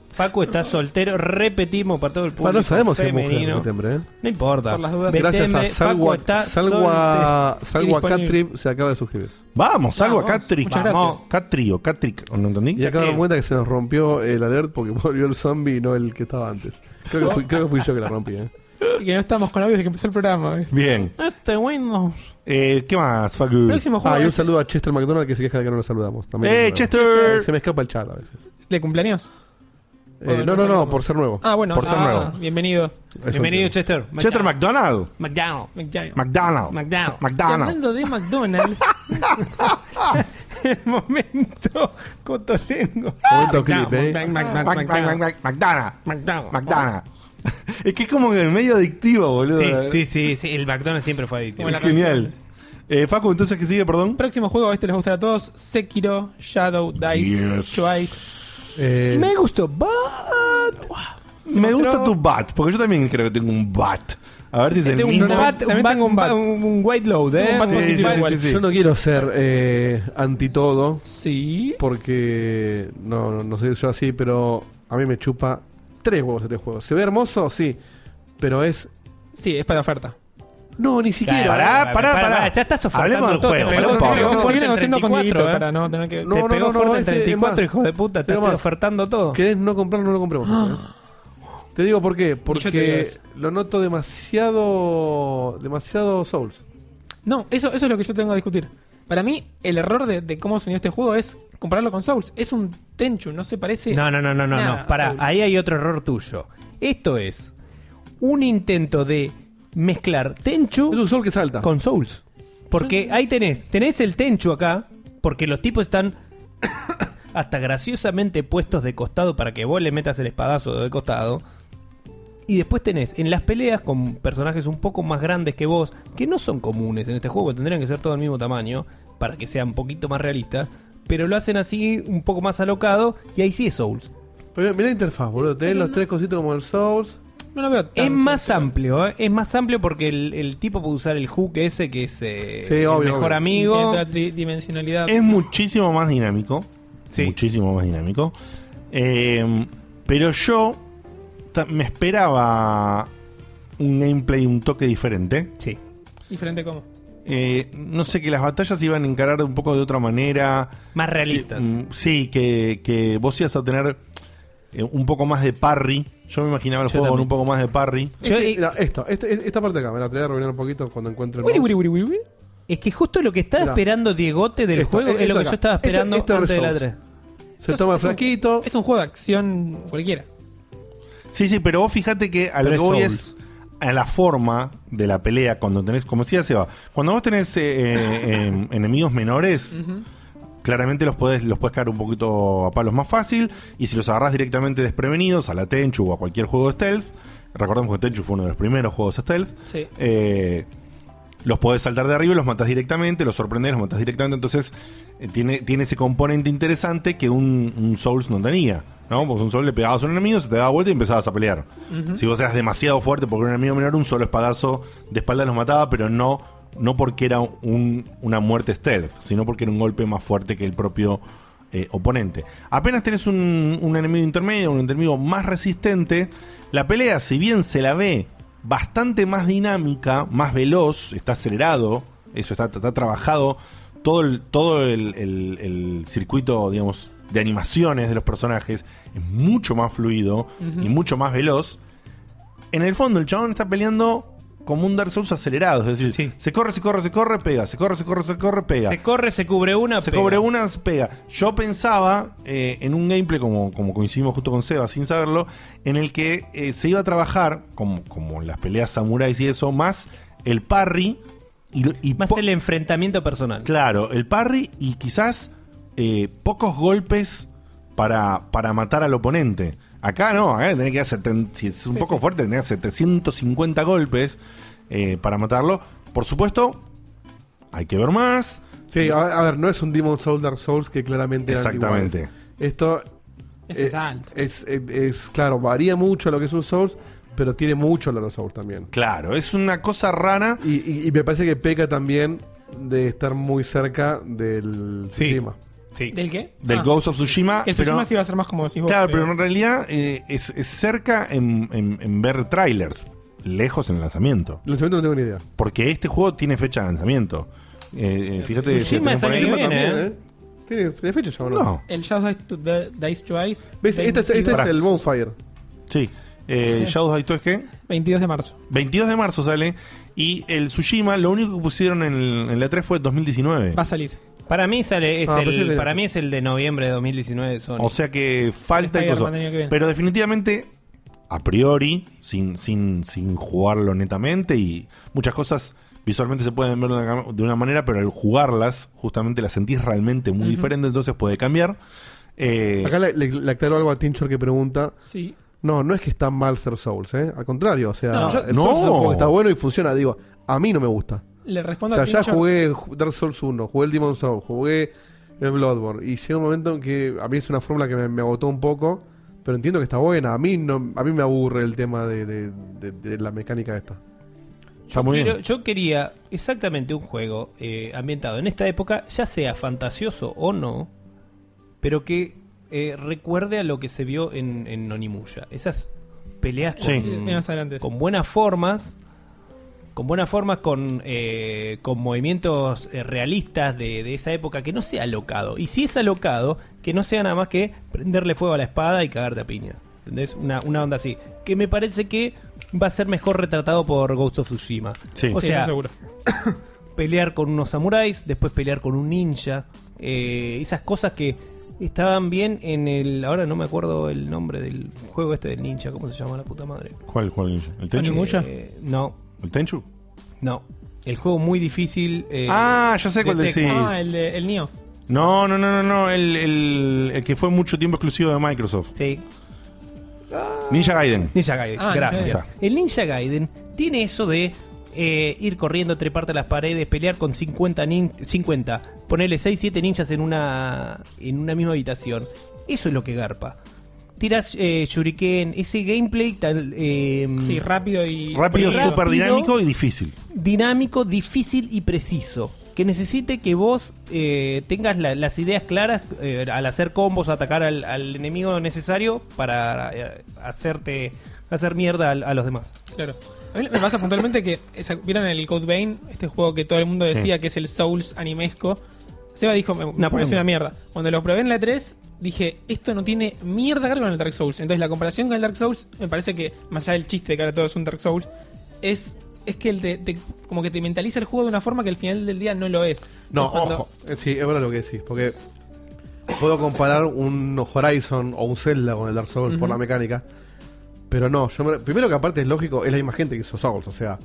S4: Facu está soltero, repetimos para todo el público.
S5: Bueno, Ah, no sabemos si es mujer
S4: femenino.
S5: Betembre. ¿eh?
S4: No importa.
S3: Por las dudas.
S5: Gracias a
S4: Betembe, Facu
S5: Salwa,
S4: está Ah,
S5: Salwa, Salwa
S3: disponible.
S5: Catrib se acaba de suscribir.
S2: Vamos, salvo a
S3: Vamos,
S2: Catrick.
S3: muchas
S2: Vamos,
S3: gracias.
S2: Catri o Catrick, ¿o ¿no entendí?
S5: Y acá
S4: Eh.
S5: me cuenta que se nos rompió el alert porque volvió el zombie y no el que estaba antes. Creo que fui, creo que fui yo que la rompí. ¿eh?
S3: y que no estamos con audio desde que empezó el programa. eh.
S2: Bien.
S4: soltero. Este Windows.
S2: Eh, ¿Qué más,
S4: Mm.
S2: Facu?
S3: Próximo juego.
S5: Ah,
S4: eh.
S5: y un saludo a Chester McDonald que se queja de que no lo saludamos. También
S2: ¡Eh,
S5: Bueno,
S2: Chester!
S5: Se me escapa el chat a veces.
S3: ¿De cumpleaños?
S5: Eh, no, no, no, por ser nuevo.
S3: Ah, bueno.
S2: Por ser
S3: ah,
S2: nuevo.
S3: Bienvenido.
S5: Eso
S4: Bienvenido,
S5: entiendo.
S4: Chester.
S2: Chester McDonald.
S4: McDonald.
S3: McGiant.
S2: McDonald.
S4: McDonald.
S3: Y
S2: McDonald.
S3: Hablando de McDonald's.
S4: El momento cotolengo.
S5: Momento clip, eh.
S2: Mac- Mac- Mac- Mac- McDonald.
S4: McDonald.
S2: McDonald. Es que es como que medio adictivo, boludo.
S4: Sí, sí, sí, sí, el McDonald's siempre fue adictivo.
S2: Es genial. Eh, Facu, entonces, ¿qué sigue, perdón?
S3: Próximo juego, este les gustará a todos. Sekiro, Shadow, Dice,
S2: Yes.
S3: Twice.
S5: Eh,
S4: Me gustó, but...
S2: Me
S3: mostró-
S2: gusta tu bat, porque yo también creo que tengo un bat. A ver si es el
S4: Tengo
S2: mismo.
S4: este un bat, un
S3: También
S4: bat,
S3: tengo
S4: un
S3: un bat.
S4: bat, un white load,
S3: Tengo
S4: eh.
S3: un bat
S2: Sí,
S4: Sí,
S2: sí,
S4: sí,
S2: sí,
S4: sí.
S2: sí, sí.
S5: Yo no quiero ser eh, anti todo
S3: Sí.
S5: porque no, no, no soy yo así, pero a mí me chupa tres huevos este juego. ¿Se ve hermoso? Sí, pero es.
S3: Sí, es para oferta.
S5: No, ni siquiera.
S2: Pará, pará, pará.
S4: Ya estás ofertando
S2: Hablemos del
S4: todo,
S2: juego,
S4: te
S2: hablemos del
S4: pegó- te
S2: juego.
S4: pegó
S3: Se
S4: fuerte
S3: vienen
S4: en
S3: haciendo con
S4: 34,
S3: Dieguito
S4: eh.
S3: para no tener que.
S5: No,
S4: Te
S5: no,
S4: pegó
S5: no,
S4: fuerte en
S5: este, es
S4: 34,
S5: más.
S4: hijo de puta. Estás
S5: Pero más.
S4: ofertando todo.
S5: ¿Querés no comprarlo? No lo compremos. ¿eh? Te digo por qué.
S3: yo te digo
S5: Porque
S3: eso.
S5: lo noto demasiado. demasiado Souls.
S3: No, eso, eso es lo que yo tengo que discutir. Para mí, el error de, de cómo se unió este juego es compararlo con Souls. Es un Tenchu, no se parece.
S4: No, no, no, no, no,
S3: Nada,
S4: no. Pará,
S3: Saúl.
S4: ahí hay otro error tuyo. Esto es un intento de mezclar Tenchu
S5: Es un Soul que salta.
S4: con Souls. Porque ahí tenés, tenés el Tenchu acá, porque los tipos están hasta graciosamente puestos de costado para que vos le metas el espadazo de costado. Y después tenés en las peleas con personajes un poco más grandes que vos, que no son comunes en este juego, tendrían que ser todos del mismo tamaño para que sea un poquito más realista, pero lo hacen así un poco más alocado y ahí sí es Souls.
S5: Pero mirá la interfaz, boludo. Tenés los tres cositos como el Souls.
S3: No lo veo tan
S4: Es más
S3: Souls.
S4: amplio, ¿eh? es más amplio porque el, el tipo puede usar el hook ese que es eh,
S5: Sí,
S4: el
S5: obvio,
S4: mejor
S5: obvio.
S4: amigo.
S3: Tiene toda tri- dimensionalidad.
S2: Es muchísimo más dinámico.
S4: Sí.
S2: Muchísimo más dinámico. Eh, pero yo ta- me esperaba un gameplay, un toque diferente.
S4: Sí.
S3: Diferente como.
S2: Eh, no sé, que las batallas se iban a encarar un poco de otra manera.
S4: Más realistas.
S2: Que, mm, sí, que, que vos ibas a tener eh, un poco más de parry. Yo me imaginaba el
S4: Yo
S2: juego con
S4: también.
S2: un poco más de parry.
S4: Yo,
S5: Este,
S4: eh,
S5: mirá, esto, este- esta parte acá, me la voy a revelar un poquito cuando encuentre el
S3: Wiri,
S5: mouse.
S3: wiri, wiri, wiri.
S4: es que justo lo que estaba
S5: Mirá.
S4: esperando Diegote del
S5: Esto,
S4: juego
S5: eh,
S4: es lo
S5: esto
S4: que
S5: acá.
S4: yo estaba
S5: Esto-
S4: esperando
S5: esto es
S4: antes de la
S5: Souls.
S4: 3.
S5: Se toma
S3: Es un-
S5: flaquito.
S3: Es un juego de acción cualquiera.
S2: Sí, sí, pero vos fíjate que a lo
S4: Pero
S2: que
S4: es
S2: voy es
S4: Souls.
S2: a la forma de la pelea cuando tenés, como decía Seba, cuando vos tenés eh, eh, em, enemigos menores, claramente los podés, los podés caer un poquito a palos más fácil, y si los agarrás directamente desprevenidos, a la Tenchu o a cualquier juego de stealth, recordemos que Tenchu fue uno de los primeros juegos stealth,
S3: Sí.
S2: eh, los podés saltar de arriba, y los matás directamente, los sorprendés, los matás directamente. Entonces, eh, tiene, tiene ese componente interesante que un, un Souls no tenía. ¿no? Porque un Souls le pegabas a un enemigo, se te daba vuelta y empezabas a pelear. Si vos eras demasiado fuerte porque era un enemigo menor, un solo espadazo de espalda los mataba, pero no, no porque era un- una muerte stealth, sino porque era un golpe más fuerte que el propio eh, oponente. Apenas tenés un, un enemigo intermedio, un enemigo más resistente, la pelea, si bien se la ve bastante más dinámica, más veloz, está acelerado, eso está, está trabajado, todo el, todo el, el- el circuito, digamos, de animaciones de los personajes es mucho más fluido y mucho más veloz. En el fondo, el chabón está peleando como un Dark Souls acelerado. Es decir, se corre, se corre, se corre, pega. Se corre, se corre, se corre, pega.
S4: Se corre, se cubre una,
S2: Se
S4: pega.
S2: cobre una, pega. Yo pensaba eh, en un gameplay, como, como coincidimos justo con Seba, sin saberlo, en el que eh, se iba a trabajar, como, como las peleas samuráis y eso, más el parry. Y, lo- y
S4: Más
S2: po-
S4: el enfrentamiento personal.
S2: Claro, el parry y quizás eh, pocos golpes para, para matar al oponente. Acá no, acá tenés que hacer, seten- si es un poco fuerte, tenés que hacer 750 golpes eh, para matarlo. Por supuesto, hay que ver más.
S5: Sí, a, a ver, no es un Demon Soul Dark Souls que claramente eran
S2: Exactamente.
S5: iguales. Esto
S3: Es
S5: eh,
S3: alto.
S5: es, es, es- claro, varía mucho lo que es un Souls, pero tiene mucho lo de los Souls también.
S2: Claro, es una cosa rana.
S5: Y, y- y me parece que peca también de estar muy cerca del
S4: Sí.
S5: Tsushima.
S4: Sí.
S3: ¿Del qué?
S2: Del
S3: Ah,
S2: Ghost of Tsushima.
S3: Que Tsushima sí iba a ser más como si vos.
S2: Claro,
S3: creo.
S2: pero en realidad eh, es, es cerca en, en- en ver trailers, lejos en el lanzamiento.
S5: El lanzamiento no tengo ni idea.
S2: Porque este juego tiene fecha de lanzamiento. Eh, eh, fíjate, si
S4: Tsushima
S2: tenés
S4: es
S2: por
S4: año
S2: ahí-
S4: que viene. ¿eh?
S5: ¿Tiene, tiene fecha ya o no?
S2: No,
S3: El Shadow Dice to the- Dice Twice.
S5: ¿Ves? Este, es- este es
S2: Pará.
S5: el Bonfire.
S2: sí. Eh, Shadows Die Twice, ¿qué?
S3: 22 de marzo.
S2: 22 de marzo sale. Y el Tsushima, lo único que pusieron en, el- en la 3 fue 2019.
S3: Va a salir.
S4: Para mí sale es el,
S5: Ah, pero sí le-
S4: para mí es el de noviembre de 2019 de Sony.
S2: O sea que falta y
S3: Spider-Man
S2: cosas.
S3: el año que viene.
S2: Pero definitivamente, a priori, sin, sin, sin jugarlo netamente, y muchas cosas visualmente se pueden ver de una- de una manera, pero al jugarlas, justamente las sentís realmente muy diferente, entonces puede cambiar. Eh,
S5: Acá le, le- le aclaro algo a Tinchor que pregunta.
S3: Sí.
S5: No, no es que está mal ser Souls, ¿eh? Al contrario, o sea,
S3: No, yo-
S5: el
S2: No.
S5: Souls es un juego que está bueno y funciona. Digo, a mí no me gusta.
S3: Le
S5: O
S3: respondo
S5: sea,
S3: a
S5: ya
S3: Tincho.
S5: jugué Dark Souls 1, jugué el Demon Souls, jugué el Bloodborne. Y llega un momento en que a mí es una fórmula que me, me agotó un poco, pero entiendo que está buena. A mí no, a mí me aburre el tema de, de- de- de la mecánica esta.
S2: está muy
S4: Quiero-
S2: bien.
S4: yo quería exactamente un juego eh, ambientado en esta época, ya sea fantasioso o no, pero que eh, recuerde a lo que se vio en, en Onimusha. Esas peleas
S2: Sí.
S4: con,
S3: Bien, más adelante.
S4: con buenas formas, con buenas formas, con, eh, con movimientos eh, realistas de, de esa época, que no sea alocado. Y si es alocado, que no sea nada más que prenderle fuego a la espada y cagarte a piña. ¿Entendés? Una, una onda así. Que me parece que va a ser mejor retratado por Ghost of Tsushima.
S2: Sí.
S4: O
S3: Sí,
S4: sea,
S3: eso seguro.
S4: pelear con unos samuráis, después pelear con un ninja. eh, esas cosas que estaban bien en el... Ahora no me acuerdo el nombre del juego este del ninja. ¿Cómo se llama la puta madre?
S2: ¿Cuál, cuál? ¿El Tenchu?
S3: Onimusha. ¿Ninja?
S4: Eh, no,
S2: ¿El Tenchu?
S4: no. El juego muy difícil. eh,
S2: ah, ya sé cuál
S4: de
S2: decís.
S4: Tecmo.
S3: Ah, el, de, el Neo.
S2: No, no, no, no, no. El, el- el que fue mucho tiempo exclusivo de Microsoft.
S4: Sí.
S2: Ninja Gaiden.
S4: Ninja Gaiden.
S3: Ah,
S4: gracias.
S2: Ninja Gaiden.
S4: El Ninja Gaiden tiene eso de eh, ir corriendo, treparte a las paredes, pelear con 50, nin 50 ponerle 6, 7 ninjas en una, en una misma habitación. Eso es lo que garpa. Tiras eh, Shuriken, ese gameplay tan eh,
S3: Sí,
S5: Mm.
S3: rápido y.
S2: Rápido,
S4: Rápido.
S2: súper dinámico y difícil.
S4: dinámico, difícil y preciso. Que necesite que vos eh, tengas la- las ideas claras eh, al hacer combos, atacar al, al enemigo necesario para eh, hacerte hacer mierda al- a los demás.
S3: Claro. A mí me pasa puntualmente que. esa- ¿Vieron el Code Vein? Este juego que todo el mundo decía que es el Souls animesco. Seba dijo, me, me
S4: Una
S3: parece
S4: poronga.
S3: una mierda. Cuando lo probé en la 3, dije, esto no tiene mierda que ver con el Dark Souls. Entonces la comparación con el Dark Souls, me parece que, más allá del chiste de que ahora todo es un Dark Souls, es, es que el de, te- como que te mentaliza el juego de una forma que al final del día no lo es.
S5: No,
S3: Es cuando-
S5: ojo. Eh, Sí, es verdad lo que decís, porque puedo comparar un Horizon o un Zelda con el Dark Souls por la mecánica, pero no, yo me- primero que aparte es lógico, es la misma gente que hizo Souls, o sea,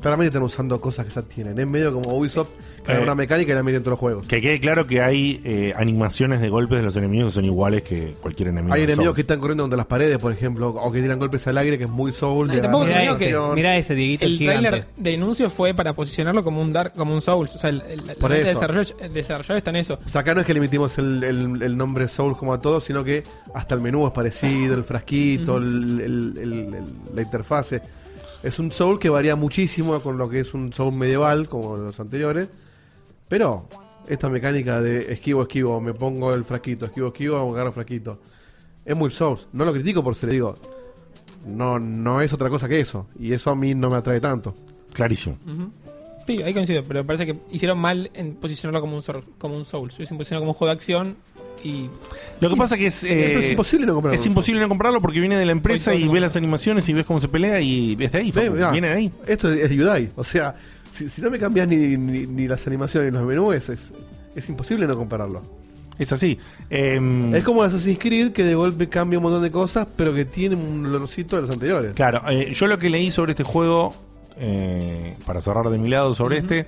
S5: claramente están usando cosas que ya tienen, es medio como Ubisoft, que
S2: Eh.
S5: una mecánica y la meten en todos los juegos.
S2: Que quede claro que hay eh, animaciones de golpes de los enemigos que son iguales que cualquier enemigo.
S5: Hay
S2: de
S5: enemigos
S2: Souls.
S5: que están corriendo contra las paredes, por ejemplo, o que tiran golpes al aire, que es muy soul.
S3: No,
S5: de
S3: tampoco
S5: agarrar
S4: Mirá
S3: creo que-
S4: ese,
S5: acción.
S4: mirá ese, Dieguito, el
S3: El trailer
S4: gigante.
S3: de anuncio fue para posicionarlo como un Dark, como un Souls. O sea, el, el- la
S5: Por
S3: gente
S5: eso.
S3: desarroll- desarrolladora está en eso.
S5: O sea, acá no es que limitimos el, el- el nombre Souls como a todos, sino que hasta el menú es parecido, el frasquito, el- el- el- el- la interfase. Es un Soul que varía muchísimo con lo que es un Soul medieval, como los anteriores. Pero esta mecánica de esquivo, esquivo, me pongo el frasquito, esquivo, esquivo, agarro el frasquito. Es muy Souls. No lo critico por ser, digo. No, no es otra cosa que eso. Y eso a mí no me atrae tanto.
S2: Clarísimo.
S3: Sí, ahí coincido, pero me parece que hicieron mal en posicionarlo como un, sor- como un Souls. Hubiesen posicionado como un juego de acción y
S2: Lo que pasa que es, eh,
S5: Pero es imposible Pues, no comprarlo.
S2: es imposible no comprarlo porque viene de la empresa
S3: Hoy todos
S2: y
S3: se
S2: ve
S3: compran.
S2: las animaciones y ves cómo se pelea y es de ahí.
S5: Ve,
S2: Facu,
S5: mirá,
S2: viene de ahí.
S5: Esto es, es Udai. O sea, si, si no me cambias ni, ni- ni las animaciones ni los menús, es, es imposible no compararlo.
S2: Es así. Em,
S5: Es como Assassin's Creed que de golpe cambia un montón de cosas, pero que tiene un olorcito de los anteriores.
S2: Claro, eh, yo lo que leí sobre este juego, eh, para cerrar de mi lado sobre este,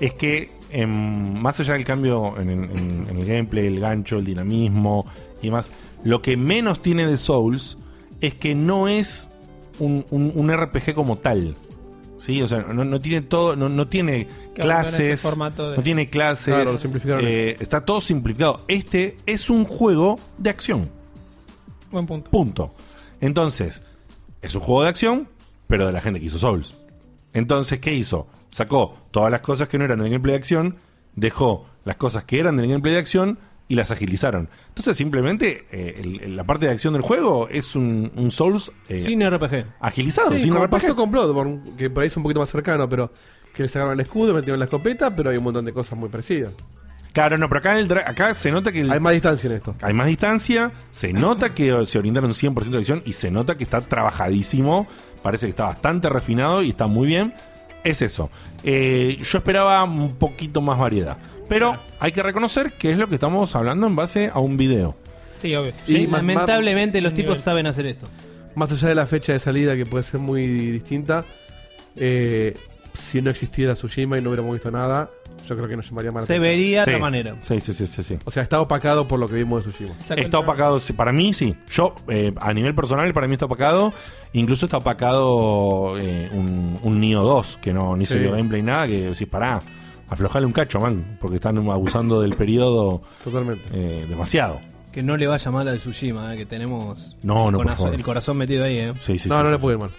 S2: es que em, más allá del cambio en, en- en el gameplay, el gancho, el dinamismo y demás, lo que menos tiene de Souls es que no es un, un- un RPG como tal. Sí, o sea, no, no tiene todo, no, no tiene
S3: Que abandonan ese
S2: clases,
S3: formato de-
S2: no tiene clases,
S5: Claro, lo simplificaron
S2: eh, está todo simplificado. Este es un juego de acción.
S3: buen punto.
S2: Punto. Entonces, es un juego de acción, pero de la gente que hizo Souls. Entonces, ¿qué hizo? Sacó todas las cosas que no eran del gameplay de acción, dejó las cosas que eran del gameplay de acción y las agilizaron. Entonces, simplemente, eh, el- el- la parte de acción del juego es un, un Souls eh,
S4: Sin RPG.
S2: agilizado,
S5: Sí,
S2: sin
S5: como
S2: RPG.
S5: pasó con Bloodborne, que por ahí es un poquito más cercano, pero que le sacaron el escudo, metieron la escopeta, pero hay un montón de cosas muy parecidas.
S2: Claro, no, pero acá, el dra- acá se nota que el-
S5: Hay más distancia en esto.
S2: hay más distancia, se nota que se orientaron 100% de acción y se nota que está trabajadísimo, parece que está bastante refinado y está muy bien. Es eso. Eh, yo esperaba un poquito más variedad, pero hay que reconocer que es lo que estamos hablando en base a un video.
S3: Sí, obvio.
S5: Sí,
S4: Sí,
S5: más-
S4: lamentablemente los tipos
S3: nivel.
S4: saben hacer esto.
S5: Más allá de la fecha de salida, que puede ser muy distinta, eh, si no existiera Tsushima y no hubiéramos visto nada, yo creo que nos llamaría más la
S4: Se
S5: atención.
S4: vería de
S2: Sí.
S4: otra manera.
S2: Sí, sí, sí, sí. sí.
S5: O sea, está opacado por lo que vimos de Tsushima.
S3: Sacó el
S2: Está
S3: tra-
S2: opacado, sí, para mí sí. Yo, eh, a nivel personal, para mí está opacado. Incluso está opacado eh, un, un Neo 2, que no ni se
S5: Sí.
S2: vio gameplay nada, que decís, pará, aflojale un cacho, man, porque están abusando del periodo
S5: Totalmente.
S2: eh, demasiado.
S4: Que no le vaya mal al Tsushima, eh, que tenemos
S2: No, no,
S4: el,
S2: por
S4: corazón,
S2: favor.
S4: el corazón metido ahí. eh.
S2: Sí, sí,
S5: no,
S2: sí,
S5: no
S2: sí,
S5: le
S2: sí.
S5: puede ir mal.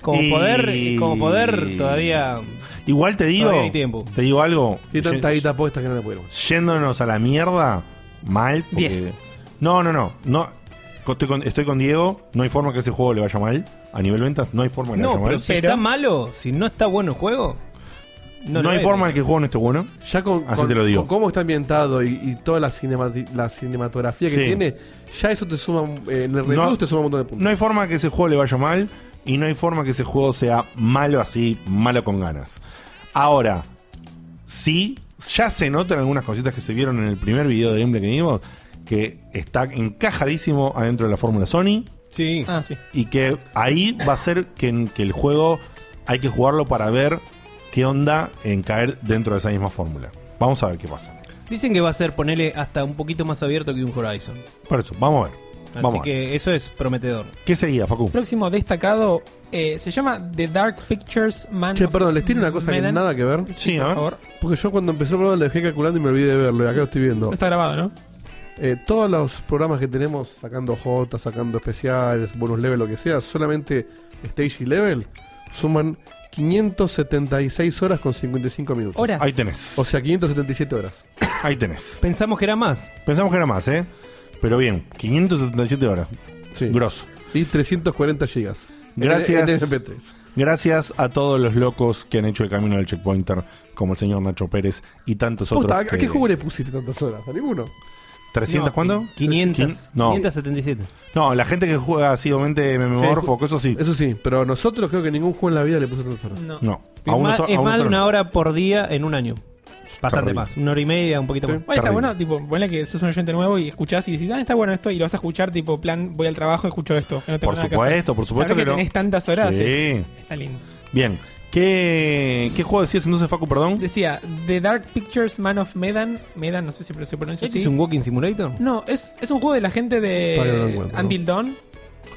S4: Como
S2: Y-
S4: poder, como poder todavía.
S2: Igual te digo,
S4: Todavía hay tiempo.
S2: te digo algo.
S5: Tiene tanta
S2: Ye-
S5: guita puesta que no le puede ir mal.
S2: Yéndonos a la mierda, mal. porque-
S3: Diez.
S2: No, no, no, no. Co- Estoy con, estoy con Diego. No hay forma que ese juego le vaya mal. A nivel ventas, no hay forma que le
S4: No,
S2: vaya
S4: pero
S2: mal.
S4: si
S3: Pero-
S4: está malo, si no está bueno el juego,
S2: No,
S4: lo
S2: hay
S4: es.
S2: forma en que el juego no esté bueno.
S5: Ya con,
S2: Así
S5: con-
S2: te lo digo.
S5: con cómo está ambientado y, y toda la, cinemati- la cinematografía que
S2: Sí.
S5: tiene, ya eso te suma, eh, en el review
S2: No-
S5: te suma un montón de puntos.
S2: No hay forma que ese juego le vaya mal. Y no hay forma que ese juego sea malo así, malo con ganas. Ahora, sí, ya se notan algunas cositas que se vieron en el primer video de gameplay que vimos. Que está encajadísimo adentro de la fórmula Sony.
S4: Sí.
S3: Ah, sí.
S2: Y que ahí va a ser que, que el juego hay que jugarlo para ver qué onda en caer dentro de esa misma fórmula. Vamos a ver qué pasa.
S4: Dicen que va a ser, ponele, hasta un poquito más abierto que un Horizon.
S2: Por eso, vamos a ver.
S4: Así
S2: vamos a ver.
S4: que eso es prometedor.
S2: ¿Qué seguía, Facu?
S3: Próximo destacado eh, se llama The Dark Pictures Man.
S5: Che,
S3: of
S5: perdón, les tiene una cosa que
S3: Medan.
S5: nada que ver. ¿eh?
S2: Sí,
S3: por
S2: a ver.
S3: favor.
S5: Porque yo cuando empecé el programa lo dejé calculando y me olvidé de verlo, y acá lo estoy viendo.
S3: No está grabado, ¿no?
S5: Eh, todos los programas que tenemos, sacando J, sacando especiales, bonus level, lo que sea, solamente stage y level, suman 576 horas con 55 minutos.
S3: Horas.
S2: Ahí tenés.
S5: O sea, 577 horas.
S2: Ahí tenés.
S4: Pensamos que era más.
S2: Pensamos que era más, ¿eh? Pero bien, 577 horas.
S5: Sí.
S2: Grosso.
S5: Y 340 gigas.
S2: Gracias.
S5: En- en MP3.
S2: Gracias a todos los locos que han hecho el camino del checkpointer, como el señor Nacho Pérez y tantos otros.
S5: Puta, ¿a, a
S2: que-
S5: qué juego le pusiste tantas horas? ¿A ninguno?
S2: ¿300
S4: No,
S2: cuándo?
S4: 500.
S2: Quin- No.
S4: 577.
S2: no, la gente que juega asiduamente MMORFO,
S5: Sí.
S2: cosas así.
S5: Eso sí, pero nosotros creo que ningún juego en la vida le puso tantas horas.
S3: No.
S2: No.
S4: Es
S2: uno
S4: más,
S2: so-
S4: es
S2: uno
S4: más de
S2: solo.
S4: una hora por día en un año. Bastante
S2: Terrible.
S4: más. Una hora y media, un poquito
S5: Sí.
S4: más.
S3: Bueno, está
S2: Terrible.
S3: bueno, tipo, ponle que sos un oyente nuevo y escuchás y decís, ah, está bueno esto, y lo vas a escuchar, tipo, plan, voy al trabajo y escucho esto. que no tengo
S2: Por
S3: nada que hacer.
S2: supuesto, por supuesto
S3: Saber
S2: que
S3: que,
S2: no.
S3: tenés tantas horas.
S2: Sí.
S3: eh, Está lindo.
S2: Bien. ¿Qué, ¿Qué juego decías entonces, Facu, perdón?
S3: Decía, The Dark Pictures Man of Medan. Medan, no sé si se
S4: ¿Este
S3: pronuncia así.
S4: es un Walking Simulator?
S3: No, es, es un juego de la gente
S5: Para que lo
S3: de
S5: encuentro.
S3: Until Dawn.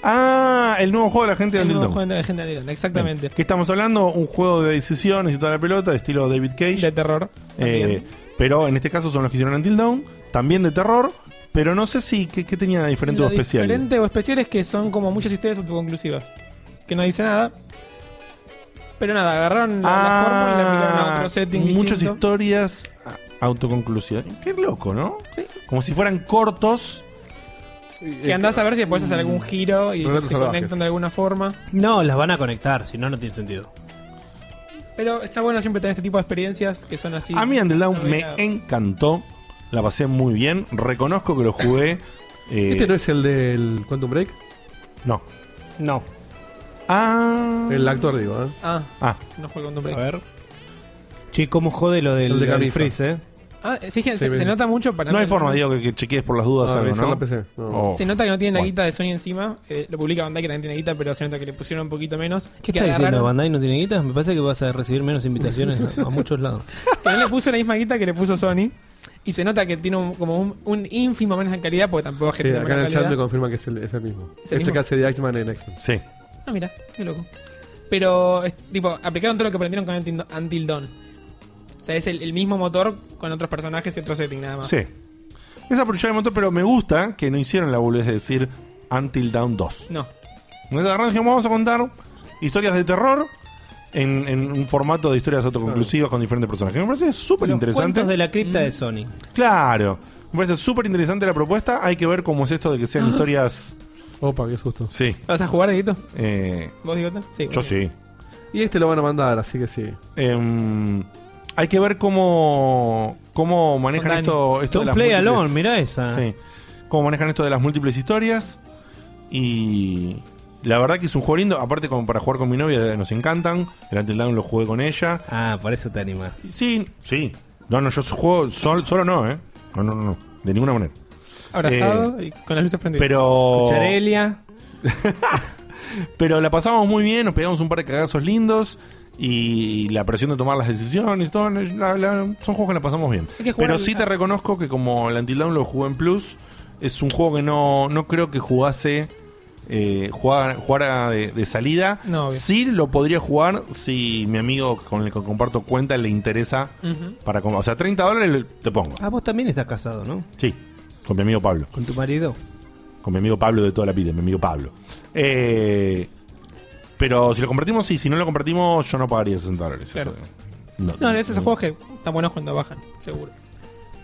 S2: Ah, el nuevo juego de la gente
S3: El
S2: del
S3: nuevo
S2: Dildo.
S3: juego de la gente de Until Dawn, exactamente.
S2: Bien. ¿Qué estamos hablando? Un juego de decisiones y toda la pelota, de estilo David Cage.
S3: De terror. también.
S2: Eh, pero en este caso son los que hicieron Until Dawn, también de terror, pero no sé si qué, qué tenía de diferente
S3: Lo
S2: o especial.
S3: diferente o especial es que son como muchas historias autoconclusivas. Que no dice nada. Pero nada, agarraron la, la fórmula y la aplicaron a otro setting.
S2: Ah, muchas
S3: distinto.
S2: historias autoconclusivas. Qué loco, ¿no?
S3: Sí.
S2: Como si fueran cortos.
S5: Eh,
S3: Que andás a ver si puedes hacer algún giro y
S5: Relatos
S3: se
S5: salvajes.
S3: conectan de alguna forma.
S4: No, las van a conectar, si no, no tiene sentido.
S3: Pero está bueno siempre tener este tipo de experiencias que son así.
S2: A mí Until Dawn
S3: No,
S2: me
S3: mira.
S2: encantó. la pasé muy bien. Reconozco que lo jugué. eh,
S5: ¿Este no es el del Quantum Break?
S2: No.
S4: No.
S2: Ah.
S5: El actor, digo, ¿eh?
S3: Ah,
S2: Ah,
S3: no fue con Doble.
S4: A ver. Che, cómo jode lo del,
S5: El de
S4: del
S5: Califa.
S4: freeze, eh.
S3: Ah, fíjense,
S5: Sí,
S3: se,
S5: bien.
S3: nota mucho para.
S2: no hay forma, digo, que, que chequees por las dudas
S5: Ah,
S2: algo,
S5: revisar
S2: ¿no?
S5: la PC. No.
S2: Oh.
S3: Se nota que no tienen la
S2: Bueno.
S3: guita de Sony encima. eh, lo publica Bandai que también tiene guita, pero se nota que le pusieron un poquito menos.
S4: ¿Qué
S3: que
S4: estás diciendo?
S3: agarraron-
S4: ¿Bandai no tiene guita? Me parece que vas a recibir menos invitaciones a, a muchos lados.
S3: que no le puso la misma guita que le puso Sony. Y se nota que tiene un- como un, un ínfimo menos en calidad, porque tampoco es que
S5: Sí,
S3: tenga
S5: Eh, acá en
S3: mala
S5: el chat
S3: calidad.
S5: me confirma que es el, es el mismo.
S3: ¿Es
S5: Este
S3: el mismo?
S5: que hace de Axeman en X-Men.
S2: Sí.
S3: Ah, mira, qué loco. Pero, es- tipo, aplicaron todo lo que aprendieron con Until Until Dawn. O sea, es el, el mismo motor con otros personajes y otro setting
S4: Ah.
S3: nada más.
S2: Sí. Es aprovechar el motor, pero me gusta que no hicieron la boludez de decir Until Down 2.
S3: No.
S2: Nos agarraron y dijimos, vamos a contar historias de terror en, en un formato de historias autoconclusivas con diferentes personajes. Me parece súper interesante.
S4: Ah. Cuentos de la cripta de Sony.
S2: Claro. Me parece súper interesante la propuesta. Hay que ver cómo es esto de que
S4: Ah.
S2: sean historias.
S5: Opa, qué susto.
S2: Sí.
S3: ¿Vas a jugar, Dieguito?
S2: eh,
S3: ¿Vos, Dieguito? Sí.
S2: yo sí.
S5: Y este lo van a mandar, así que sí.
S2: Em, hay que ver cómo, cómo manejan
S3: Online.
S2: esto, esto de
S4: Don't
S2: las
S4: play
S2: múltiples-
S4: alone, mirá esa.
S2: Sí. Cómo manejan esto de las múltiples historias. Y la verdad que es un juego lindo. Aparte, como para jugar con mi novia, nos encantan. El Until Dawn lo jugué con ella.
S4: Ah, por eso te animás.
S2: Sí, sí. No, no, yo juego sol- solo no, ¿eh? No, no, no, no. De ninguna manera.
S3: Abrazado
S2: Eh,
S3: y con las luces prendidas.
S2: Pero.
S4: Charelia.
S2: Pero la pasamos muy bien, nos pegamos un par de cagazos lindos y la presión de tomar las decisiones, todo, la- la- son juegos que la pasamos bien.
S3: Hay que jugar
S2: Pero
S3: al-
S2: sí te reconozco que como el Until Dawn lo jugué en Plus, es un juego que no, no creo que jugase, eh, jugar- jugara de, de salida.
S3: No, obvio.
S2: sí lo podría jugar si mi amigo con el que comparto cuenta le interesa.
S3: Ujú.
S2: para com- O sea, 30 dólares le- te pongo.
S4: Ah, vos también estás casado, ¿no?
S2: Sí, con mi amigo Pablo.
S4: Con tu marido.
S2: Con mi amigo Pablo de toda la vida, mi amigo Pablo. Eh, pero si lo compartimos, sí. Si no lo compartimos, yo no pagaría 60 dólares.
S3: Claro.
S2: No,
S3: No, de esos juegos que están buenos cuando bajan, seguro.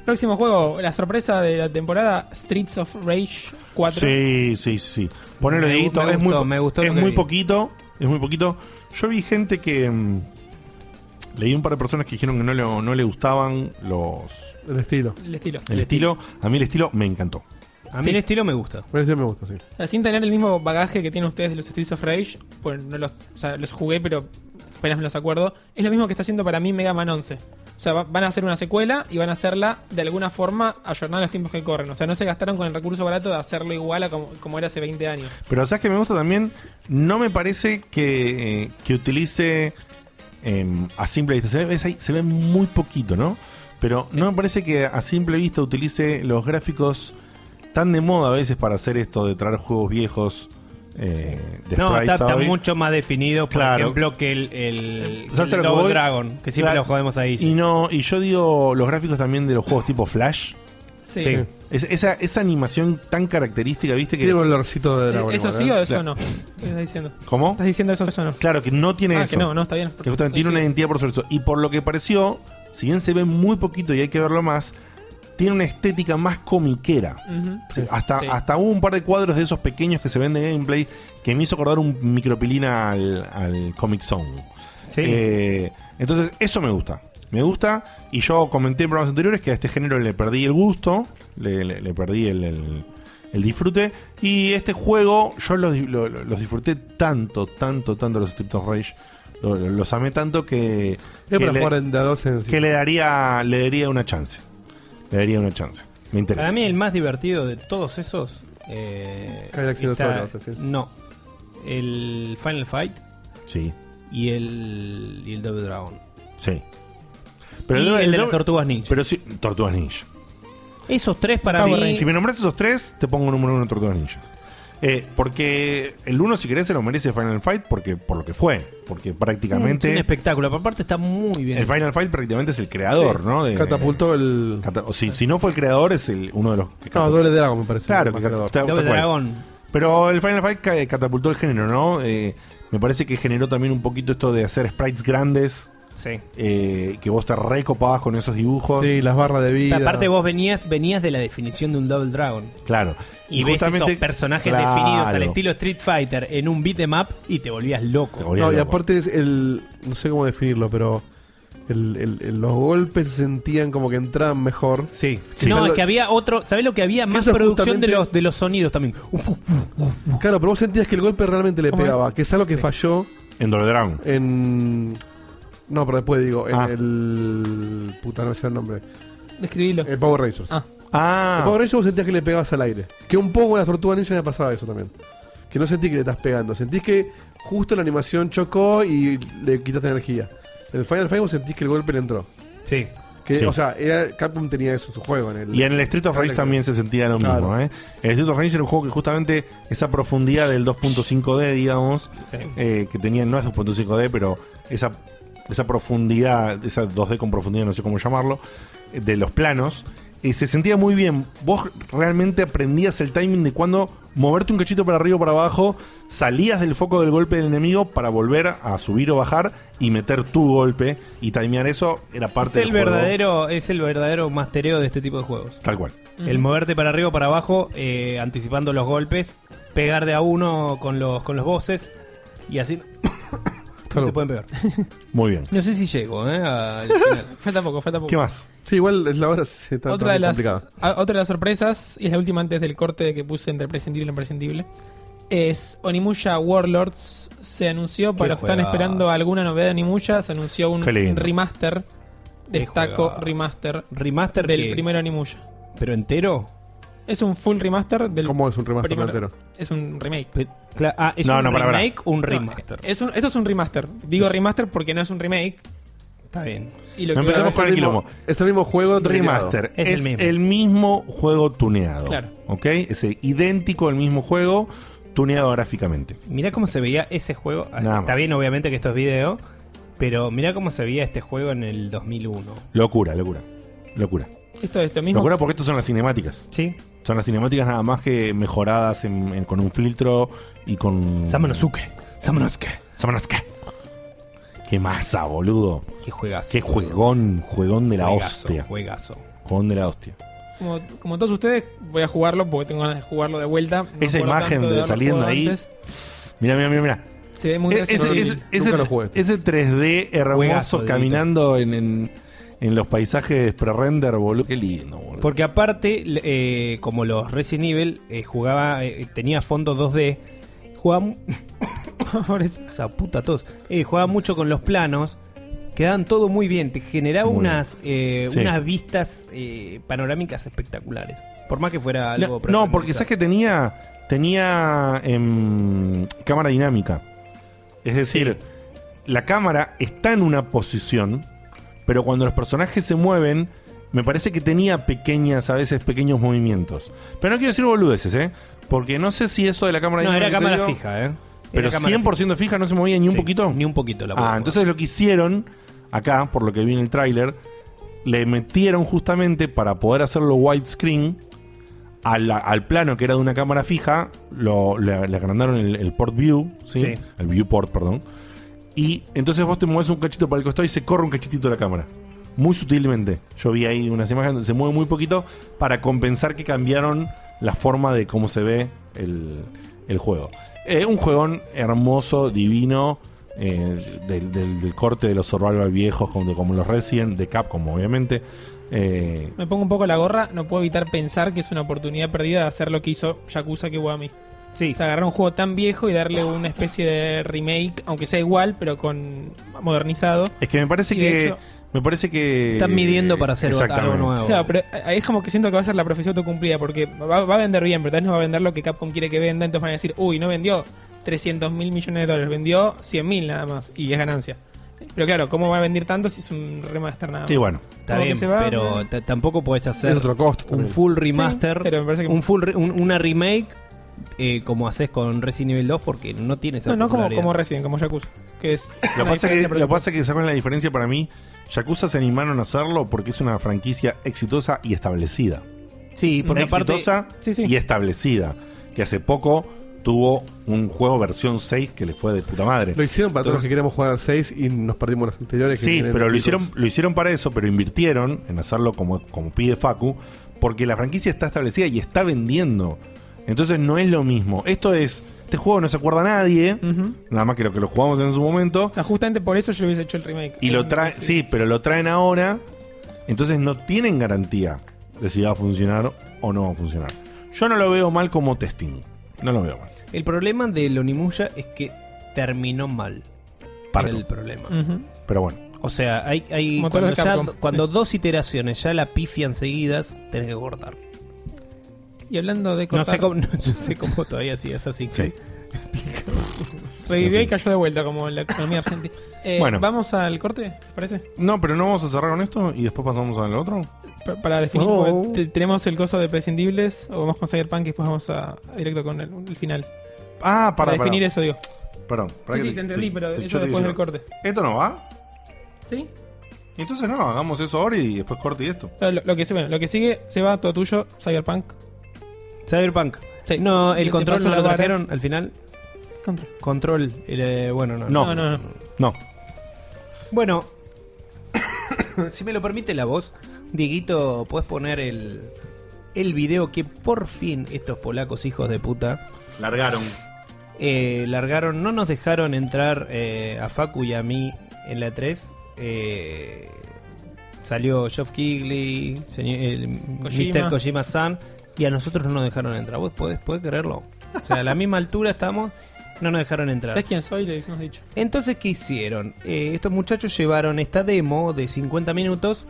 S3: Próximo juego, la sorpresa de la temporada, Streets of Rage 4.
S2: Sí, sí, sí. Ponelo
S4: Me gu-
S2: dedito.
S4: me
S2: es
S4: gustó,
S2: muy, po-
S4: me gustó
S2: es
S4: lo que
S2: muy
S4: vi.
S2: poquito. Es muy poquito. Yo vi gente que. mm, leí un par de personas que dijeron que no, le- no le gustaban los
S5: El estilo.
S3: El estilo.
S2: el estilo. A mí el estilo me encantó.
S4: A mí
S3: Sí.
S4: el estilo me gusta.
S5: Bueno, ese me gusta, sí.
S3: O sea, Ah, sin tener el mismo bagaje que tienen ustedes de los Streets of Rage, pues no los, o sea, los jugué, pero apenas me los acuerdo. Es lo mismo que está haciendo para mí Mega Man 11. O sea, va- van a hacer una secuela y van a hacerla de alguna forma ayornar los tiempos que corren. O sea, no se gastaron con el recurso barato de hacerlo igual a como, como era hace 20 años.
S2: Pero ¿sabes que me gusta también? No me parece que, eh, que utilice eh, a simple vista. Se ve, ves ahí, se ve muy poquito, ¿no? Pero no me parece que a simple vista utilice los gráficos tan de moda a veces para hacer esto de traer juegos viejos eh, de
S4: No,
S2: sprites
S4: está,
S2: a
S4: está
S2: hoy.
S4: mucho más definido, por
S2: Claro.
S4: ejemplo, que el, el,
S2: O sea,
S4: el
S2: se lo que
S4: Double
S2: voy-
S4: Dragon, que siempre
S2: Claro.
S4: lo jodemos ahí.
S2: Y no, y yo digo los gráficos también de los juegos tipo Flash.
S3: Sí.
S2: Es- esa, esa animación tan característica, ¿viste?
S5: Tiene
S2: Que,
S5: un olorcito de Dragon
S3: ¿E-, ¿Eso
S5: Ball,
S3: sí
S5: ¿eh?
S3: o eso
S2: Claro.
S3: no? ¿Qué estás diciendo?
S2: ¿Cómo?
S3: ¿Estás diciendo eso o eso no?
S2: Claro, que no tiene
S3: Ah,
S2: eso.
S3: que no, no, está bien.
S2: Que justamente tiene una identidad por sobre eso. Y por lo que pareció, si bien se ve muy poquito y hay que verlo más, tiene una estética más comiquera.
S3: Ujú.
S2: Sí, hasta,
S3: Sí.
S2: hasta hubo un par de cuadros de esos pequeños que se ven de gameplay que me hizo acordar un micropilina al, al Comic Zone.
S4: Sí.
S2: Eh, entonces, eso me gusta. Me gusta, y yo comenté en programas anteriores que a este género le perdí el gusto, le, le- le perdí el, el- el disfrute. Y este juego, yo los, di- lo- lo- los disfruté tanto, tanto, tanto los Streets of Rage. lo- lo- los amé tanto que,
S5: Es
S2: que
S5: para
S2: le,
S5: jugar en de a dos en
S2: que le daría le daría una chance. Le daría una chance. Me interesa.
S4: Para mí el más divertido de todos esos... Eh,
S5: Galaxy Dinosaur, o sea, sí.
S4: no, el Final Fight
S2: Sí,
S4: y el, y el Double Dragon.
S2: sí.
S4: Pero y el,
S2: doble-
S4: de las
S2: doble-
S4: Tortugas Ninja.
S2: Pero sí, Tortugas Ninja.
S4: Esos tres para
S2: Sí,
S4: mí...
S2: Si me nombras esos tres, te pongo número uno en Tortugas Ninjas. Eh, porque el uno, si querés, se lo merece Final Fight porque por lo que fue. Porque
S4: Mm, es un
S2: prácticamente.
S4: espectáculo, pero aparte está muy bien.
S2: El Final Fight prácticamente es el creador, ¿no? De,
S5: Catapultó el.
S2: Cata- o si, si no fue el creador, es el, uno de los que
S5: No,
S2: catapultó.
S5: doble Dragon me parece.
S2: Claro,
S5: más
S2: que
S5: creador.
S2: cata-
S4: Double
S2: tal cual.
S4: Dragon.
S2: Pero el Final Fight ca- catapultó el género, ¿no? Eh, me parece que generó también un poquito esto de hacer sprites grandes,
S4: Sí.
S2: eh, que vos te recopabas con esos dibujos.
S5: Sí, las barras de vida.
S4: Aparte vos venías, venías de la definición de un Double Dragon.
S2: Claro.
S4: Y, ves
S2: justamente-
S4: estos personajes
S2: Claro.
S4: definidos al estilo Street Fighter en un beat em up y te volvías loco.
S2: Te
S5: No,
S2: volvías
S5: y
S2: loco.
S5: aparte es el. No sé cómo definirlo, pero. el- el- el- los golpes se sentían como que entraban mejor.
S4: Sí.
S5: Sí.
S4: No,
S5: Lo-
S4: es que había otro. ¿Sabés lo que había? Más
S5: Eso es
S4: producción de
S5: justamente-
S4: los, de los sonidos también. Uh,
S5: Claro, pero vos sentías que el golpe realmente le
S3: ¿Cómo
S5: pegaba, que es algo que falló
S2: En Dolor Dragon.
S5: en... No, pero después digo, en
S2: Ah.
S5: el... Puta, no me sé el nombre.
S3: Describilo.
S2: Eh,
S5: El Power Rangers.
S3: Ah.
S5: El
S2: Ah,
S5: Power Rangers vos sentías que le pegabas al aire. Que un poco en las Tortugas Ninja me pasaba eso también. Que no sentís que le estás pegando, sentís que justo la animación chocó y le quitaste energía. En el Final Fight vos sentís que el golpe le entró.
S4: Sí.
S5: Que,
S2: Sí.
S5: O sea, era, Capcom tenía eso en su juego. En el,
S2: y en el Street of Rage también se sentía lo mismo.
S5: Claro.
S2: ¿eh? El Street of Rage era un juego que justamente esa profundidad del 2.5D, digamos,
S4: Sí.
S2: eh, que tenía, no es 2.5D, pero esa, esa profundidad, esa 2D con profundidad, no sé cómo llamarlo, eh, de los planos, eh, se sentía muy bien. Vos realmente aprendías el timing de cuando moverte un cachito para arriba o para abajo, salías del foco del golpe del enemigo para volver a subir o bajar y meter tu golpe y timear eso era parte
S4: Es
S2: del
S4: el,
S2: juego.
S4: verdadero, es el verdadero mastereo de este tipo de juegos.
S2: Tal cual.
S4: El moverte para arriba o para abajo, eh, anticipando los golpes, pegar de a uno con los, con los bosses y así no te pueden pegar.
S2: Muy bien.
S4: No sé si llego, ¿eh? al final.
S3: Falta poco, falta poco.
S2: ¿Qué más?
S5: Sí, igual es la hora se está
S3: otra, de las,
S5: complicada.
S3: a- otra de las sorpresas, y es la última antes del corte que puse entre prescindible y imprescindible, es Onimusha Warlords. Se anunció, para los que están
S4: juegazo.
S3: esperando alguna novedad de Onimusha, se anunció un
S2: Qué lindo.
S3: remaster,
S4: Qué
S3: destaco
S4: juegazo.
S3: remaster
S4: Remaster
S3: del
S4: que-
S3: primer Onimusha.
S4: Pero entero.
S3: Es un full remaster del
S5: ¿Cómo es un remaster
S3: primer-
S5: entero?
S3: Es un remake.
S4: Pe- cla- ah, es
S2: No,
S4: un
S2: no, pará, pará.
S4: remake, un
S3: No, eh,
S4: remaster.
S3: es un- esto es un remaster. Digo remaster porque no es un remake.
S4: Está bien.
S3: Y lo
S2: No
S3: que
S2: empecemos
S5: Es el, mismo,
S2: quilombo.
S5: es el mismo juego
S2: Remaster.
S4: Es
S2: Es,
S4: el
S2: el,
S4: mismo.
S2: mismo. juego tuneado.
S3: Claro.
S2: ¿Ok? Es eh, idéntico al mismo juego, tuneado gráficamente.
S4: Mirá cómo se veía ese juego. Ah,
S2: Nada
S4: Está
S2: más.
S4: bien, obviamente, que esto es video. Pero mirá cómo se veía este juego en el 2001.
S2: Locura, locura. Locura.
S3: Esto es lo mismo.
S2: Locura porque estas son las cinemáticas.
S4: Sí.
S2: Son las cinemáticas nada más que mejoradas en- en- con un filtro y con.
S4: Samanosuke. Samanosuke.
S2: Samanosuke. Qué masa, boludo.
S4: Qué juegazo.
S2: Qué juegón. Juegón de la
S4: Juegazo,
S2: hostia.
S4: Juegazo.
S2: Juegón de la hostia.
S3: Como, como todos ustedes, voy a jugarlo porque tengo ganas de jugarlo de vuelta. No
S2: Esa
S3: me acuerdo
S2: imagen
S3: tanto
S2: de
S3: haberlo
S2: saliendo
S3: jugado
S2: ahí.
S3: antes.
S2: Mira, mira, mira, mira.
S3: Se ve muy
S2: Ese,
S3: gracioso.
S2: E-, ese- ese-
S5: lo jugué.
S2: ese 3D hermoso
S4: Juegazo, Dieguito.
S2: caminando en, en- en los paisajes pre-render, boludo. Qué lindo, boludo.
S4: Porque aparte, l- eh, como los Resident Evil, eh, jugaba, eh, tenía fondo 2D, jugaba, mu-
S3: Pobrecito.
S4: esa puta tos, eh, jugaba mucho con los planos, quedaban todo muy bien, te generaba
S2: Muy bien.
S4: unas, eh,
S2: Sí.
S4: unas vistas eh, panorámicas espectaculares. Por más que fuera
S2: No,
S4: algo...
S2: no, porque sabes que tenía, tenía em, cámara dinámica. Es decir, la cámara está en una posición, pero cuando los personajes se mueven, me parece que tenía pequeñas, a veces pequeños movimientos. Pero no quiero decir boludeces, ¿eh? Porque no sé si eso de la cámara
S4: No,
S2: dinámica. que
S4: era
S2: te
S4: cámara
S2: digo-
S4: fija, ¿eh?
S2: Pero
S4: Era cámara
S2: 100% fija. no se movía ni un
S4: Sí,
S2: poquito.
S4: Ni un poquito la
S2: Ah,
S4: puedo
S2: entonces lo que hicieron acá, por lo que vi en el tráiler, le metieron justamente para poder hacerlo widescreen al, al plano que era de una cámara fija, lo, le, le agrandaron el, el port view, ¿sí?
S4: Sí.
S2: el viewport, perdón. Y entonces vos te mueves un cachito para el costado y se corre un cachitito la cámara. Muy sutilmente. Yo vi ahí unas imágenes donde se mueve muy poquito para compensar que cambiaron la forma de cómo se ve el, el juego. Eh, un juegón hermoso, divino, eh, del, del- del corte de los survival viejos, como, como los Resident, de Capcom obviamente. Eh,
S3: Me pongo un poco la gorra, no puedo evitar pensar que es una oportunidad perdida de hacer lo que hizo Yakuza Kiwami.
S4: Sí,
S3: O sea, agarrar un juego tan viejo y darle una especie de remake, aunque sea igual, pero con modernizado.
S2: es que me parece
S3: Y de
S2: que...
S3: hecho-
S2: me parece que...
S4: están midiendo para hacer algo
S2: Exactamente.
S4: nuevo.
S3: Claro, pero ahí es como que siento que va a ser la profesión autocumplida, porque va, va a vender bien, pero tal vez no va a vender lo que Capcom quiere que venda, entonces van a decir, uy, no vendió 300 mil millones de dólares, vendió 100 mil nada más, y es ganancia. Pero claro, ¿cómo va a vender tanto si es un remaster nada más?
S2: Y bueno.
S4: Está
S3: Como que
S4: bien,
S3: se va, eh,
S4: pero
S3: ¿no?
S4: t- tampoco puedes hacer
S5: Es otro costo
S4: un
S5: también.
S4: full remaster,
S3: Sí, pero me parece que-
S4: un full re- un- una remake eh, como haces con Resident Evil 2 porque no tienes
S3: No, no como, como Resident, como Yakuza, que es...
S2: Lo que pasa
S3: una
S2: que,
S3: diferencia, pero-
S2: lo pasa que ¿sabes cuál es la diferencia para mí. Yakuza se animaron a hacerlo porque es una franquicia exitosa y establecida.
S4: Sí, porque aparte
S2: exitosa
S3: Sí, sí.
S2: y establecida. Que hace poco tuvo un juego versión 6 que le fue de puta madre.
S5: Lo hicieron para todos los que
S2: Entonces-
S5: queremos jugar al 6 y nos perdimos las anteriores. que
S2: Sí,
S5: tienen
S2: pero lo
S5: trucos.
S2: hicieron, lo hicieron para eso, pero invirtieron en hacerlo como, como pide Facu, porque la franquicia está establecida y está vendiendo. Entonces no es lo mismo. Esto es Este juego no se acuerda a nadie,
S3: Ujú.
S2: nada más que lo que lo jugamos en su momento.
S3: O sea, justamente por eso yo hubiese hecho el remake.
S2: Y lo traen, sí, pero lo traen ahora. Entonces no tienen garantía de si va a funcionar o no va a funcionar. Yo no lo veo mal como testing. No lo veo mal.
S4: El problema del Onimusha es que terminó mal.
S2: Pardo.
S4: El problema.
S3: Ujú.
S2: Pero bueno.
S4: O sea, hay, hay
S3: Como todos
S4: cuando,
S3: los
S4: ya-
S3: Capcom,
S4: cuando
S3: sí.
S4: dos iteraciones ya la pifian seguidas, tenés que cortar.
S3: Y hablando de
S4: No
S3: cortar,
S4: sé, cómo, no sé cómo todavía sigas así.
S2: Sí.
S3: revivió
S2: en
S3: y cayó de vuelta como la economía argentina. Eh,
S2: Bueno.
S3: Vamos al corte, ¿te parece?
S2: No, pero no vamos a cerrar con esto y después pasamos al otro.
S3: Pa- Para definir,
S5: Oh.
S3: porque te- tenemos el coso de prescindibles o vamos con Cyberpunk y después vamos a, a directo con el, el final.
S2: Ah, para,
S3: Para, definir
S2: para.
S3: eso, digo.
S2: Perdón. pará
S3: Sí,
S2: que
S3: sí, te entendí,
S2: te-
S3: pero eso
S2: yo te
S3: después
S2: dije-
S3: del corte.
S2: ¿Esto no va?
S3: ¿Sí?
S2: Entonces no, hagamos eso ahora y después corte y esto.
S3: Lo, lo que, se- bueno, lo que sigue, se va todo tuyo, Cyberpunk.
S4: Cyberpunk.
S3: Sí.
S4: No,
S3: Te-
S4: el
S3: te
S4: control
S3: paso
S4: no
S3: la
S4: lo
S3: vara.
S4: trajeron al final.
S3: Control.
S4: Control, eh, bueno, no.
S2: No. Mm,
S3: No, no, no.
S2: No.
S4: Bueno, si me lo permite la voz, Dieguito, puedes poner el, el video que por fin estos polacos hijos de puta
S2: Largaron.
S4: eh, largaron, no nos dejaron entrar eh, a Facu y a mí en la 3. eh, salió Geoff Kigley, señor- el
S3: Kojima.
S4: Mr. Kojima San, y a nosotros no nos dejaron entrar. ¿Vos podés, podés creerlo? O sea, a la misma altura estamos, no nos dejaron entrar.
S3: ¿Sabes quién soy? Le hemos dicho.
S4: Entonces, ¿qué hicieron? Eh, estos muchachos llevaron esta demo de 50 minutos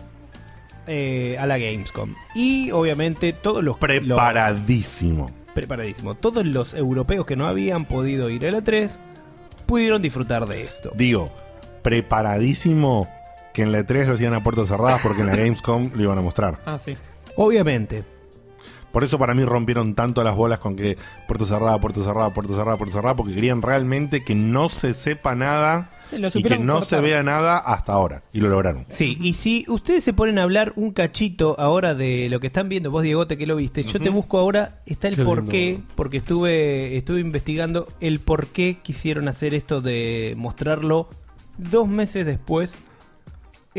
S4: eh, a la Gamescom. Y obviamente todos los... los-
S2: Preparadísimo.
S4: preparadísimo. Todos los europeos que no habían podido ir a la 3 pudieron disfrutar de esto.
S2: Digo, preparadísimo que en la E3 lo hacían a puertas cerradas porque en la Gamescom lo iban a mostrar.
S3: Ah, sí.
S4: Obviamente.
S2: Por eso para mí rompieron tanto las bolas con que puerta cerrada, puerta cerrada, puerta cerrada, puerta cerrada, porque querían realmente que no se sepa nada
S3: Sí, lo
S2: y que
S3: supieron
S2: no
S3: cortar.
S2: se vea nada hasta ahora. Y lo lograron.
S4: Sí, y si ustedes se ponen a hablar un cachito ahora de lo que están viendo, vos Diegote que lo viste, yo te busco ahora, está el
S5: Qué
S4: por
S5: lindo.
S4: qué, porque estuve, estuve investigando el por qué quisieron hacer esto de mostrarlo dos meses después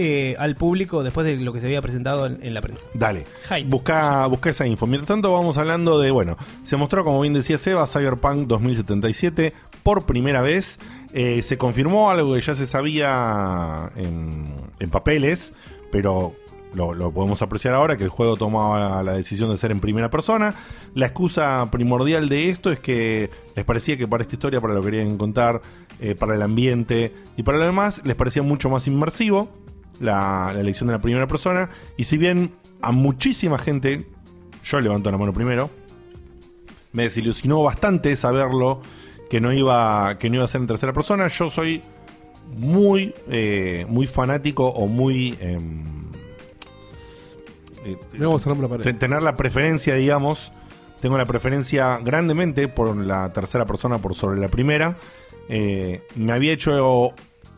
S4: eh, al público, después de lo que se había presentado en, en la prensa.
S2: Dale,
S3: Hype.
S2: busca, busca esa info. Mientras tanto, vamos hablando de, bueno, se mostró, como bien decía Seba, Cyberpunk 2077 por primera vez. Eh, se confirmó algo que ya se sabía en, en papeles, pero lo, lo podemos apreciar ahora, que el juego tomaba la decisión de ser en primera persona. La excusa primordial de esto es que les parecía que para esta historia, para lo que querían contar, eh, para el ambiente y para lo demás, les parecía mucho más inmersivo la, la elección de la primera persona. Y si bien a muchísima gente, yo levanto la mano primero, me desilusionó bastante saberlo que no iba, que no iba a ser en tercera persona. Yo soy muy, eh, muy fanático o muy... em, eh,
S5: Me voy a cerrar la pared.
S2: te- tener la preferencia, digamos. Tengo la preferencia grandemente por la tercera persona por sobre la primera. Eh, me había hecho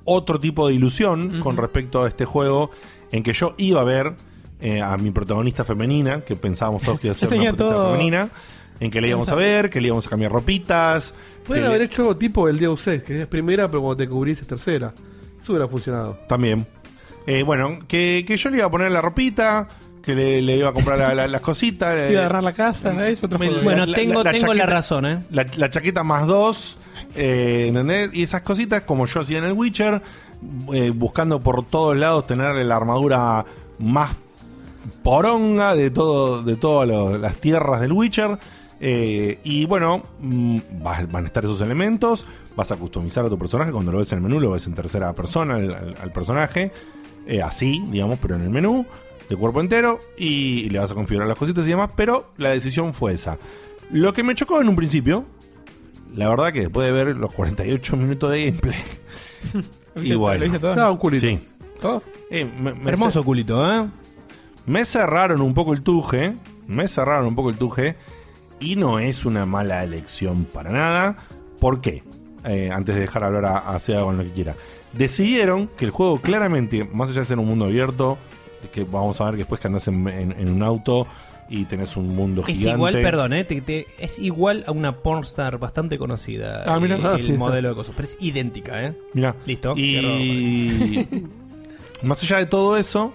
S2: otro tipo de ilusión con respecto a este juego en que yo iba a ver eh, a mi protagonista femenina, que pensábamos todos que iba a ser una
S3: tenía
S2: protagonista
S3: todo
S2: femenina, en que le íbamos a ver, que le íbamos a cambiar ropitas.
S5: Pueden
S2: que le-
S5: haber hecho algo tipo el Deus Ex, que es primera, pero cuando te cubrís es tercera. Eso hubiera funcionado.
S2: También. Eh, bueno, que, que yo le iba a poner la ropita, que le, le iba a comprar la- la- las cositas.
S3: Iba a
S2: eh,
S3: agarrar la casa, ¿no? es otro
S2: Me-
S3: juego.
S4: Bueno,
S2: la-
S4: tengo,
S2: la
S4: tengo la
S2: chaqueta-
S4: razón, ¿eh?
S2: La, la chaqueta más dos, eh, ¿entendés? Y esas cositas, como yo hacía en el Witcher, eh, buscando por todos lados tener la armadura más poronga de todo de todas lo- las tierras del Witcher. Eh, y bueno, mm, va- van a estar esos elementos. Vas a customizar a tu personaje. Cuando lo ves en el menú, lo ves en tercera persona al, al- al personaje. Eh, así, digamos, pero en el menú, de cuerpo entero. Y, le vas a configurar las cositas y demás. Pero la decisión fue esa. Lo que me chocó en un principio, la verdad que después de ver los 48 minutos de gameplay.
S3: ¿Lo
S2: y
S3: viste todo?
S2: bueno.
S3: ¿Lo viste todo?
S5: No, un culito.
S2: Sí.
S3: ¿Todo?
S2: Eh, me- me-
S4: Hermoso culito, ¿eh?
S2: me cerraron un poco el tuje. Me cerraron un poco el tuje. Y no es una mala elección para nada. ¿Por qué? Eh, antes de dejar hablar a, a Sega con lo que quiera. Decidieron que el juego claramente, más allá de ser un mundo abierto, que vamos a ver que después que andás en, en- en un auto y tenés un mundo
S4: Es
S2: gigante.
S4: igual, perdón, ¿eh? Te- te- es igual a una pornstar bastante conocida.
S2: Ah, mira.
S4: eh,
S5: Ah,
S4: el
S5: mira.
S4: modelo de cosas, pero es idéntica, ¿eh?
S2: Mirá.
S4: Listo,
S2: Y más allá de todo eso,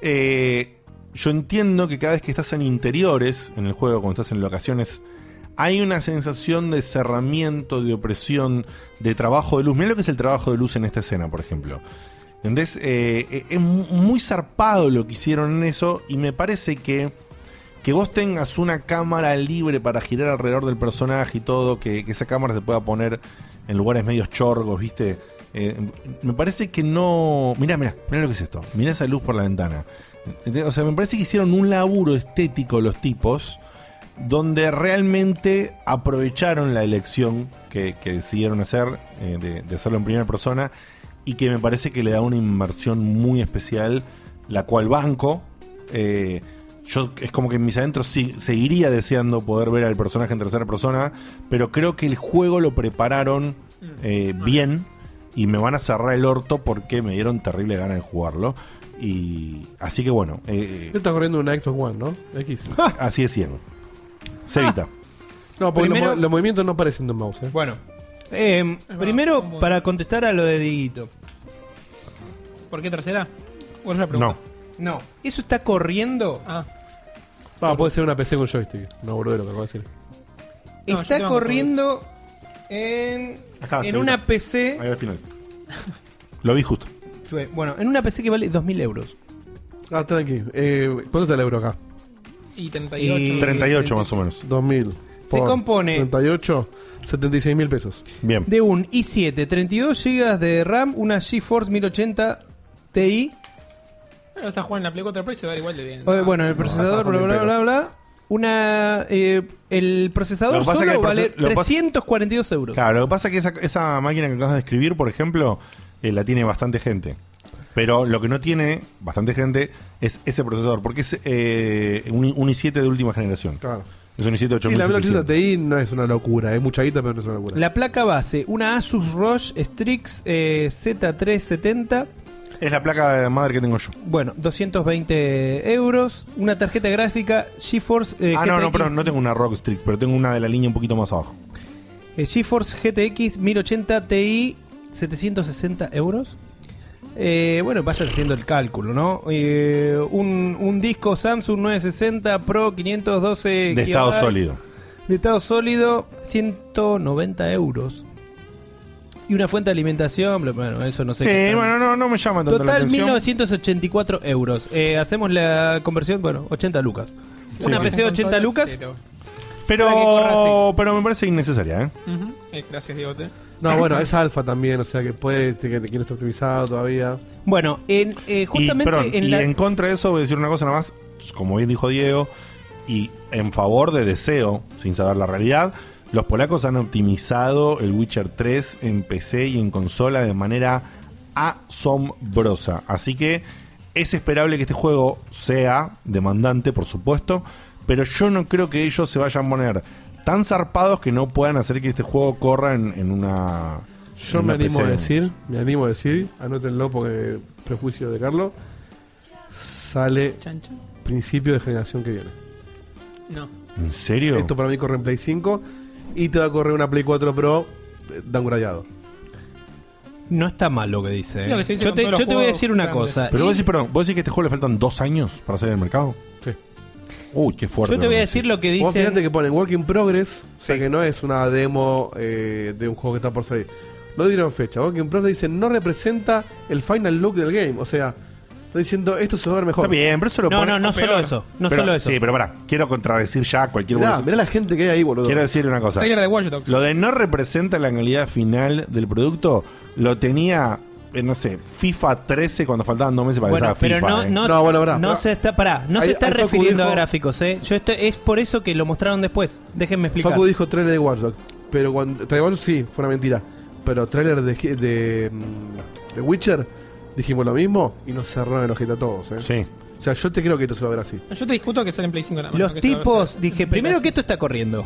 S2: eh, yo entiendo que cada vez que estás en interiores en el juego, cuando estás en locaciones hay una sensación de cerramiento, de opresión, de trabajo de luz. Mira lo que es el trabajo de luz en esta escena, por ejemplo. ¿Entendés? Eh, eh, es mu- muy zarpado lo que hicieron en eso y me parece que que vos tengas una cámara libre para girar alrededor del personaje y todo, que, que esa cámara se pueda poner en lugares medios chorgos, ¿viste? Eh, me parece que no. Mirá, mirá, mirá lo que es esto. Mirá esa luz por la ventana. Ent- O sea, me parece que hicieron un laburo estético los tipos, donde realmente aprovecharon la elección que, que decidieron hacer, eh, de, de hacerlo en primera persona, y que me parece que le da una inmersión muy especial, la cual banco. eh, yo es como que en mis adentros sí- seguiría deseando poder ver al personaje en tercera persona, pero creo que el juego lo prepararon eh, bien y me van a cerrar el orto porque me dieron terrible ganas de jugarlo. Y así que bueno, eh,
S5: Yo estás corriendo una Xbox One, ¿no? X.
S2: así es ciego. Cevita.
S5: No, porque
S4: Primero-
S5: los, mo- los movimientos no parecen de un mouse. ¿eh?
S4: Bueno, eh, primero para contestar a lo de Dieguito.
S3: ¿Por qué tercera? ¿Cuál es la
S2: No.
S3: pregunta?
S4: No, eso está corriendo.
S3: Ah,
S5: Ah, puede ser una PC con joystick. No, boludo, lo que acabo de decir.
S3: No, yo te
S4: está
S3: banco,
S4: corriendo en,
S2: Acá,
S4: en
S2: Dieguito.
S4: una PC.
S2: Ahí al final. Lo vi justo.
S4: Bueno, en una PC que vale 2.000 euros.
S5: Ah, tranqui. Eh, ¿Cuánto está el euro acá?
S3: y 38.
S4: Y-
S2: 38 más o menos.
S5: 2000.
S4: Se compone-
S5: 38, 76 mil pesos.
S2: Bien.
S4: De un i7, 32 GB de RAM, una GeForce 1080 Ti.
S3: Bueno, o sea, juega en la Play 4 Pro y se va a dar igual de bien.
S4: Eh, bueno, el procesador, bla, bla, bla, bla. Una, eh, el
S2: Lo
S4: procesador
S2: que pasa es que el
S4: solo
S2: proces-
S4: vale
S2: lo que pasa-
S4: 342 euros.
S2: Claro, lo que pasa es que esa, esa máquina que acabas de escribir, por ejemplo, eh, la tiene bastante gente. Pero lo que no tiene bastante gente es ese procesador, porque es eh, un, i- un i7 de última generación.
S5: Claro.
S2: Es un i7
S5: Sí, la 1080
S2: 8700.
S5: Ti no es una locura. Es mucha guita, pero no es una locura.
S4: La placa base, una Asus Rosh Strix eh, Z370,
S2: Es la placa de madre que tengo yo.
S4: bueno, 220 euros. Una tarjeta gráfica GeForce, eh,
S2: ah, no, no,
S4: GTX
S2: perdón, no tengo una Rock Strix, pero tengo una de la línea un poquito más abajo.
S4: Eh, GeForce GTX 1080 Ti 760 euros. Eh, bueno, vayan haciendo el cálculo, ¿no? Eh, un, un disco Samsung 960 Pro 512
S2: De estado
S4: gigabyte,
S2: sólido.
S4: De estado sólido, 190 euros. Y una fuente de alimentación, bla, bueno, eso no sé.
S2: Sí,
S4: qué tal.
S2: bueno, no, no me llama tanto la
S4: Total,
S2: atención.
S4: 1984 euros. Eh, hacemos la conversión, bueno, 80 lucas. una
S2: sí.
S4: PC 80 lucas.
S3: Para que corra
S2: Pero, pero me parece innecesaria, ¿eh?
S3: Ujú. Eh, gracias, Diego. Te.
S5: No, bueno, es alfa también, o sea que puede, este, que, que no está optimizado todavía.
S4: Bueno, en, eh, justamente
S2: y, perdón,
S4: en
S2: y
S4: la...
S2: en contra de eso voy a decir una cosa nada más, Pues, como bien dijo Diego, y en favor de deseo, sin saber la realidad, los polacos han optimizado el Witcher 3 en PC y en consola de manera asombrosa. Así que es esperable que este juego sea demandante, por supuesto, pero yo no creo que ellos se vayan a poner tan zarpados que no puedan hacer que este juego corra en, en una...
S5: Yo
S2: en
S5: me
S2: una
S5: animo a
S2: PC.
S5: decir, me animo a decir, anótenlo porque prejuicio de Carlos, sale
S3: Chancho.
S5: principio de generación que viene.
S3: No.
S2: ¿En serio?
S5: Esto para mí corre en Play 5 y te va a correr una Play 4 Pro eh, downgradado.
S4: No está mal lo que dice. ¿eh?
S3: Lo que se dice
S4: yo
S3: con
S4: te,
S3: todos los
S4: yo te voy a
S3: juegos
S4: decir una
S3: grandes.
S4: cosa.
S2: Pero vos decís, perdón, vos decís que a este juego le faltan dos años para salir al mercado.
S5: Sí.
S2: Uy, qué fuerte.
S4: yo te voy a decir lo que
S5: Vos fíjate
S4: dice.
S5: que ponen Work in Progress, o sea que no es una demo eh, de un juego que está por salir. No dieron fecha. Work in Progress dicen no representa el final look del game. O sea, está diciendo esto se va a ver mejor.
S2: Está bien, pero eso lo
S4: No,
S2: pone-
S4: no, no
S2: o
S4: solo
S2: peor.
S4: eso. No
S2: Pero-
S4: solo eso.
S2: Sí, pero pará, quiero contradecir ya cualquier
S5: Mirá,
S2: boludez.
S5: mirá la gente que hay ahí, boludo.
S2: Quiero decir una cosa.
S3: Trailer de Watch Dogs.
S2: Lo de no representa la calidad final del producto, lo tenía, eh, no sé, FIFA 13 cuando faltaban dos meses para
S4: Bueno,
S2: que salga
S4: pero
S2: FIFA.
S4: no,
S2: eh.
S4: no,
S5: No, bueno, pará,
S4: no
S5: pará.
S4: se está, pará, no
S5: Ahí-
S4: se está
S5: ahí Facu
S4: refiriendo
S5: dijo-
S4: a gráficos, ¿eh? Yo esto es por eso que lo mostraron después. Déjenme explicar.
S5: Facu dijo trailer de Watchdog, pero cuando trailer de Watch Dogs sí, fue una mentira. Pero trailer de, He- de, mm, de Witcher dijimos lo mismo y nos cerraron el ojete a todos. ¿eh?
S2: Sí.
S5: O sea, yo te creo que esto se va a ver así.
S3: Yo te discuto que sale en Play 5 nada más.
S4: Los
S3: no que se va a
S4: tipos,
S3: hacer.
S4: dije, primero que esto está corriendo.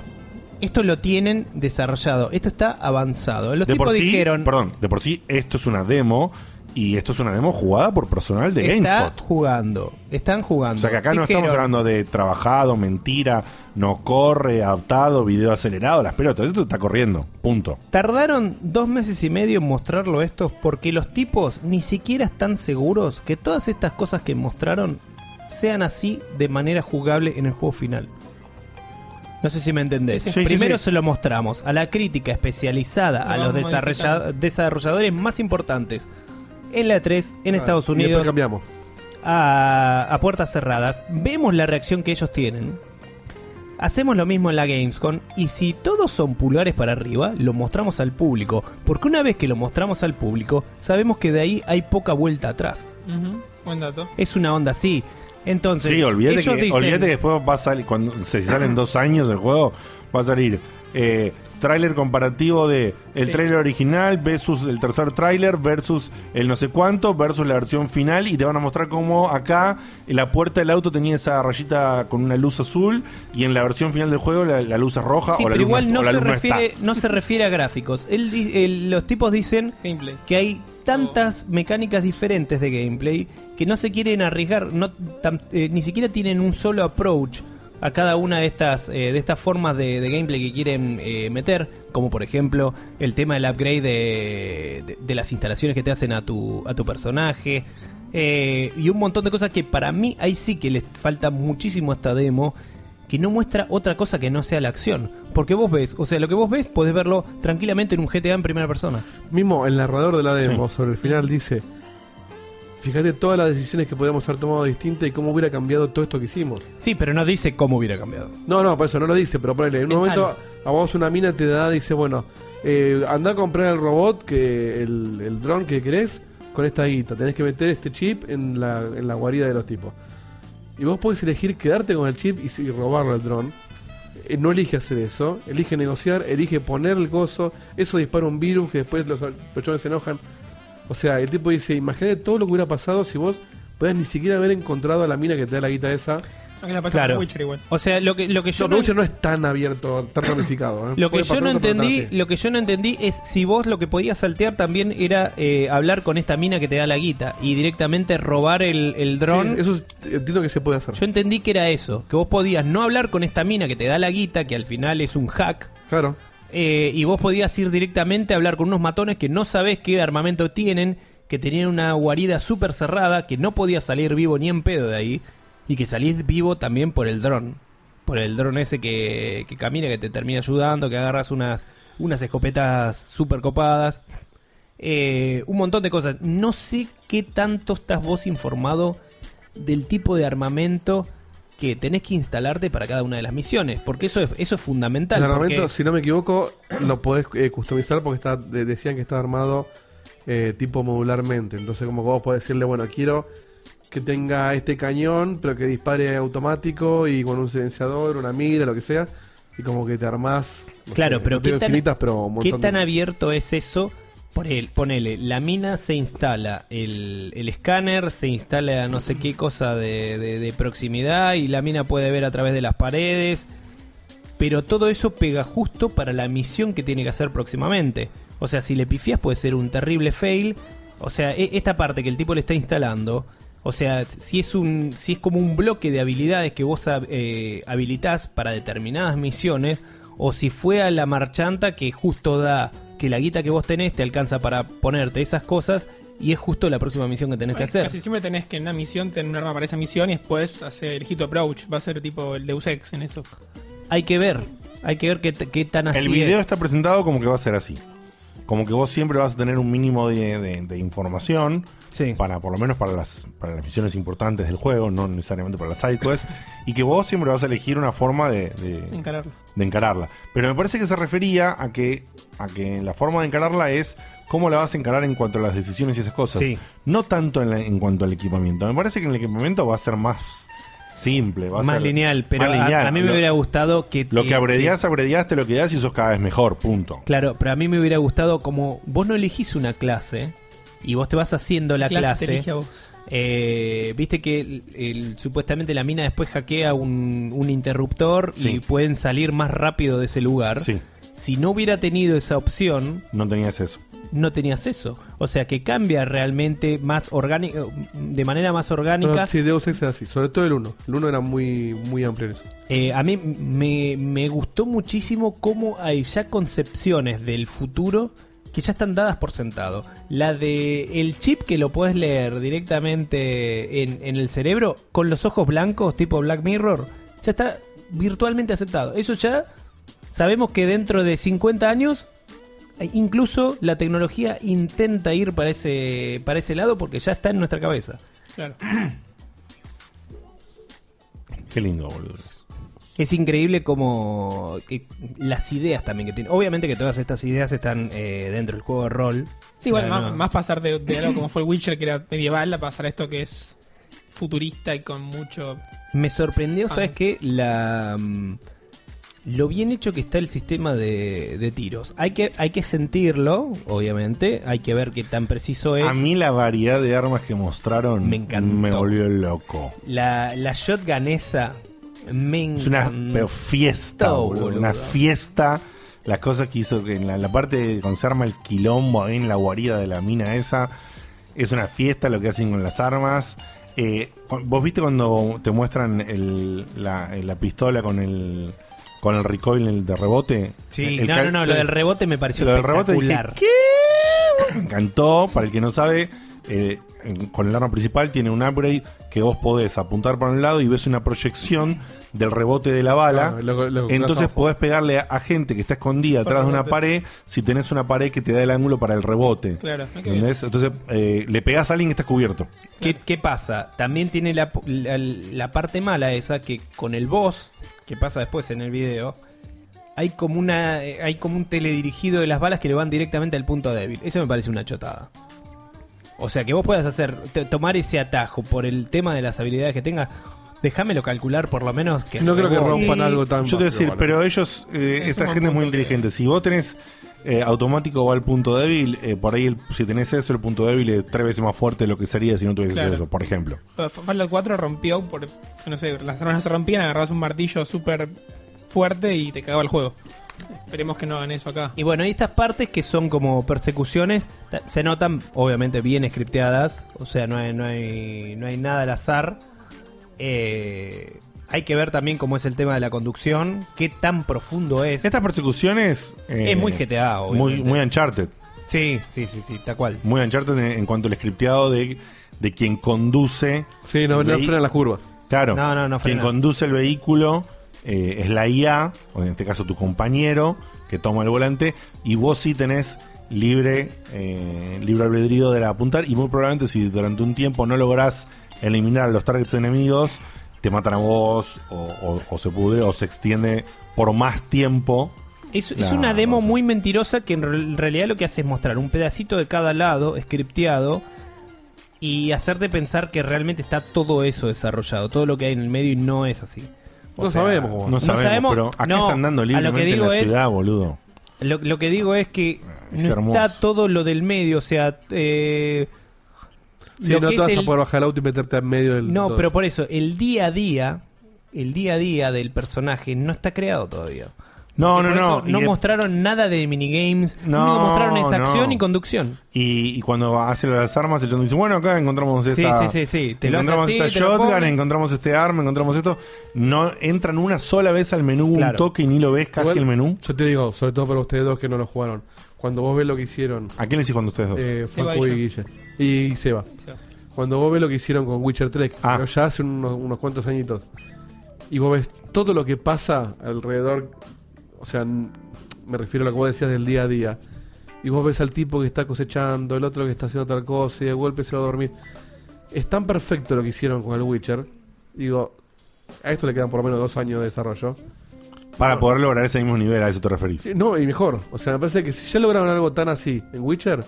S4: Esto lo tienen desarrollado, esto está avanzado. Los
S2: De por
S4: tipos
S2: sí,
S4: dijeron,
S2: perdón, de por sí esto es una demo y esto es una demo jugada por personal de
S4: está
S2: GameSpot.
S4: jugando, están jugando.
S2: O sea que acá no
S4: Dijeron,
S2: estamos hablando de trabajado, mentira, no corre, adaptado, video acelerado, las pelotas. Esto está corriendo. Punto.
S4: Tardaron dos meses y medio en mostrarlo estos porque los tipos ni siquiera están seguros que todas estas cosas que mostraron sean así de manera jugable en el juego final. No sé si me entendés.
S2: Sí, sí,
S4: Primero
S2: sí.
S4: se lo mostramos a la crítica especializada, a
S3: Lo
S4: los
S3: vamos
S4: desarrolla- desarrolladores más importantes. En la 3, en Estados
S5: Y después
S4: Unidos,
S5: cambiamos.
S4: a, a puertas cerradas, vemos la reacción que ellos tienen. Hacemos lo mismo en la Gamescom y si todos son pulgares para arriba, lo mostramos al público. Porque una vez que lo mostramos al público, sabemos que de ahí hay poca vuelta atrás.
S3: Ujú, Buen dato.
S4: Es una onda así. Entonces,
S2: Sí, olvídate que,
S4: ellos dicen-
S2: olvídate que después va a salir, cuando se salen dos años el juego, va a salir eh, tráiler comparativo de el
S3: Sí.
S2: tráiler original versus el tercer tráiler versus el no sé cuánto versus la versión final y te van a mostrar cómo acá en la puerta del auto tenía esa rayita con una luz azul y en la versión final del juego la, la luz es roja
S4: Sí,
S2: o la
S4: pero
S2: luz
S4: igual
S2: no,
S4: no,
S2: o la
S4: se
S2: luz no
S4: refiere,
S2: está.
S4: no se refiere a gráficos. Él di- el- los tipos dicen
S3: Gameplay.
S4: que hay tantas mecánicas diferentes de gameplay que no se quieren arriesgar, no, tam- eh, ni siquiera tienen un solo approach a cada una de estas eh, de estas formas de, de gameplay que quieren eh, meter, como por ejemplo el tema del upgrade de, de- de las instalaciones que te hacen a tu a tu personaje eh, y un montón de cosas que para mí ahí sí que les falta muchísimo a esta demo que no muestra otra cosa que no sea la acción. Porque vos ves, o sea, lo que vos ves podés verlo tranquilamente en un GTA en primera persona.
S5: Mismo el narrador de la demo sobre el final dice: Fíjate todas las decisiones que podríamos haber tomado distintas y cómo hubiera cambiado todo esto que hicimos.
S4: Sí, pero no dice cómo hubiera cambiado.
S5: No, no, por eso no lo dice, pero ponele, en un
S3: Pensalo.
S5: momento a vos una mina te da, dice, bueno, eh, anda a comprar el robot, que el, el dron que querés, con esta guita. Tenés que meter este chip en la, en la guarida de los tipos. Y vos podés elegir quedarte con el chip y, si- y robarlo al dron. Eh, no elige hacer eso, elige negociar, elige poner el gozo, eso dispara un virus que después los, los chones se enojan. O sea, el tipo dice, imagínate todo lo que hubiera pasado si vos podés ni siquiera haber encontrado a la mina que te da la guita esa.
S3: Aunque la pasa
S4: Claro.
S3: por Witcher igual.
S4: O sea, lo que, lo que yo
S5: No, pero Witcher no es tan abierto, tan ramificado. ¿eh?
S4: Lo que
S5: Puede
S4: yo
S5: pasar
S4: no
S5: otra persona
S4: entendí,
S5: así.
S4: lo que yo no entendí es si vos lo que podías saltear también era eh, hablar con esta mina que te da la guita y directamente robar el, el dron.
S5: Sí, eso es- entiendo que se puede hacer.
S4: Yo entendí que era eso, que vos podías no hablar con esta mina que te da la guita, que al final es un hack,
S5: Claro.
S4: eh, y vos podías ir directamente a hablar con unos matones que no sabés qué armamento tienen, que tenían una guarida súper cerrada, que no podías salir vivo ni en pedo de ahí, y que salís vivo también por el dron. Por el dron ese que, que camina, que te termina ayudando, que agarras unas, unas escopetas súper copadas. Eh, un montón de cosas. No sé qué tanto estás vos informado del tipo de armamento que tenés que instalarte para cada una de las misiones, porque eso es, eso es fundamental.
S5: el
S4: porque-
S5: armamento, si no me equivoco, lo podés eh, customizar porque está, de- decían que está armado eh, tipo modularmente. Entonces, como que vos podés decirle, bueno, quiero que tenga este cañón, pero que dispare automático y con un silenciador, una mira, lo que sea. Y como que te armás. no
S4: Claro,
S5: sé,
S4: pero
S5: no
S4: ¿qué
S5: digo
S4: tan,
S5: infinitas, pero un
S4: qué
S5: montón
S4: tan
S5: de-
S4: abierto es eso? Por el, ponele, la mina se instala, el, el escáner se instala no sé qué cosa de, de- de proximidad y la mina puede ver a través de las paredes, pero todo eso pega justo para la misión que tiene que hacer próximamente. O sea, si le pifias puede ser un terrible fail. O sea, e- esta parte que el tipo le está instalando, o sea, si es un, si es como un bloque de habilidades que vos hab- eh, habilitás para determinadas misiones, o si fue a la marchanta que justo da que la guita que vos tenés te alcanza para ponerte esas cosas y es justo la próxima misión que tenés que hacer.
S3: Casi siempre tenés que en una misión tener un arma para esa misión y después hacer el hit approach. Va a ser tipo el Deus Ex en eso.
S4: Hay que ver, hay que ver qué, t- qué tan así
S2: el video
S4: es.
S2: está presentado como que va a ser así. Como que vos siempre vas a tener un mínimo de, de- de información.
S4: Sí.
S2: para por lo menos para las para las misiones importantes del juego, no necesariamente para las sidequests, y que vos siempre vas a elegir una forma de, de-
S3: Encararlo.
S2: de encararla. Pero me parece que se refería a que a que la forma de encararla es cómo la vas a encarar en cuanto a las decisiones y esas cosas,
S4: Sí.
S2: no tanto en, la- en cuanto al equipamiento. Me parece que en el equipamiento va a ser más simple, va a
S4: más
S2: ser
S4: lineal, pero
S2: más
S4: a-
S2: lineal.
S4: A, mí me
S2: Lo-
S4: hubiera gustado que...
S2: lo que
S4: que-
S2: abreviás, abreviás, te lo quedás y sos cada vez mejor, punto.
S4: Claro, pero a mí me hubiera gustado como vos no elegís una clase y vos te vas haciendo la clase.
S3: Te elige a vos.
S4: Eh, Viste que el- el- supuestamente la mina después hackea un, un interruptor
S2: Sí.
S4: y pueden salir más rápido de ese lugar.
S2: Sí.
S4: Si no hubiera tenido esa opción,
S2: No tenías eso.
S4: no tenías eso. O sea que cambia realmente más orgánico, de manera más
S5: No,
S4: orgánica.
S5: sí, Deus Ex era así, sobre todo el 1. El 1 era muy, muy amplio en eso.
S4: Eh, a mí me, me gustó muchísimo cómo hay ya concepciones del futuro que ya están dadas por sentado. La de el chip que lo puedes leer directamente en, en el cerebro con los ojos blancos tipo Black Mirror, ya está virtualmente aceptado. Eso ya sabemos que dentro de 50 años eh, incluso la tecnología intenta ir para ese para ese lado porque ya está en nuestra cabeza.
S3: Claro.
S2: Qué lindo, boludo. es.
S4: Es increíble como que- las ideas también que tiene. Obviamente que todas estas ideas están eh, dentro del juego de rol.
S3: Sí, igual,
S4: O sea,
S3: más,
S4: no-
S3: más pasar de, de algo como fue el Witcher, que era medieval, a pasar a esto que es futurista y con mucho.
S4: Me sorprendió,
S3: Ah.
S4: ¿sabes qué? La, mm, lo bien hecho que está el sistema de, de tiros. Hay que, hay que sentirlo, obviamente. Hay que ver qué tan preciso es.
S2: A mí la variedad de armas que mostraron
S4: Pues, Me encantó.
S2: me volvió loco.
S4: La, la shotgun esa me
S2: Es una pero
S4: encantó,
S2: fiesta, boludo,
S4: boludo.
S2: Una fiesta. Las cosas que hizo que en la, la parte de cuando se arma el quilombo ahí en la guarida de la mina esa. Es una fiesta lo que hacen con las armas. Eh, cu- Vos viste cuando te muestran el- la, la pistola con el con el recoil el de rebote.
S4: Sí,
S2: El
S4: no,
S2: cal-
S4: no, no, lo del rebote me pareció
S2: lo del rebote dije,
S4: espectacular.
S2: ¿qué? Me encantó. Para el que no sabe, eh, en- con el arma principal tiene un upgrade que vos podés apuntar para un lado y ves una proyección del rebote de la bala.
S5: Ah, lo- lo-
S2: Entonces
S5: lo-
S2: podés pegarle a, a gente que está escondida
S3: Por
S2: atrás de una
S3: rebote.
S2: pared si tenés una pared que te da el ángulo para el rebote.
S3: Claro, ah, qué bien.
S2: ¿Entendés? Entonces eh, le pegás a alguien que está cubierto.
S4: ¿Qué, qué pasa? También tiene la, la- la parte mala esa que con el boss, que pasa después en el video, hay como una eh, hay como un teledirigido de las balas que le van directamente al punto débil. Eso me parece una chotada. O sea, que vos puedas hacer t- tomar ese atajo por el tema de las habilidades que tenga. Déjamelo calcular por lo menos que
S5: No creo que
S4: rebote.
S5: rompan
S2: Y
S5: algo tan
S2: Yo te voy a decir,
S5: básico, ¿vale?
S2: pero ellos, eh,
S3: Es un
S2: esta gente
S3: buen
S2: es muy
S3: punto que-
S2: inteligente. Si vos tenés eh, automático va al punto débil, eh, por ahí el- si tenés eso, el punto débil es tres veces más fuerte de lo que sería si no tuvieses
S3: Claro.
S2: eso, por ejemplo.
S3: Pero F- Fallout 4 rompió, por, no sé, las armas no se rompían, agarrabas un martillo súper fuerte y te cagaba el juego. Esperemos que no hagan eso acá.
S4: Y bueno, y estas partes que son como persecuciones ta- se notan obviamente bien scripteadas, o sea, no hay, no hay, no hay nada al azar. Eh, hay que ver también cómo es el tema de la conducción, qué tan profundo es.
S2: Estas persecuciones. eh,
S4: Es muy GTA,
S2: Muy,
S4: obviamente.
S2: muy Uncharted.
S4: Sí, sí, sí, sí, tal cual.
S2: Muy Uncharted en, en cuanto al scripteado de, de quien conduce.
S5: Sí, no, no
S2: Sí.
S5: frenan las curvas.
S2: Claro.
S4: No, no, no,
S2: Quien
S4: frena.
S2: conduce el vehículo eh, es la IA, o en este caso tu compañero, que toma el volante, y vos sí tenés libre, eh, libre albedrío de apuntar, y muy probablemente si durante un tiempo no lográs eliminar a los targets enemigos, te matan a vos, o, o- o se pudre, o se extiende por más tiempo.
S4: Es, es
S2: No,
S4: una demo
S2: no sé.
S4: muy mentirosa que en re- realidad lo que hace es mostrar un pedacito de cada lado, scripteado, y hacerte pensar que realmente está todo eso desarrollado, todo lo que hay en el medio y no es así. O
S5: No
S4: sea,
S5: sabemos cómo va.
S2: No, sabemos,
S4: sabemos,
S2: pero acá
S4: no,
S2: están dando
S4: a lo que
S2: libremente en
S4: digo
S2: la
S4: es-
S2: ciudad, boludo.
S4: Lo, lo que digo es que
S2: Es
S4: no
S2: hermoso.
S4: está todo lo del medio, o sea, eh,
S5: Sí,
S4: lo
S5: no
S4: que
S5: te vas
S4: es
S5: a
S4: el-
S5: poder bajar el auto y meterte en medio del.
S4: no,
S5: todo.
S4: pero por eso el día a día, el día a día del personaje no está creado todavía.
S2: No,
S4: Por
S2: no,
S4: eso
S2: no.
S4: no
S2: y-
S4: mostraron nada de minigames,
S2: No,
S4: único que mostraron es
S2: no.
S4: acción y conducción.
S2: Y, y cuando hace las armas, el tono dice, bueno, acá encontramos esta...
S4: Sí, sí, sí, sí. Te lo hace
S2: encontramos
S4: así,
S2: esta
S4: te lo
S2: shotgun,
S4: pone.
S2: encontramos este arma, encontramos esto. No entran una sola vez al menú un
S4: Claro.
S2: toque y ni lo ves casi
S5: Igual,
S2: el menú.
S5: Yo te digo, sobre todo para ustedes dos que no lo jugaron. Cuando vos ves lo que hicieron
S2: ¿A quién le decís cuando ustedes dos?
S5: eh,
S3: Seba
S5: Facu
S3: y
S5: y Guille y Seba. Cuando vos ves lo que hicieron con Witcher 3,
S2: Ah.
S5: pero ya hace unos, unos cuantos añitos, y vos ves todo lo que pasa alrededor, o sea, n- me refiero a lo que vos decías del día a día, y vos ves al tipo que está cosechando, el otro que está haciendo tal cosa, y de golpe se va a dormir. Es tan perfecto lo que hicieron con el Witcher, digo, a esto le quedan por lo menos dos años de desarrollo.
S2: Para poder lograr ese mismo nivel, a eso te referís.
S5: Sí, No, y mejor. O sea, me parece que si ya lograron algo tan así en Witcher,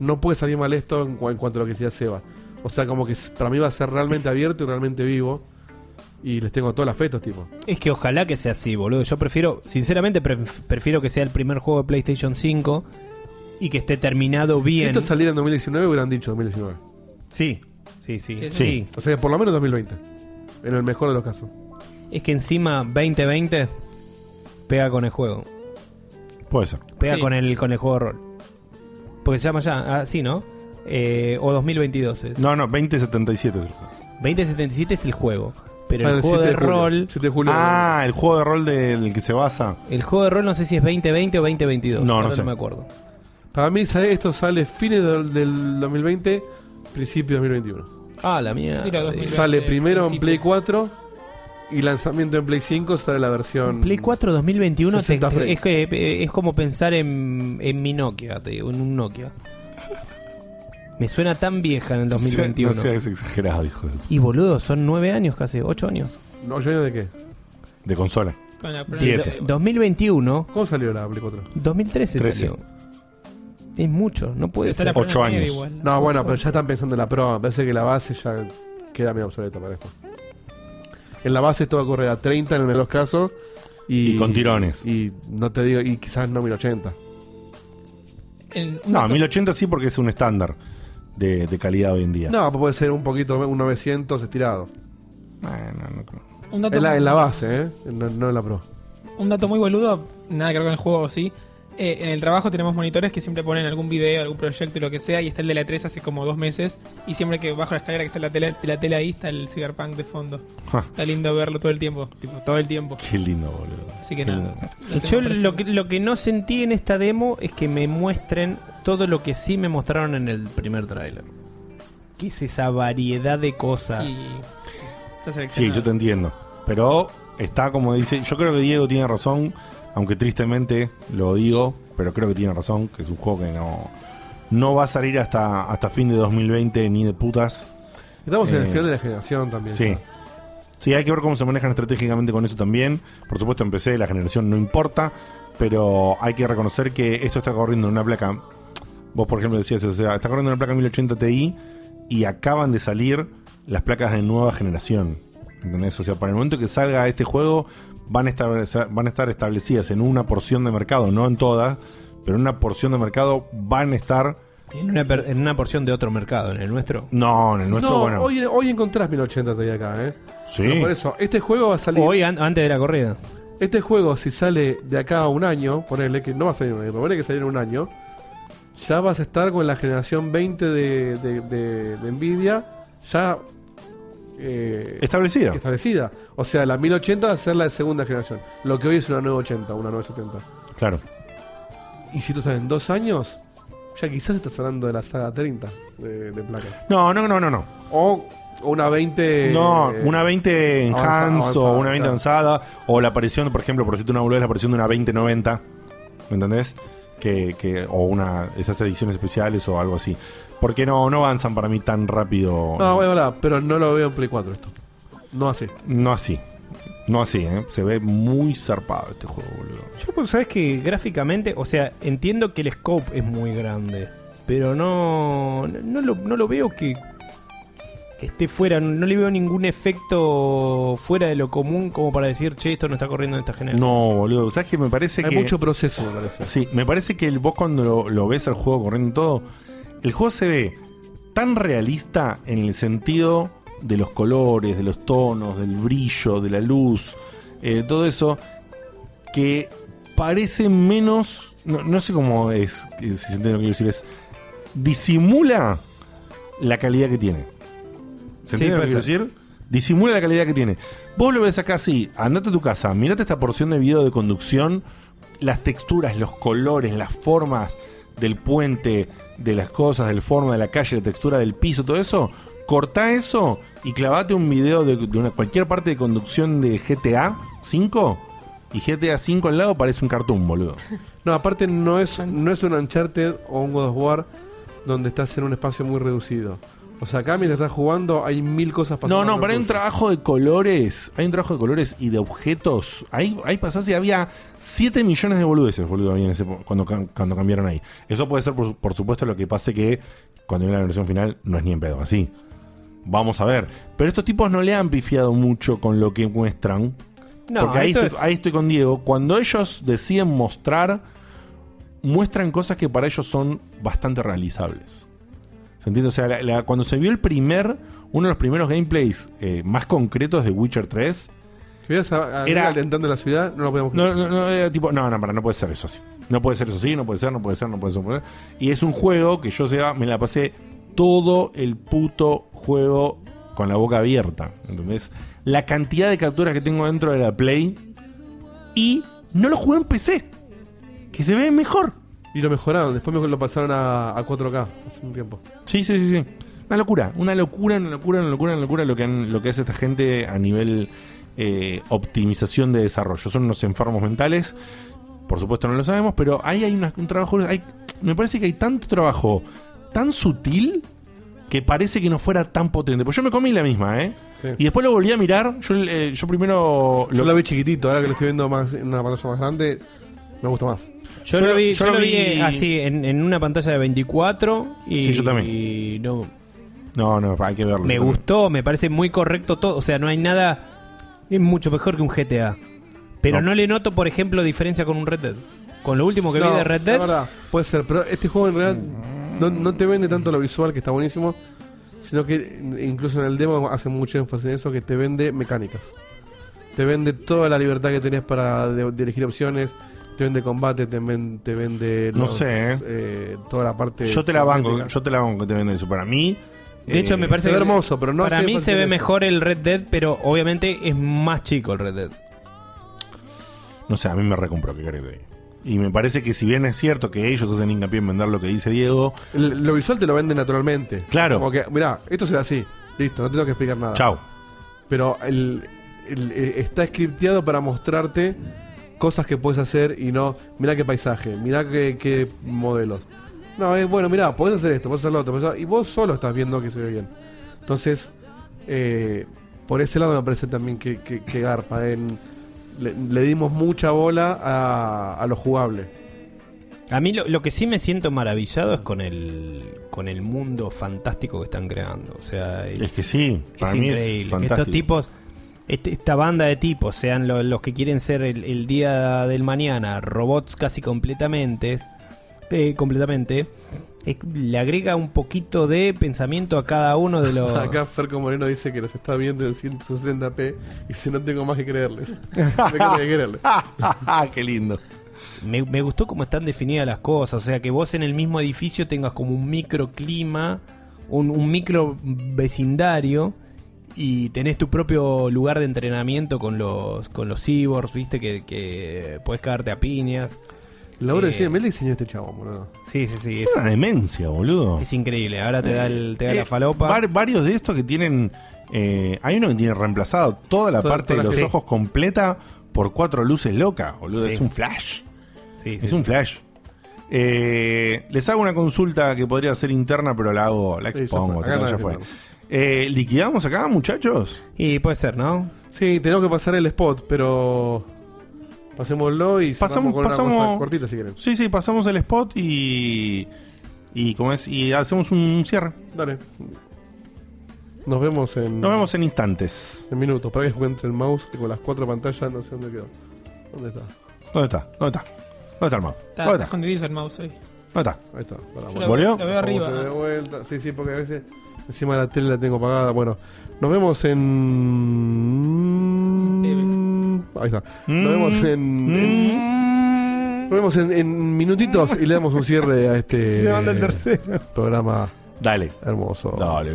S5: no puede salir mal esto en, cu- en cuanto a lo que decía Seba. O sea, como que s- para mí va a ser realmente abierto y realmente vivo. Y les tengo todas las fetos, tipo.
S4: Es que ojalá que sea así, boludo. Yo prefiero, sinceramente, pref- prefiero que sea el primer juego de PlayStation 5 y que esté terminado
S5: Si
S4: bien.
S5: esto saliera en 2019, hubieran dicho 2019.
S4: Sí, sí, sí.
S3: Sí,
S2: sí.
S5: O sea, por lo menos 2020. En el mejor de los casos.
S4: Es que encima 2020 pega con el juego.
S2: Puede ser.
S4: Pega
S3: Sí.
S4: con el con el juego de rol. Porque se llama ya así, ¿no? Eh, o 2022 es.
S2: No, no, 2077.
S4: 2077 es el juego. Pero
S5: Sale
S4: el juego
S5: 7
S4: de
S5: julio.
S4: rol.
S5: 7 de julio.
S2: Ah, el juego de rol del que se basa.
S4: El juego de rol no sé si es 2020 o 2022.
S2: No, no
S4: ahora
S2: sé.
S4: me acuerdo.
S5: Para mí, ¿sabes? esto sale fines del, del 2020, principio de 2021.
S4: Ah, la mía.
S3: Mira, 2020.
S5: Sale primero en
S3: principios.
S5: Play 4 y lanzamiento en Play 5 sale la versión.
S4: Play 4 2021 te-
S5: 60 frames.
S4: es, que, eh, es como pensar en, en mi Nokia, te digo, en un Nokia. Me suena tan vieja en el 2021.
S2: No seas exagerado, hijo de,
S4: Y boludo, son nueve años casi, ocho años.
S5: ¿No, yo año de qué?
S2: de consola.
S3: Con la
S2: Sí,
S4: Do- 2021,
S5: ¿Cómo salió la Play 4?
S4: 2013
S2: Trece.
S4: salió. Es mucho, no puede
S3: Está la
S4: ser.
S2: ocho
S3: primera
S2: años.
S3: media igual.
S5: No, bueno, pero ya están pensando en la prueba. Me parece que la base ya queda medio obsoleta para esto. En la base esto va a correr a 30 en los casos. Y,
S2: Y con tirones.
S5: Y no te digo, y quizás no 1080.
S3: En- un
S2: No,
S3: dato-
S2: 1080 sí porque es un estándar de, de calidad hoy en día.
S5: No, pues puede ser un poquito, un 900 estirado.
S2: Bueno, no-
S3: un dato
S5: En la,
S3: muy-
S5: en la base, ¿eh? No, no en la pro.
S3: Un dato muy boludo, nada que ver con el juego, sí. Eh, en el trabajo tenemos monitores que siempre ponen algún video, algún proyecto, lo que sea, y está el de la 3 hace como dos meses. Y siempre que bajo la escalera que está la tele, la tele ahí, está el Cyberpunk de fondo.
S2: Ja.
S3: Está lindo verlo todo el tiempo, tipo, todo el tiempo.
S2: Qué lindo, boludo.
S3: Así que
S2: Qué
S3: nada.
S2: lindo.
S3: la tengo
S4: Yo
S3: presente.
S4: lo que, lo que no sentí en esta demo es que me muestren todo lo que sí me mostraron en el primer tráiler. Que es esa variedad de cosas.
S3: Y. está
S2: Sí,
S3: seleccionado.
S2: yo te entiendo. Pero está como dice, yo creo que Diego tiene razón, aunque tristemente lo digo, pero creo que tiene razón, que es un juego que no, no va a salir hasta, hasta fin de 2020 ni de putas.
S5: Estamos en el
S2: Eh,
S5: final de la generación también.
S2: Sí. Sí, hay que ver cómo se manejan estratégicamente con eso también. Por supuesto, en PC la generación no importa, pero hay que reconocer que esto está corriendo en una placa. Vos, por ejemplo, decías, o sea, está corriendo en una placa 1080 Ti y acaban de salir las placas de nueva generación. ¿Entendés? O sea, para el momento que salga este juego, van a estar, van a estar establecidas en una porción de mercado, no en todas, pero en una porción de mercado van a estar.
S4: En, una per- en una porción de otro mercado, en el nuestro.
S2: No, en el nuestro,
S5: No,
S2: bueno.
S5: hoy, hoy encontrás 1080 todavía acá, ¿eh? Pero
S2: sí.
S5: por eso, este juego va a salir.
S4: Hoy, an- antes de la corrida.
S5: Este juego, si sale de acá a un año, ponele que no va a salir en un año, pero ponele que saliera en un año, ya vas a estar con la generación 20 de, de, de- de Nvidia ya eh,
S2: Establecida.
S5: establecida. O sea, la 1080 va a ser la de segunda generación. Lo que hoy es una 980, una 970.
S2: Claro.
S5: Y si tú sales en dos años, ya quizás estás hablando de la saga 30 de, de placas.
S2: No, no, no, no, no.
S5: O, o una 20.
S2: No,
S5: eh,
S2: una 20 en
S5: avanza-
S2: Hans
S5: avanzada,
S2: o una 20
S5: claro.
S2: avanzada. O la aparición, por ejemplo, por decirte una boludez, la aparición de una 2090. ¿Me entendés? Que, que, o una esas ediciones especiales o algo así. Porque no, no avanzan para mí tan rápido.
S5: No, es verdad, pero no lo veo en Play 4 esto. No así.
S2: No así. No así, ¿eh? Se ve muy zarpado este juego, boludo.
S4: Yo, pues, sabes que gráficamente, o sea, entiendo que el scope es muy grande, pero no, no, no lo, no lo veo que, que esté fuera, no, no le veo ningún efecto fuera de lo común como para decir, che, esto no está corriendo en esta generación.
S2: No, boludo. ¿Sabes que me parece
S5: Hay
S2: que.
S5: mucho proceso, me parece.
S2: Sí, me parece que el, vos cuando lo, lo ves al juego corriendo y todo, el juego se ve tan realista en el sentido de los colores, de los tonos, del brillo, de la luz, eh, todo eso, que parece menos, no, no sé cómo es, eh, si se entiende lo que quiero decir, es, disimula la calidad que tiene. ¿Se
S4: Sí,
S2: entiende lo que quiero
S4: puede ser.
S2: decir? Disimula la calidad que tiene. Vos lo ves acá así, andate a tu casa, mirate esta porción de video de conducción, las texturas, los colores, las formas del puente, de las cosas, del forma de la calle, la textura del piso, todo eso. Cortá eso y clavate un video de, de una, cualquier parte de conducción de GTA 5 y GTA 5 al lado parece un cartoon, boludo.
S5: No, aparte no es, no es un Uncharted o un God of War donde estás en un espacio muy reducido. O sea, acá mientras estás jugando hay mil cosas pasando.
S2: No, no, pero hay un
S5: tuyo.
S2: trabajo de colores. Hay un trabajo de colores y de objetos. Ahí, ahí pasás y había 7 millones de boludeces, boludo, ahí en ese po- cuando, cam- cuando cambiaron ahí. Eso puede ser, por, su- por supuesto, lo que pase que cuando viene la versión final no es ni en pedo, así. Vamos a ver. Pero estos tipos no le han pifiado mucho con lo que muestran. porque ahí
S4: esto
S2: estoy,
S4: es-
S2: ahí estoy con Diego. Cuando ellos deciden mostrar, muestran cosas que para ellos son bastante realizables. ¿Se entiende? O sea, la- la- cuando se vio el primer, uno de los primeros gameplays eh, más concretos de Witcher 3,
S5: Si hubieras a- a-
S2: Era-
S5: alentando la ciudad, no lo podíamos
S2: no, no, no, era tipo, no, no, para, no puede ser eso así. No puede ser eso así, no puede ser, no puede ser, no puede ser. no puede ser. Y es un juego que yo se me la pasé todo el puto juego con la boca abierta. ¿Entendés? La cantidad de capturas que tengo dentro de la Play y no lo jugué en PC. Que se ve mejor.
S5: Y lo mejoraron, después me lo pasaron a, a 4K hace un tiempo.
S2: Sí, sí, sí, sí. Una locura, una locura, una locura, una locura, una locura lo que, han- lo que hace esta gente a nivel eh, optimización de desarrollo. Son unos enfermos mentales. Por supuesto no lo sabemos, pero ahí hay una- un trabajo. hay- me parece que hay tanto trabajo tan sutil que parece que no fuera tan potente. Pues yo me comí la misma, ¿eh?
S5: Sí.
S2: Y después lo volví a mirar. Yo, eh, yo primero.
S5: Yo
S2: lo-
S5: lo vi chiquitito, ahora que lo estoy viendo más en una pantalla más grande, me gusta más.
S4: Yo,
S2: Yo
S4: lo
S2: lo-
S4: vi,
S2: yo
S4: yo
S2: lo
S4: lo vi,
S2: vi-
S4: eh, así en, en una pantalla de 24 y,
S2: Sí, yo también.
S4: y no,
S2: No, no, hay que verlo.
S4: me gustó, me parece muy correcto todo, o sea, no hay nada es mucho mejor que un GTA. Pero
S2: No.
S4: no, le noto, por ejemplo, diferencia con un Red Dead. Con lo último que
S5: No,
S4: vi de Red
S5: la
S4: Dead,
S5: verdad, puede ser, pero este juego en realidad
S2: Mm.
S5: no, no te vende tanto lo visual, que está buenísimo, sino que incluso en el demo hace mucho énfasis en eso, que te vende mecánicas. Te vende toda la libertad que tenés para de, de elegir opciones, te vende combate, te, ven- te vende...
S2: No sé, eh.
S5: eh, toda la parte...
S2: Yo te la banco,
S5: cinemática.
S2: yo te la banco que te venden eso. Para mí.
S4: de hecho, me parece
S5: eh, se ve
S4: que-
S5: hermoso, pero no
S4: para
S5: hace
S4: mí se ve
S5: eso.
S4: mejor el Red Dead, pero obviamente es más chico el Red Dead.
S2: No sé, a mí me recompró, ¿qué querés que te diga? Y me parece que si bien es cierto que ellos hacen hincapié en vender lo que dice Diego,
S5: El- lo visual te lo vende naturalmente.
S2: Claro.
S5: Como que, mirá, esto será así. Listo, no te tengo que explicar
S4: Ah,
S5: nada.
S2: chau.
S5: Pero el, el- eh, está scripteado para mostrarte cosas que puedes hacer y no, mirá qué paisaje, mirá qué, qué modelos. No, es bueno, mirá, podés hacer esto, podés hacer lo otro. podés hacer- Y vos solo estás viendo que se ve bien. Entonces, eh, por ese lado me parece también que, que- que garpa. En, le, le dimos mucha bola a, a lo jugable.
S4: A mí lo, lo que sí me siento maravillado es con el con el mundo fantástico que están creando. O sea, es,
S2: Es que sí,
S4: es
S2: para mí
S4: increíble.
S2: es
S4: que
S2: fantástico.
S4: estos tipos, este- esta banda de tipos, sean lo- los que quieren ser el, el día del mañana, robots casi completamente, eh, completamente, es- le agrega un poquito de pensamiento a cada uno de los.
S5: Acá Ferco Moreno dice que los está viendo en 160p y dice no tengo más que creerles. No tengo más que creerles.
S2: Ah, ¡Qué lindo!
S4: Me, me gustó cómo están definidas las cosas. O sea, que vos en el mismo edificio tengas como un microclima, un, un micro vecindario y tenés tu propio lugar de entrenamiento con los con los cyborgs, viste, que, que puedes cagarte a piñas.
S5: Laura
S4: Eh.
S5: decía, me diseñó este chavo, boludo.
S4: Sí, sí, sí.
S2: Es una demencia, boludo.
S4: Es increíble. Ahora te da, el, te da
S2: Ah. Eh,
S4: la falopa.
S2: var- varios de estos que tienen. eh, hay uno que tiene reemplazado toda la
S5: Toda-
S2: parte
S5: toda
S2: de
S5: la
S2: los
S5: gente.
S2: ojos completa por cuatro luces locas, boludo.
S4: Sí.
S2: Es un flash.
S4: Sí, sí.
S2: Es un flash. Eh, les hago una consulta que podría ser interna, pero la hago, la
S5: Sí, ya
S2: expongo.
S5: fue. Acá
S2: total, ya
S5: no
S2: fue.
S5: decimos.
S2: Eh, ¿Liquidamos acá, muchachos?
S4: Y puede ser, ¿no?
S5: Sí, tenemos que pasar el spot, pero pasémoslo y
S2: Pasamos-
S5: cerramos con una
S2: pasamos-
S5: cosa cortita si quieren.
S2: Sí, sí, pasamos el spot y. Y, ¿cómo es? y hacemos un cierre.
S5: Dale. Nos vemos en,
S2: Nos vemos en instantes.
S5: en minutos. Para que encuentre el mouse que con las cuatro pantallas no sé dónde quedó. ¿Dónde está?
S2: ¿Dónde está? ¿Dónde está? ¿Dónde está el mouse?
S3: Está,
S2: ¿Dónde
S3: está
S2: está?
S3: escondidizo el mouse hoy.
S2: ¿Dónde está?
S5: Ahí está. Pará,
S3: Yo
S5: bueno.
S3: lo-
S2: ¿Volvió?
S3: Lo veo
S5: Vamos a hacer de
S3: arriba.
S5: vuelta. Sí, sí, porque a veces encima la tele la tengo apagada. Bueno, nos vemos en. Ahí está.
S2: Mm.
S5: Nos vemos en. en- Nos vemos en, en minutitos y le damos un cierre a este
S4: tercero.
S5: programa
S2: Dale.
S5: hermoso.
S2: Dale.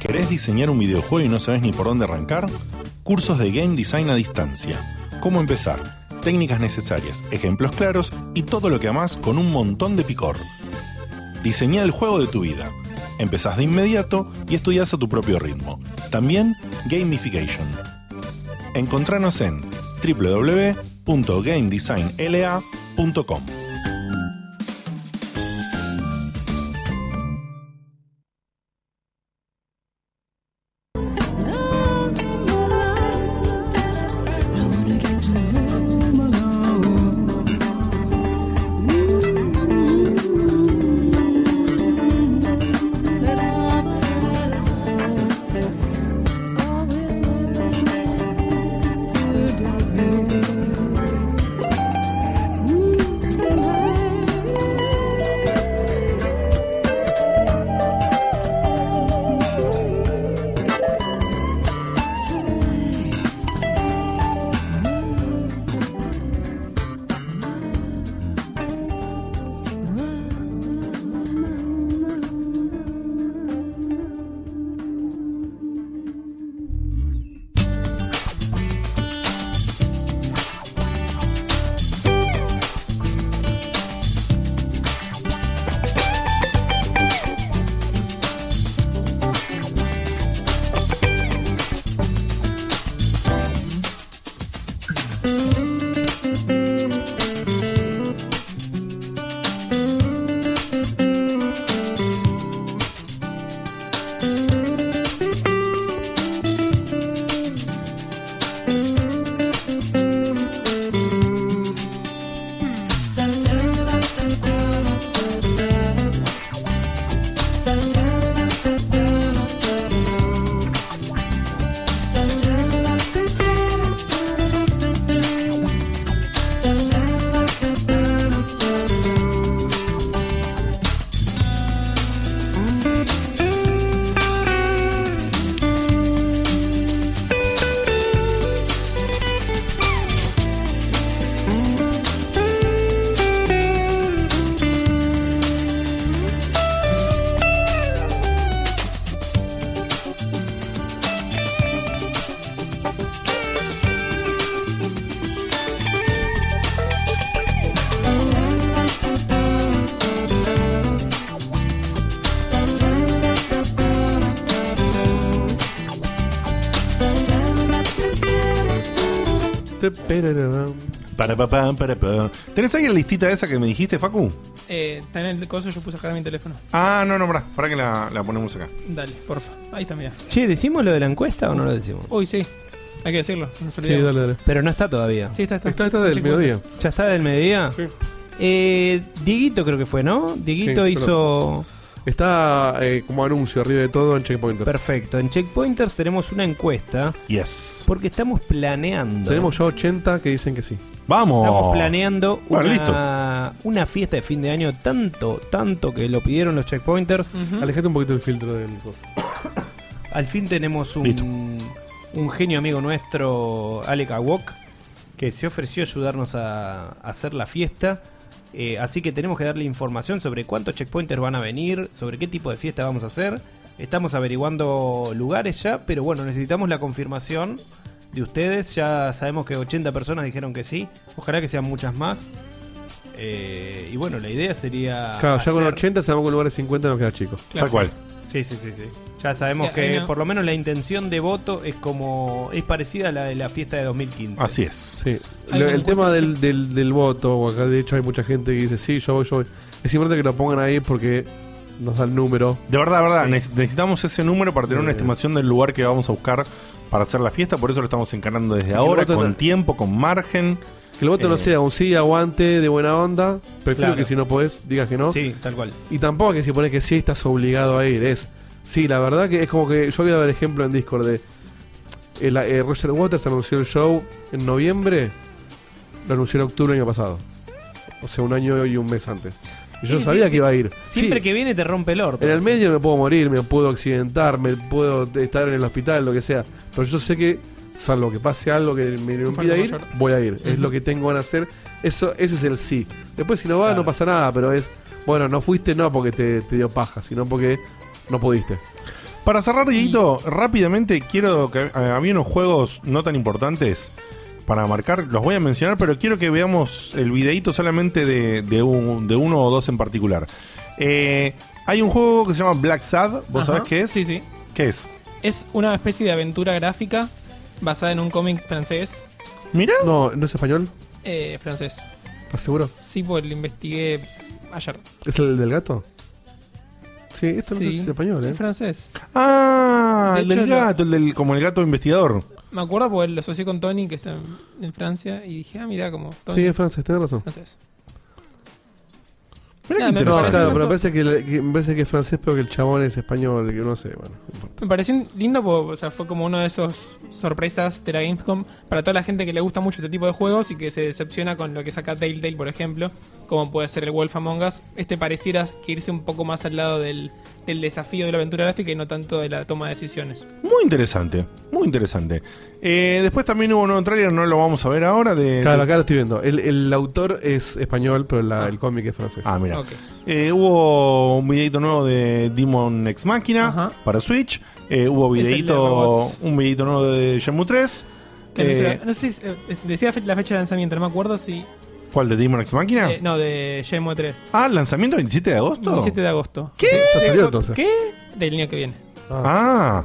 S2: ¿Querés diseñar un videojuego y no sabes ni por dónde arrancar? Cursos de Game Design a distancia. ¿Cómo empezar? Técnicas necesarias, ejemplos claros y todo lo que amás con un montón de picor. Diseñá el juego de tu vida. Empezás de inmediato y estudiás a tu propio ritmo. También gamification. Encontranos en www.gamedesignla.com.
S7: Always
S2: Para pa, pam, para pa. ¿Tenés ahí la listita esa que me dijiste, Facu?
S3: Eh, está en el coso, yo puse acá mi teléfono.
S2: Ah, no, no, pará, pará que la, la ponemos acá.
S3: Dale, porfa. Ahí está, mirá.
S4: Che, ¿decimos lo de la encuesta o no lo decimos?
S3: Uy, sí. Hay que decirlo. No se
S5: Sí,
S3: olvidó.
S5: dale, dale.
S4: Pero no está todavía.
S3: Sí, está, está.
S5: Esta, esta del
S3: Check
S5: mediodía.
S4: ¿Ya está del mediodía?
S5: Sí.
S4: Eh, Dieguito creo que fue, ¿no? Dieguito
S5: Sí,
S4: hizo...
S5: Está eh, como anuncio arriba de todo en Checkpoint.
S4: Perfecto. En Checkpointers tenemos una encuesta
S2: Yes.
S4: porque estamos planeando.
S5: Tenemos ya 80 que dicen que sí.
S2: Vamos.
S4: Estamos planeando
S2: Oh. Bueno,
S4: una, una fiesta de fin de año tanto, tanto que lo pidieron los checkpointers.
S2: Mm.
S3: Ujú.
S5: Alejate un poquito el filtro del coso.
S4: Ah, Al fin tenemos
S2: Listo.
S4: un, un genio amigo nuestro, Alec Awok, que se ofreció a ayudarnos a, a hacer la fiesta. Eh, así que tenemos que darle información sobre cuántos checkpointers van a venir, sobre qué tipo de fiesta vamos a hacer. Estamos averiguando lugares ya, pero bueno, necesitamos la confirmación de ustedes. Ya sabemos que 80 personas dijeron que sí. Ojalá que sean muchas más. Eh, y bueno, la idea sería.
S5: Claro, ya con
S4: hacer-
S5: 80 se con lugares 50 nos queda chico.
S2: Tal cual.
S4: Sí, sí, sí, sí. Ya sabemos
S3: Sí, ahí
S4: que
S3: no.
S4: por lo menos la intención de voto es como es parecida a la de la fiesta de 2015.
S2: Así es.
S5: Sí.
S3: Hay
S5: Lo-
S3: una
S5: el tema
S3: encuesta,
S5: del, del, del voto, o acá de hecho hay mucha gente que dice, sí, yo voy, yo voy. Es importante que lo pongan ahí porque nos da el número.
S2: De verdad, de verdad, nece- necesitamos ese número para tener una estimación del lugar que vamos a buscar para hacer la fiesta, por eso lo estamos encarando desde
S5: el
S2: ahora,
S5: voto
S2: con
S5: no-
S2: tiempo, con margen.
S5: Que el voto no
S2: Eh.
S5: sea un sí, aguante, de buena onda. Prefiero
S4: Claro.
S5: que si no podés, digas que no.
S4: Sí, tal cual.
S5: Y tampoco que si pones que sí, estás obligado a ir. Es, sí, la verdad que es como que yo voy a ver ejemplo en Discord de. eh, la- eh, Roger Waters anunció el show en noviembre, lo anunció en octubre del año pasado. O sea, un año y un mes antes. Y Yo
S4: Sí,
S5: sabía
S4: sí,
S5: que iba a ir.
S4: Siempre
S5: Sí,
S4: que viene te rompe el orto.
S5: En el
S4: Sí.
S5: medio me puedo morir, me puedo accidentar, me puedo estar en el hospital, lo que sea. Pero yo sé que, salvo que pase algo que me impida
S3: fuerza
S5: ir,
S3: mayor.
S5: voy a ir. Es lo que tengo ganas de hacer. Eso, ese es el sí. Después si no va,
S4: Claro.
S5: no pasa nada, pero es, bueno, no fuiste no porque te, te dio paja, sino porque no pudiste.
S2: Para cerrar, Dieguito, rápidamente quiero que eh, había unos juegos no tan importantes para marcar, los voy a mencionar, pero quiero que veamos el videíto solamente de, de un- de uno o dos en particular. Eh, hay un juego que se llama Black Sad, ¿vos
S3: Ajá.
S2: sabés qué es?
S3: Sí, sí.
S2: ¿Qué es?
S3: Es una especie de aventura gráfica basada en un cómic francés.
S2: Mira,
S5: No, ¿no es español?
S3: Eh, francés.
S5: ¿Estás seguro?
S3: Sí, pues lo investigué ayer.
S5: ¿Es el del gato? Sí, esto no
S3: Sí.
S5: es español, ¿eh?
S3: Es francés.
S2: ah,
S3: De
S2: el del
S3: hecho, la-
S2: gato, el del, como el gato investigador.
S3: Me acuerdo porque lo asocié con Tony, que está en, en Francia, y dije, ah, mirá, como Tony.
S5: Sí, es francés, tenés razón.
S3: francés.
S2: Mira
S3: Ya,
S2: qué
S3: me
S5: No,
S2: interesante.
S3: parece
S5: claro,
S3: un
S5: pero me
S3: poco-
S5: parece que, el- que- me parece que es francés, pero que el chabón es español, que no sé, bueno. no importa.
S3: Me pareció un- lindo, porque, o sea, fue como uno de esos sorpresas de la Gamescom para toda la gente que le gusta mucho este tipo de juegos y que se decepciona con lo que saca Telltale, por ejemplo, como puede ser el Wolf Among Us. Este pareciera que irse un poco más al lado del, del desafío de la aventura gráfica y no tanto de la toma de decisiones.
S2: Muy interesante, muy interesante. Eh, después también hubo un nuevo trailer, no lo vamos a ver ahora. De,
S5: Claro, acá lo estoy viendo. El, el autor es español, pero la- el cómic es francés.
S2: Ah, mira.
S3: Ok.
S2: Eh, hubo un videito nuevo de Demon Ex Machina
S3: Ajá.
S2: para Switch. Eh, hubo
S3: Es el de
S2: videito,
S3: robots.
S2: un videito nuevo de Shenmue 3.
S3: Que no sé-
S2: Eh,
S3: no sé si eh, decía fe- la fecha de lanzamiento, no me acuerdo si.
S2: ¿Cuál de Demon Ex Machina?
S3: eh, no, de Shenmue 3.
S2: Ah, lanzamiento 27 de agosto.
S3: 17 de agosto
S2: ¿Qué?
S5: Ya salió entonces.
S4: ¿Qué?
S3: del año que viene.
S2: Ah,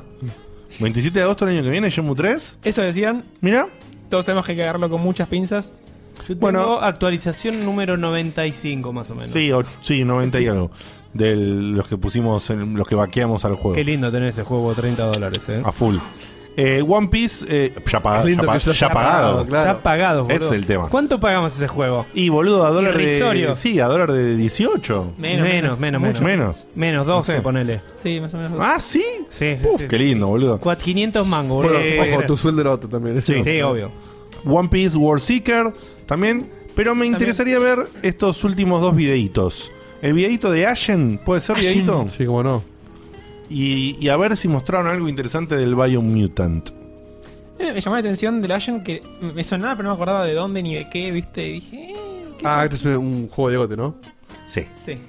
S2: 27 de agosto del año que viene, Shenmue 3.
S3: Eso decían,
S2: Mira,
S3: todos sabemos que hay que agarrarlo con muchas pinzas.
S4: Yo tengo
S2: Bueno.
S4: actualización número 95 más o menos.
S2: sí, o- sí, 90 y algo. De los que pusimos, en- los que vaqueamos al juego.
S4: Qué lindo tener ese juego 30 dólares, eh.
S2: A full. Eh, One Piece, eh, ya, pa-
S5: Qué lindo
S2: ya pa-
S5: que ya
S2: ya
S5: sea
S2: pagado.
S5: claro.
S4: Ya pagado,
S2: Ese
S4: boludo.
S2: es el tema.
S4: ¿Cuánto pagamos ese juego?
S2: Y boludo, a dólar de.
S4: Irrisorio.
S2: Sí, a dólar de 18.
S3: Menos, menos.
S4: menos,
S2: Mucho menos.
S4: Menos 12,
S2: No sé.
S4: ponele.
S3: Sí, más o menos.
S2: Ah, sí.
S4: Sí, sí,
S2: Uf,
S4: sí,
S2: qué
S4: sí.
S2: lindo, boludo.
S4: 500 mangos, boludo.
S5: Bueno,
S4: no se puede
S5: ojo,
S4: creer.
S5: tu sueldo era otro también.
S4: Sí,
S5: ¿eh?
S4: sí, obvio.
S2: One Piece World Seeker también. Pero me
S3: También.
S2: interesaría ver estos últimos dos videitos. El videito de Ashen, ¿puede ser videito?
S5: Sí, como no.
S2: Y, y a ver si mostraron algo interesante del Biomutant.
S3: Eh, Me llamó la atención del Ashen que me sonaba, pero no me acordaba de dónde ni de qué, ¿viste? Y dije, eh, ¿qué
S5: Ah, este es un, un juego de gote, ¿no?
S2: Sí.
S3: Sí.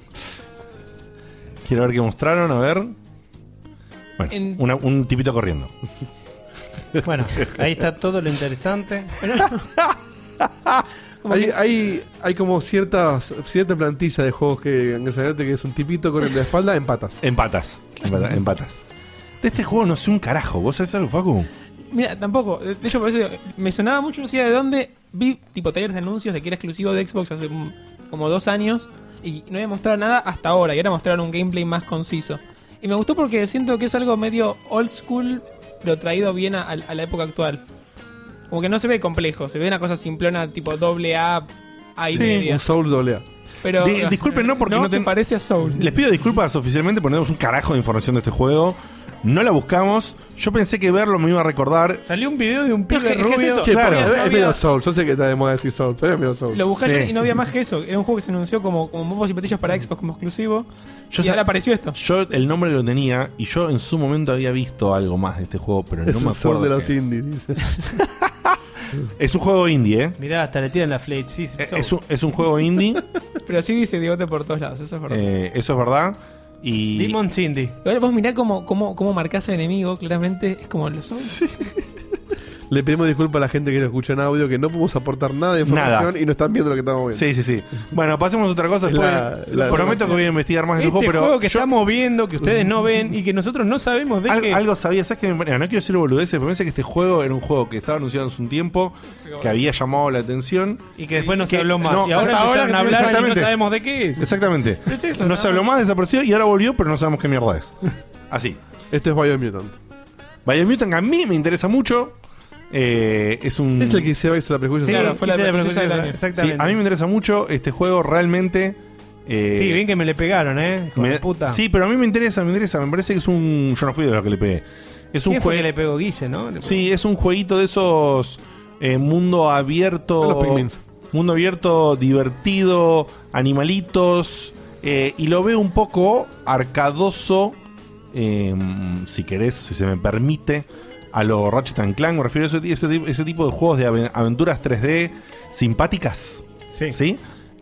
S2: Quiero ver qué mostraron, a ver. Bueno,
S3: En-
S2: una- un tipito corriendo.
S4: Bueno, ahí está todo lo interesante.
S5: Hay, hay, hay como ciertas, cierta plantilla de juegos que en el salete que es un tipito con el de la espalda en patas.
S2: En patas. En, pata- en patas. De este juego no sé un carajo. ¿Vos sabés algo, Facu?
S3: Mira, tampoco. De de hecho, por eso me sonaba mucho, no sé de dónde. Vi tipo talleres de anuncios de que era exclusivo de Xbox hace un- como dos años y no había mostrado nada hasta ahora. Y ahora mostraron un gameplay más conciso. Y me gustó porque siento que es algo medio old school, pero traído bien a, a la época actual. Como que no se ve complejo, se ve una cosa simplona tipo doble A, A y
S2: Sí,
S5: Un
S3: media.
S5: Soul doble A.
S3: Pero,
S2: Di- disculpen, no, porque no
S3: se
S2: ten-
S3: parece a Soul.
S2: Les pido disculpas oficialmente porque no tenemos un carajo de información de este juego. No la buscamos. Yo pensé que verlo me iba a recordar.
S4: Salió un video de un
S3: No,
S4: pibe
S3: es que- es que es
S4: rubio.
S3: eso.
S5: Che,
S3: Claro.
S5: pero es-
S3: No
S5: es
S3: había-
S5: medio Soul. Yo sé que está de moda decir Soul, pero es medio Soul.
S3: Lo buscé ayer
S2: Sí.
S3: y no había más que eso. Era un juego que se anunció como, como bombos y platillos para Xbox como exclusivo.
S2: Yo
S3: y
S2: sa-
S3: ahora apareció esto.
S2: Yo el nombre lo tenía y yo en su momento había visto algo más de este juego, pero
S5: es
S2: no
S5: un
S2: me
S5: Soul
S2: acuerdo.
S5: de
S2: qué
S5: los
S2: es.
S5: indies, dice.
S2: Es un juego indie, ¿eh?
S4: Mirá, hasta le tiran la flecha. Sí, sí,
S2: Es
S4: Soul.
S2: es un, es un juego indie,
S3: Pero así dice Diegote por todos lados, eso es verdad.
S2: eh, eso es verdad. Y
S4: Demon Cindy.
S3: Igual vos mirá cómo, cómo, cómo marcás al enemigo, claramente es como los Souls.
S5: Le pedimos disculpas a la gente que lo escucha en audio, que no podemos aportar nada de información
S2: Nada.
S5: y no están viendo lo que estamos viendo.
S2: Sí, sí, sí. Bueno, pasemos a otra cosa.
S5: Es
S2: después.
S5: la- la-
S2: Prometo que voy a investigar más de
S4: Este
S2: este juego, pero
S4: juego que
S2: yo-
S4: estamos viendo, que ustedes no ven y que nosotros no sabemos de
S2: Al-
S4: qué.
S2: algo sabía, ¿sabes qué? me- mira, no quiero decir boludeces, pero me parece que este juego era un juego que estaba anunciado hace un tiempo, que había llamado la atención.
S4: y que después no
S2: que-
S4: se habló más.
S2: no,
S4: y ahora
S2: hasta ahora
S4: empezaron
S2: que-
S4: a hablar y no
S2: exactamente.
S4: sabemos de qué es.
S2: Exactamente.
S3: Es eso,
S2: no
S3: nada
S2: se habló más, desapareció y ahora volvió, pero no sabemos qué mierda es. Así.
S5: Este es Biomutant.
S2: Biomutant a mí me interesa mucho. Eh, es un.
S5: Es el que se va a la prejuicio.
S3: Sí, claro, fue la
S4: Esa es
S3: prejuicio del
S4: prejuicio-
S3: año.
S2: Sí,
S4: Exactamente.
S2: a mí me interesa mucho este juego realmente. eh,
S4: Sí, bien que me le pegaron, ¿eh? Hijo
S2: me-
S4: de puta.
S2: Sí, pero a mí me interesa, me interesa. Me parece que es un. Yo no fui de los que le pegué. Es un
S4: ¿Quién fue que
S2: juego.
S4: le pegó Guille, no? Le pegó.
S2: Sí, es un jueguito de esos eh, mundo
S5: A los
S2: abierto.
S5: Pikmins.
S2: mundo abierto, divertido, animalitos. eh, y lo veo un poco arcadoso, eh, si querés, si se me permite, a lo Ratchet and Clank. Me refiero a ese, ti- ese ti- ese tipo de juegos de aven- aventuras 3D simpáticas.
S4: Sí.
S2: ¿sí?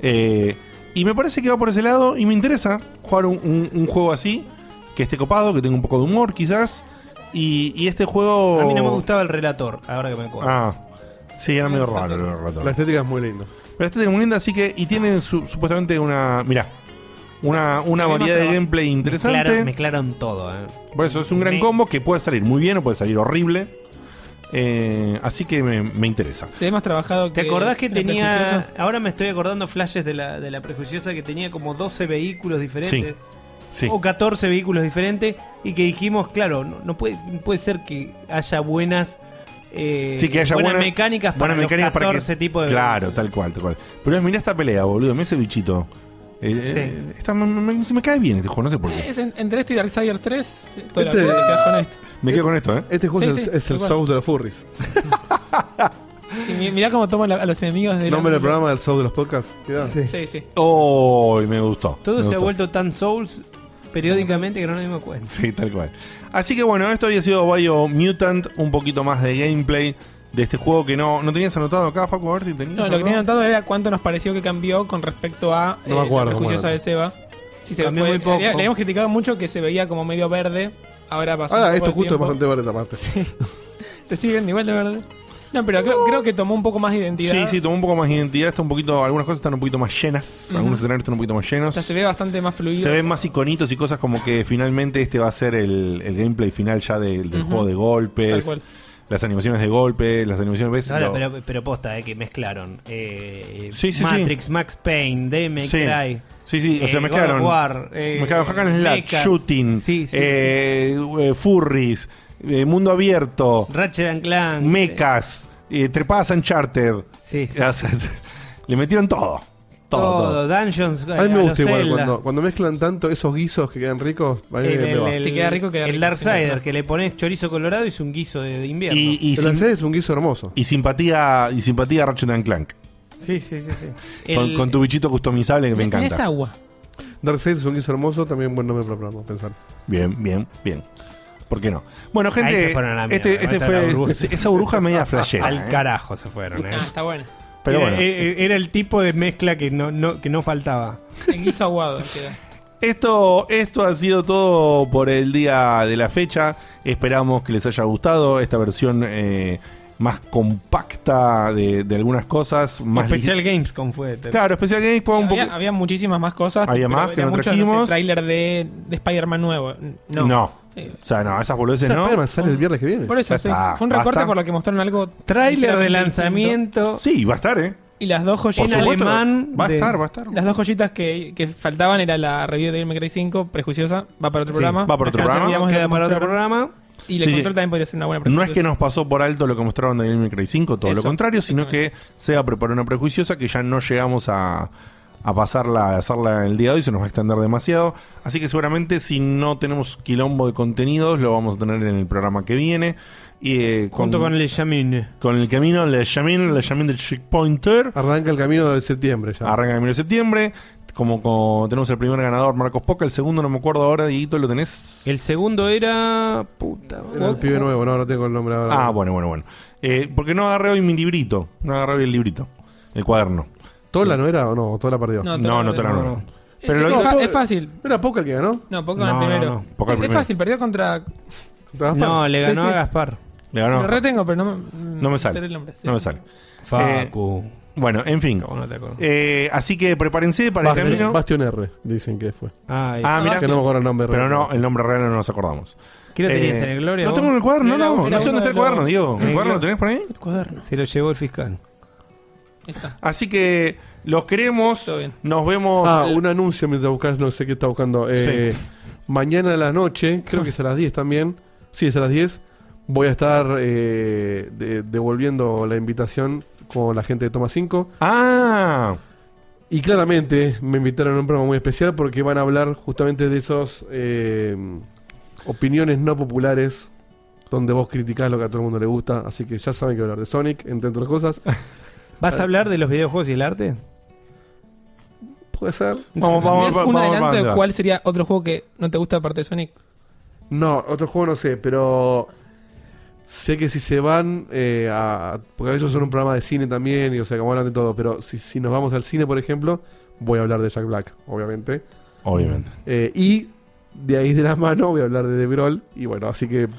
S2: Eh, y me parece que va por ese lado y me interesa jugar un, un- un juego así, que esté copado, que tenga un poco de humor quizás. Y, y este juego...
S4: A mí no me gustaba el relator, ahora que me acuerdo.
S2: Ah, sí, era medio raro el ratón.
S5: La estética es muy linda.
S2: Pero este es muy linda, así que... Y tiene su- supuestamente una... Mirá. Una, una
S3: ve más
S2: variedad de
S3: trabajo.
S2: gameplay interesante.
S4: Mezclaron, mezclaron todo, ¿eh?
S2: Por eso es un gran
S4: Me-
S2: combo que puede salir muy bien o puede salir horrible. Eh, así que me, me interesa.
S3: Se ve más trabajado
S2: Eh,
S3: que.
S4: ¿Te acordás que
S3: la
S4: tenía.
S3: prejuiciosa?
S4: Ahora me estoy acordando flashes de la, de la prejuiciosa que tenía como 12 vehículos diferentes.
S2: Sí.
S4: O 14 vehículos diferentes. Y que dijimos, claro, no, no puede, no puede ser que haya buenas. eh,
S2: Sí, que haya buenas,
S4: mecánicas para
S2: buenas mecánicas
S4: los
S2: para que-
S4: 14 tipos de
S2: Claro, tal cual, tal cual. Pero mirá esta pelea, boludo. Mirá ese bichito. Eh, eh, esta me, me- se me cae bien este juego, no sé por qué.
S3: Es en- entre esto y Darksiders 3, toda la
S5: Este-
S3: puta que quedás con esto.
S2: Me quedo con esto, ¿eh?
S5: Este juego
S3: Sí,
S5: es,
S3: sí,
S5: es el
S3: igual.
S5: Soul de los furries.
S3: Sí, mi- mirá cómo toman la- a los enemigos de.
S5: Nombre
S3: la-
S5: del programa del Soul de los podcasts. Mirá.
S3: Sí, sí.
S2: ¡Oh! Me gustó.
S4: Todo
S2: me
S4: se ha
S2: gustó.
S4: vuelto tan Souls periódicamente que no nos dimos cuenta.
S2: Sí, tal cual. Así que bueno, esto había sido Bio Mutant, un poquito más de gameplay de este juego que no, no tenías anotado acá, Facu, a ver si tenías.
S3: No, lo que
S2: anotado.
S3: tenía anotado era cuánto nos pareció que cambió con respecto a
S5: No me acuerdo,
S3: la prejuiciosa
S5: bueno.
S3: de Seba. Sí, se
S4: Cambió
S3: fue-
S4: muy poco.
S3: Le, le habíamos criticado mucho que se veía como medio verde. Ahora pasó. un
S2: Ah,
S5: Ahora, esto
S3: poco de
S5: justo es
S3: tiempo.
S5: bastante verde esta parte.
S3: Se sigue viendo igual de verde. No, pero creo, creo que tomó un poco más de identidad.
S2: Sí, sí, tomó un poco más de identidad, está un poquito, algunas cosas están un poquito más llenas, algunos escenarios están un poquito más
S3: O
S2: llenos.
S3: sea, se ve bastante más fluido.
S2: Se ven más iconitos y cosas como que finalmente este va a ser el, el gameplay final ya del, del
S3: Ujú.
S2: juego de golpes.
S3: Tal cual.
S2: Las animaciones de golpes, las animaciones ¿ves?
S4: Ahora,
S2: Lo-
S4: pero, pero posta, eh, que mezclaron. eh,
S2: Sí, sí,
S4: Matrix, Max Payne, DM,
S2: Sí.
S4: Cry.
S2: Sí, sí, o sea,
S4: eh,
S2: mezclaron.
S4: God of War, eh,
S2: mezclaron Hack and Slash,
S4: mechas.
S2: Shooting,
S4: Sí, sí,
S2: eh, eh, Furries, eh, Mundo Abierto,
S4: Ratchet and Clank. eh,
S2: Mechas, eh, Trepadas Uncharted.
S4: Sí, sí.
S2: O sea, Le metieron todo. Todo, todo.
S4: todo, Dungeons.
S5: A mí me gusta igual cuando, cuando mezclan tanto esos guisos que quedan ricos. A mí
S4: El,
S5: me
S4: el,
S5: va.
S4: el-
S3: Si queda rico, queda
S4: el
S3: rico.
S4: Darksider, que le pones chorizo colorado y es un guiso de, de invierno.
S2: Y, y
S5: El
S2: sim-
S5: Alced es un guiso hermoso.
S2: y simpatía y simpatía Ratchet and Clank.
S4: Sí, sí, sí. sí.
S2: Con,
S4: El-
S2: con tu bichito customizable que me
S3: Mirá
S2: encanta.
S3: esa agua.
S5: Darkseid es un guiso hermoso, también buen nombre para el programa, pensar.
S2: Bien, bien, bien. ¿Por qué no? Bueno,
S4: Ahí
S2: gente,
S4: se fueron a la mierda.
S2: este, este
S4: Ahí está la
S2: fue
S4: burbuja.
S2: es- esa burbuja media flashera.
S4: Ah, Al
S2: ¿eh?
S4: carajo se fueron, eh.
S3: Ah, está bueno.
S2: Pero
S4: era,
S2: bueno,
S4: eh, era el tipo de mezcla que no, no- que no faltaba.
S3: El guiso aguado. queda.
S2: esto, esto ha sido todo por el día de la fecha. Esperamos que les haya gustado esta versión eh, más compacta de, de algunas cosas. Más
S4: Especial
S2: li-
S4: Gamescom fue.
S2: Claro, especial Games fue un
S3: Había,
S2: poco.
S3: había muchísimas más cosas.
S2: Había
S3: pero
S2: más que
S3: era
S2: no
S3: mucho,
S2: trajimos.
S3: sé, tráiler de, de Spider-Man nuevo. No. Eh,
S2: No.
S4: Eh.
S2: O sea, no, esas boludeces no.
S5: Spider-Man sale el viernes que viene.
S3: Por eso,
S2: Ya
S3: sí.
S2: está,
S3: Fue un recorte
S2: basta.
S3: por lo que mostraron algo.
S4: Tráiler de
S3: ligeramente
S4: lanzamiento
S2: Sí, va a estar, ¿eh?
S3: distinto. Y las dos joyitas.
S4: supuesto. alemán
S2: Va a
S4: de-
S2: estar, va a estar.
S3: Las dos joyitas que, que faltaban era la review de Devil May Cry 5, prejuiciosa, va para otro programa.
S2: va para otro
S3: Descansa,
S2: programa,
S3: olvidamos de
S4: queda para otro
S3: mostrar.
S4: programa.
S3: Y el
S2: Sí, sí.
S3: control también podría ser una buena
S2: No es que
S3: prejuiciosa.
S2: nos pasó por alto lo que mostraron de Devil May Cry 5, todo
S3: Eso,
S2: lo contrario, sino que sea preparó una prejuiciosa que ya no llegamos a, a pasarla, a hacerla en el día de hoy, se nos va a extender demasiado. Así que seguramente si no tenemos quilombo de contenidos, lo vamos a tener en el programa que viene. Y, eh,
S4: Junto con el Yamin.
S2: con el camino, le llamen, le llamen del checkpointer.
S4: Ah,
S5: Arranca el camino de septiembre ya.
S2: Arranca el camino de septiembre. Como, como tenemos el primer ganador, Marcos Poca, el segundo no me acuerdo ahora, Dieguito, ¿lo tenés?
S4: El segundo era. Puta.
S5: Era el pibe nuevo, no, no tengo el nombre ahora.
S2: Ah, bueno, bueno, bueno. Eh, porque no agarré hoy mi librito. No agarré hoy el librito. El cuaderno.
S5: ¿Tola no era o no? ¿Tola perdió?
S3: No,
S2: No,
S3: te
S2: no,
S3: lo-
S2: te lo
S3: no,
S2: agarré.
S3: Pero
S2: Pero lo
S5: dijo-
S3: es fácil.
S5: ¿No era Poca el que ganó?
S3: No, poco
S2: No,
S3: el
S2: no,
S3: primero.
S2: no, Pokémon
S3: es, es
S2: primero.
S3: fácil, perdió contra.
S5: ¿Contra Gaspar?
S4: No, le
S3: Sí,
S4: ganó
S3: sí.
S4: a Gaspar.
S2: Le ganó.
S3: Lo retengo, pero no,
S2: No me sale.
S3: el nombre, sí.
S2: No me sale.
S4: Facu.
S2: Bueno, en fin.
S4: Cómo Eh, no te acuerdas.
S2: Eh, así que prepárense para el
S5: Bastion-
S2: camino.
S5: Bastion R, dicen que fue.
S4: Ay,
S2: Ah, mirá.
S5: que no me acuerdo el nombre.
S2: Pero
S5: realmente.
S2: no, el nombre real no nos acordamos.
S4: ¿Qué lo tenías
S2: Eh,
S4: en el Gloria?
S2: No
S4: vos?
S2: tengo en el cuaderno,
S3: Era-
S2: no.
S3: era
S2: No sé dónde
S3: uno
S2: está el
S3: de
S2: cuaderno,
S3: los-
S2: Diego.
S4: en
S2: ¿El
S4: el
S2: cuaderno lo
S4: Gloria.
S2: tenés por ahí?
S3: El cuaderno.
S4: Se lo llevó el fiscal.
S3: Ahí está.
S2: Así que los queremos.
S3: Todo bien.
S2: Nos vemos.
S5: Ah,
S2: el-
S5: un anuncio mientras buscas, no sé qué está buscando. Eh, Mañana a la noche, creo que es a las 10 también. Sí, es a las 10. Voy a estar eh, de- devolviendo la invitación con la gente de Toma 5.
S2: Ah,
S5: Y claramente me invitaron a un programa muy especial porque van a hablar justamente de esos eh, opiniones no populares donde vos criticás lo que a todo el mundo le gusta. Así que ya saben que voy a hablar de Sonic, entre otras cosas.
S4: ¿Vas a hablar de los videojuegos y el arte?
S5: Puede ser.
S2: vamos, vamos,
S3: ¿Tenés
S2: vamos.
S3: un adelanto de
S2: vamos.
S3: cuál sería otro juego que no te gusta aparte de Sonic?
S5: No, otro juego no sé, pero sé que si se van eh, a. Porque ellos son un programa de cine también, y o sea, como hablan de todo, pero si, si nos vamos al cine, por ejemplo, voy a hablar de Jack Black, obviamente.
S2: Obviamente.
S5: Eh, y de ahí de la mano voy a hablar de The Brawl, y bueno, así que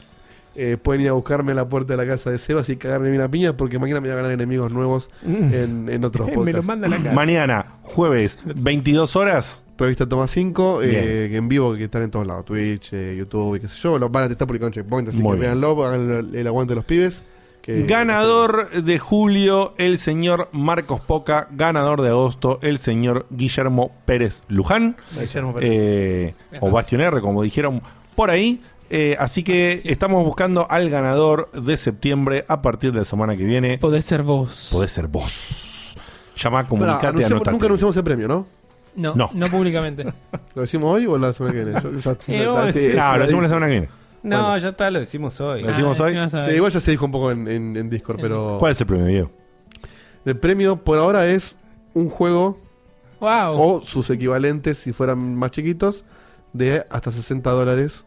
S5: eh, pueden ir a buscarme a la puerta de la casa de Sebas y cagarme bien a piña, porque mañana me voy a ganar enemigos nuevos
S2: Mm.
S5: en, en otros
S4: Eh, me lo
S5: podcasts.
S4: manda a la casa.
S2: Mañana, jueves, 22 horas.
S5: Revista Toma 5,
S2: Bien.
S5: eh, que en vivo, que están en todos lados, Twitch, eh, YouTube y qué sé yo. Lo van a estar publicando en Checkpoint, así
S2: Muy
S5: que
S2: bien.
S5: véanlo, hagan el, el aguante de los pibes. que-
S2: Ganador de julio, el señor Marcos Poca. Ganador de agosto, el señor Guillermo Pérez Luján.
S4: Guillermo Pérez.
S2: eh, o Bastion R, como dijeron por ahí. Eh, así que estamos buscando al ganador de septiembre a partir de la semana que viene.
S3: Podés ser vos.
S2: Podés ser vos. Llama,
S5: Pues- Pará,
S2: comunicate,
S5: anunciamos-
S2: anotate.
S5: nunca anunciamos el premio, ¿no?
S3: No,
S2: No.
S3: no, públicamente.
S5: ¿Lo decimos hoy o la semana que viene? Yo- ya-
S4: Eh, vos
S5: ya- sí,
S4: decís.
S2: Ah, lo hacemos la
S5: sí,
S2: semana que viene.
S4: No,
S5: Bueno.
S4: ya está, lo decimos hoy.
S2: Lo decimos
S3: Ah,
S2: hoy.
S3: encima sabés.
S5: igual ya se dijo un poco en, en- en Discord, pero
S2: ¿Cuál es el premio, Diego?
S5: el premio por ahora es un juego
S2: Oh,
S3: Wow.
S5: o sus equivalentes, si fueran más chiquitos, de hasta 60 dólares,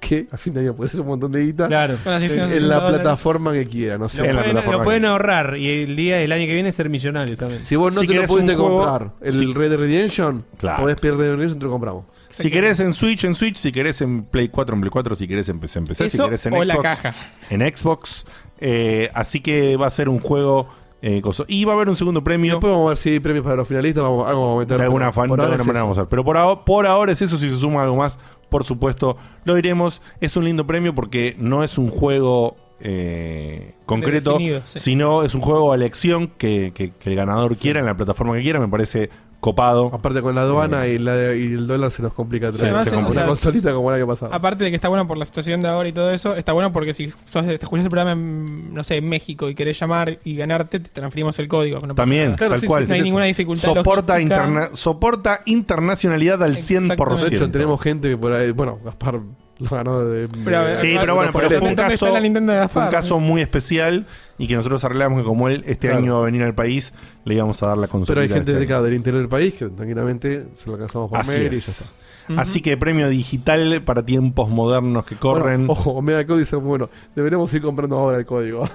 S5: que a fin de año puede ser un montón de guita,
S4: Claro.
S3: Con las
S5: en,
S3: 60
S5: en la
S3: dólares.
S5: plataforma que quieran. O
S4: Lo
S5: sea,
S2: en la
S4: pueden,
S2: plataforma.
S4: lo pueden ahorrar y el día del año que viene ser millonarios también.
S5: si vos no
S2: si
S5: te lo
S2: querés
S5: pudiste
S2: un juego-
S5: comprar, el
S2: si-
S5: Red Dead Redemption,
S2: Claro.
S5: podés pedir Red Dead Redemption, te lo compramos.
S2: Si querés en Switch, en Switch. Si querés en Play 4, en Play 4. Si querés en PC, en PC. si
S3: Eso
S2: querés en
S3: o
S2: Xbox,
S3: la caja.
S2: En Xbox. Eh, así que va a ser un juego. eh, coso. Y va a haber un segundo premio.
S5: Después vamos a ver si hay premios para los finalistas, vamos, algo vamos a meter.
S2: De alguna,
S5: pero
S2: fan-
S5: por
S2: de
S5: ahora
S2: alguna
S5: es
S2: manera
S5: eso.
S2: vamos a ver. Pero por, aho- por ahora es eso. Si se suma algo más, por supuesto, lo diremos. Es un lindo premio porque no es un juego eh, concreto,
S3: Definido, sí.
S2: sino es un juego a elección que, que- que el ganador quiera en la plataforma que quiera. Me parece copado.
S5: Aparte con la aduana y, la- y el dólar se nos complica
S2: Sí,
S5: traer
S2: se
S5: una
S2: complica.
S5: consolita como la que pasaba.
S3: Aparte de que está bueno por la situación de ahora y todo eso, está bueno porque si sos, te escuchás el programa en, no sé, en México y querés llamar y ganarte, te transferimos el código. no pasa
S2: También,
S3: nada.
S5: Claro,
S2: tal
S5: sí, sí,
S2: cual.
S3: No hay
S5: es
S3: ninguna dificultad.
S2: soporta,
S3: logística.
S2: interna- soporta internacionalidad al
S3: Exactamente.
S2: 100%.
S5: De hecho, tenemos gente que por ahí, bueno, Gaspar lo ganó de...
S3: Pero a ver,
S2: Sí,
S3: Claro,
S2: pero bueno,
S3: por
S2: pero
S3: el
S2: fue un
S3: Nintendo
S2: caso,
S3: está la Nintendo de
S2: fue un
S3: Gaspar.
S2: caso muy especial y que nosotros arreglamos que como él este
S5: Claro.
S2: año va a venir al país, le íbamos a dar la consulta. este
S5: Pero hay gente de acá, del interior del país que tranquilamente se lo alcanzamos por
S2: Así
S5: mail y ya
S2: es.
S5: está.
S2: Así que premio digital para tiempos modernos que corren.
S5: Bueno, ojo, Omega Code dice, bueno, deberíamos ir comprando ahora el código.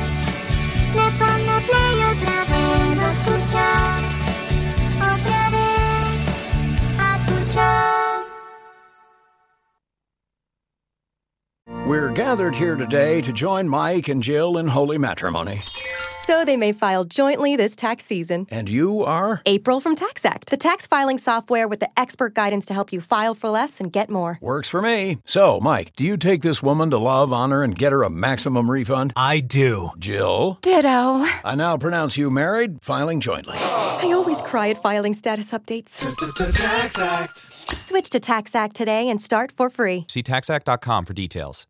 S8: Le pongo play otra vez a escuchar, otra vez a escuchar.
S9: We're gathered here today to join Mike and Jill in holy matrimony.
S10: so they may file jointly this tax season.
S9: And you are?
S10: April from TaxAct, the tax filing software with the expert guidance to help you file for less and get more.
S9: Works for me. So, Mike, do you take this woman to love, honor, and get her a maximum refund?
S11: I do.
S9: Jill,
S10: Ditto.
S9: I now pronounce you married, filing jointly.
S10: I always cry at filing status updates. Switch to TaxAct today and start for free.
S11: See taxact.com for details.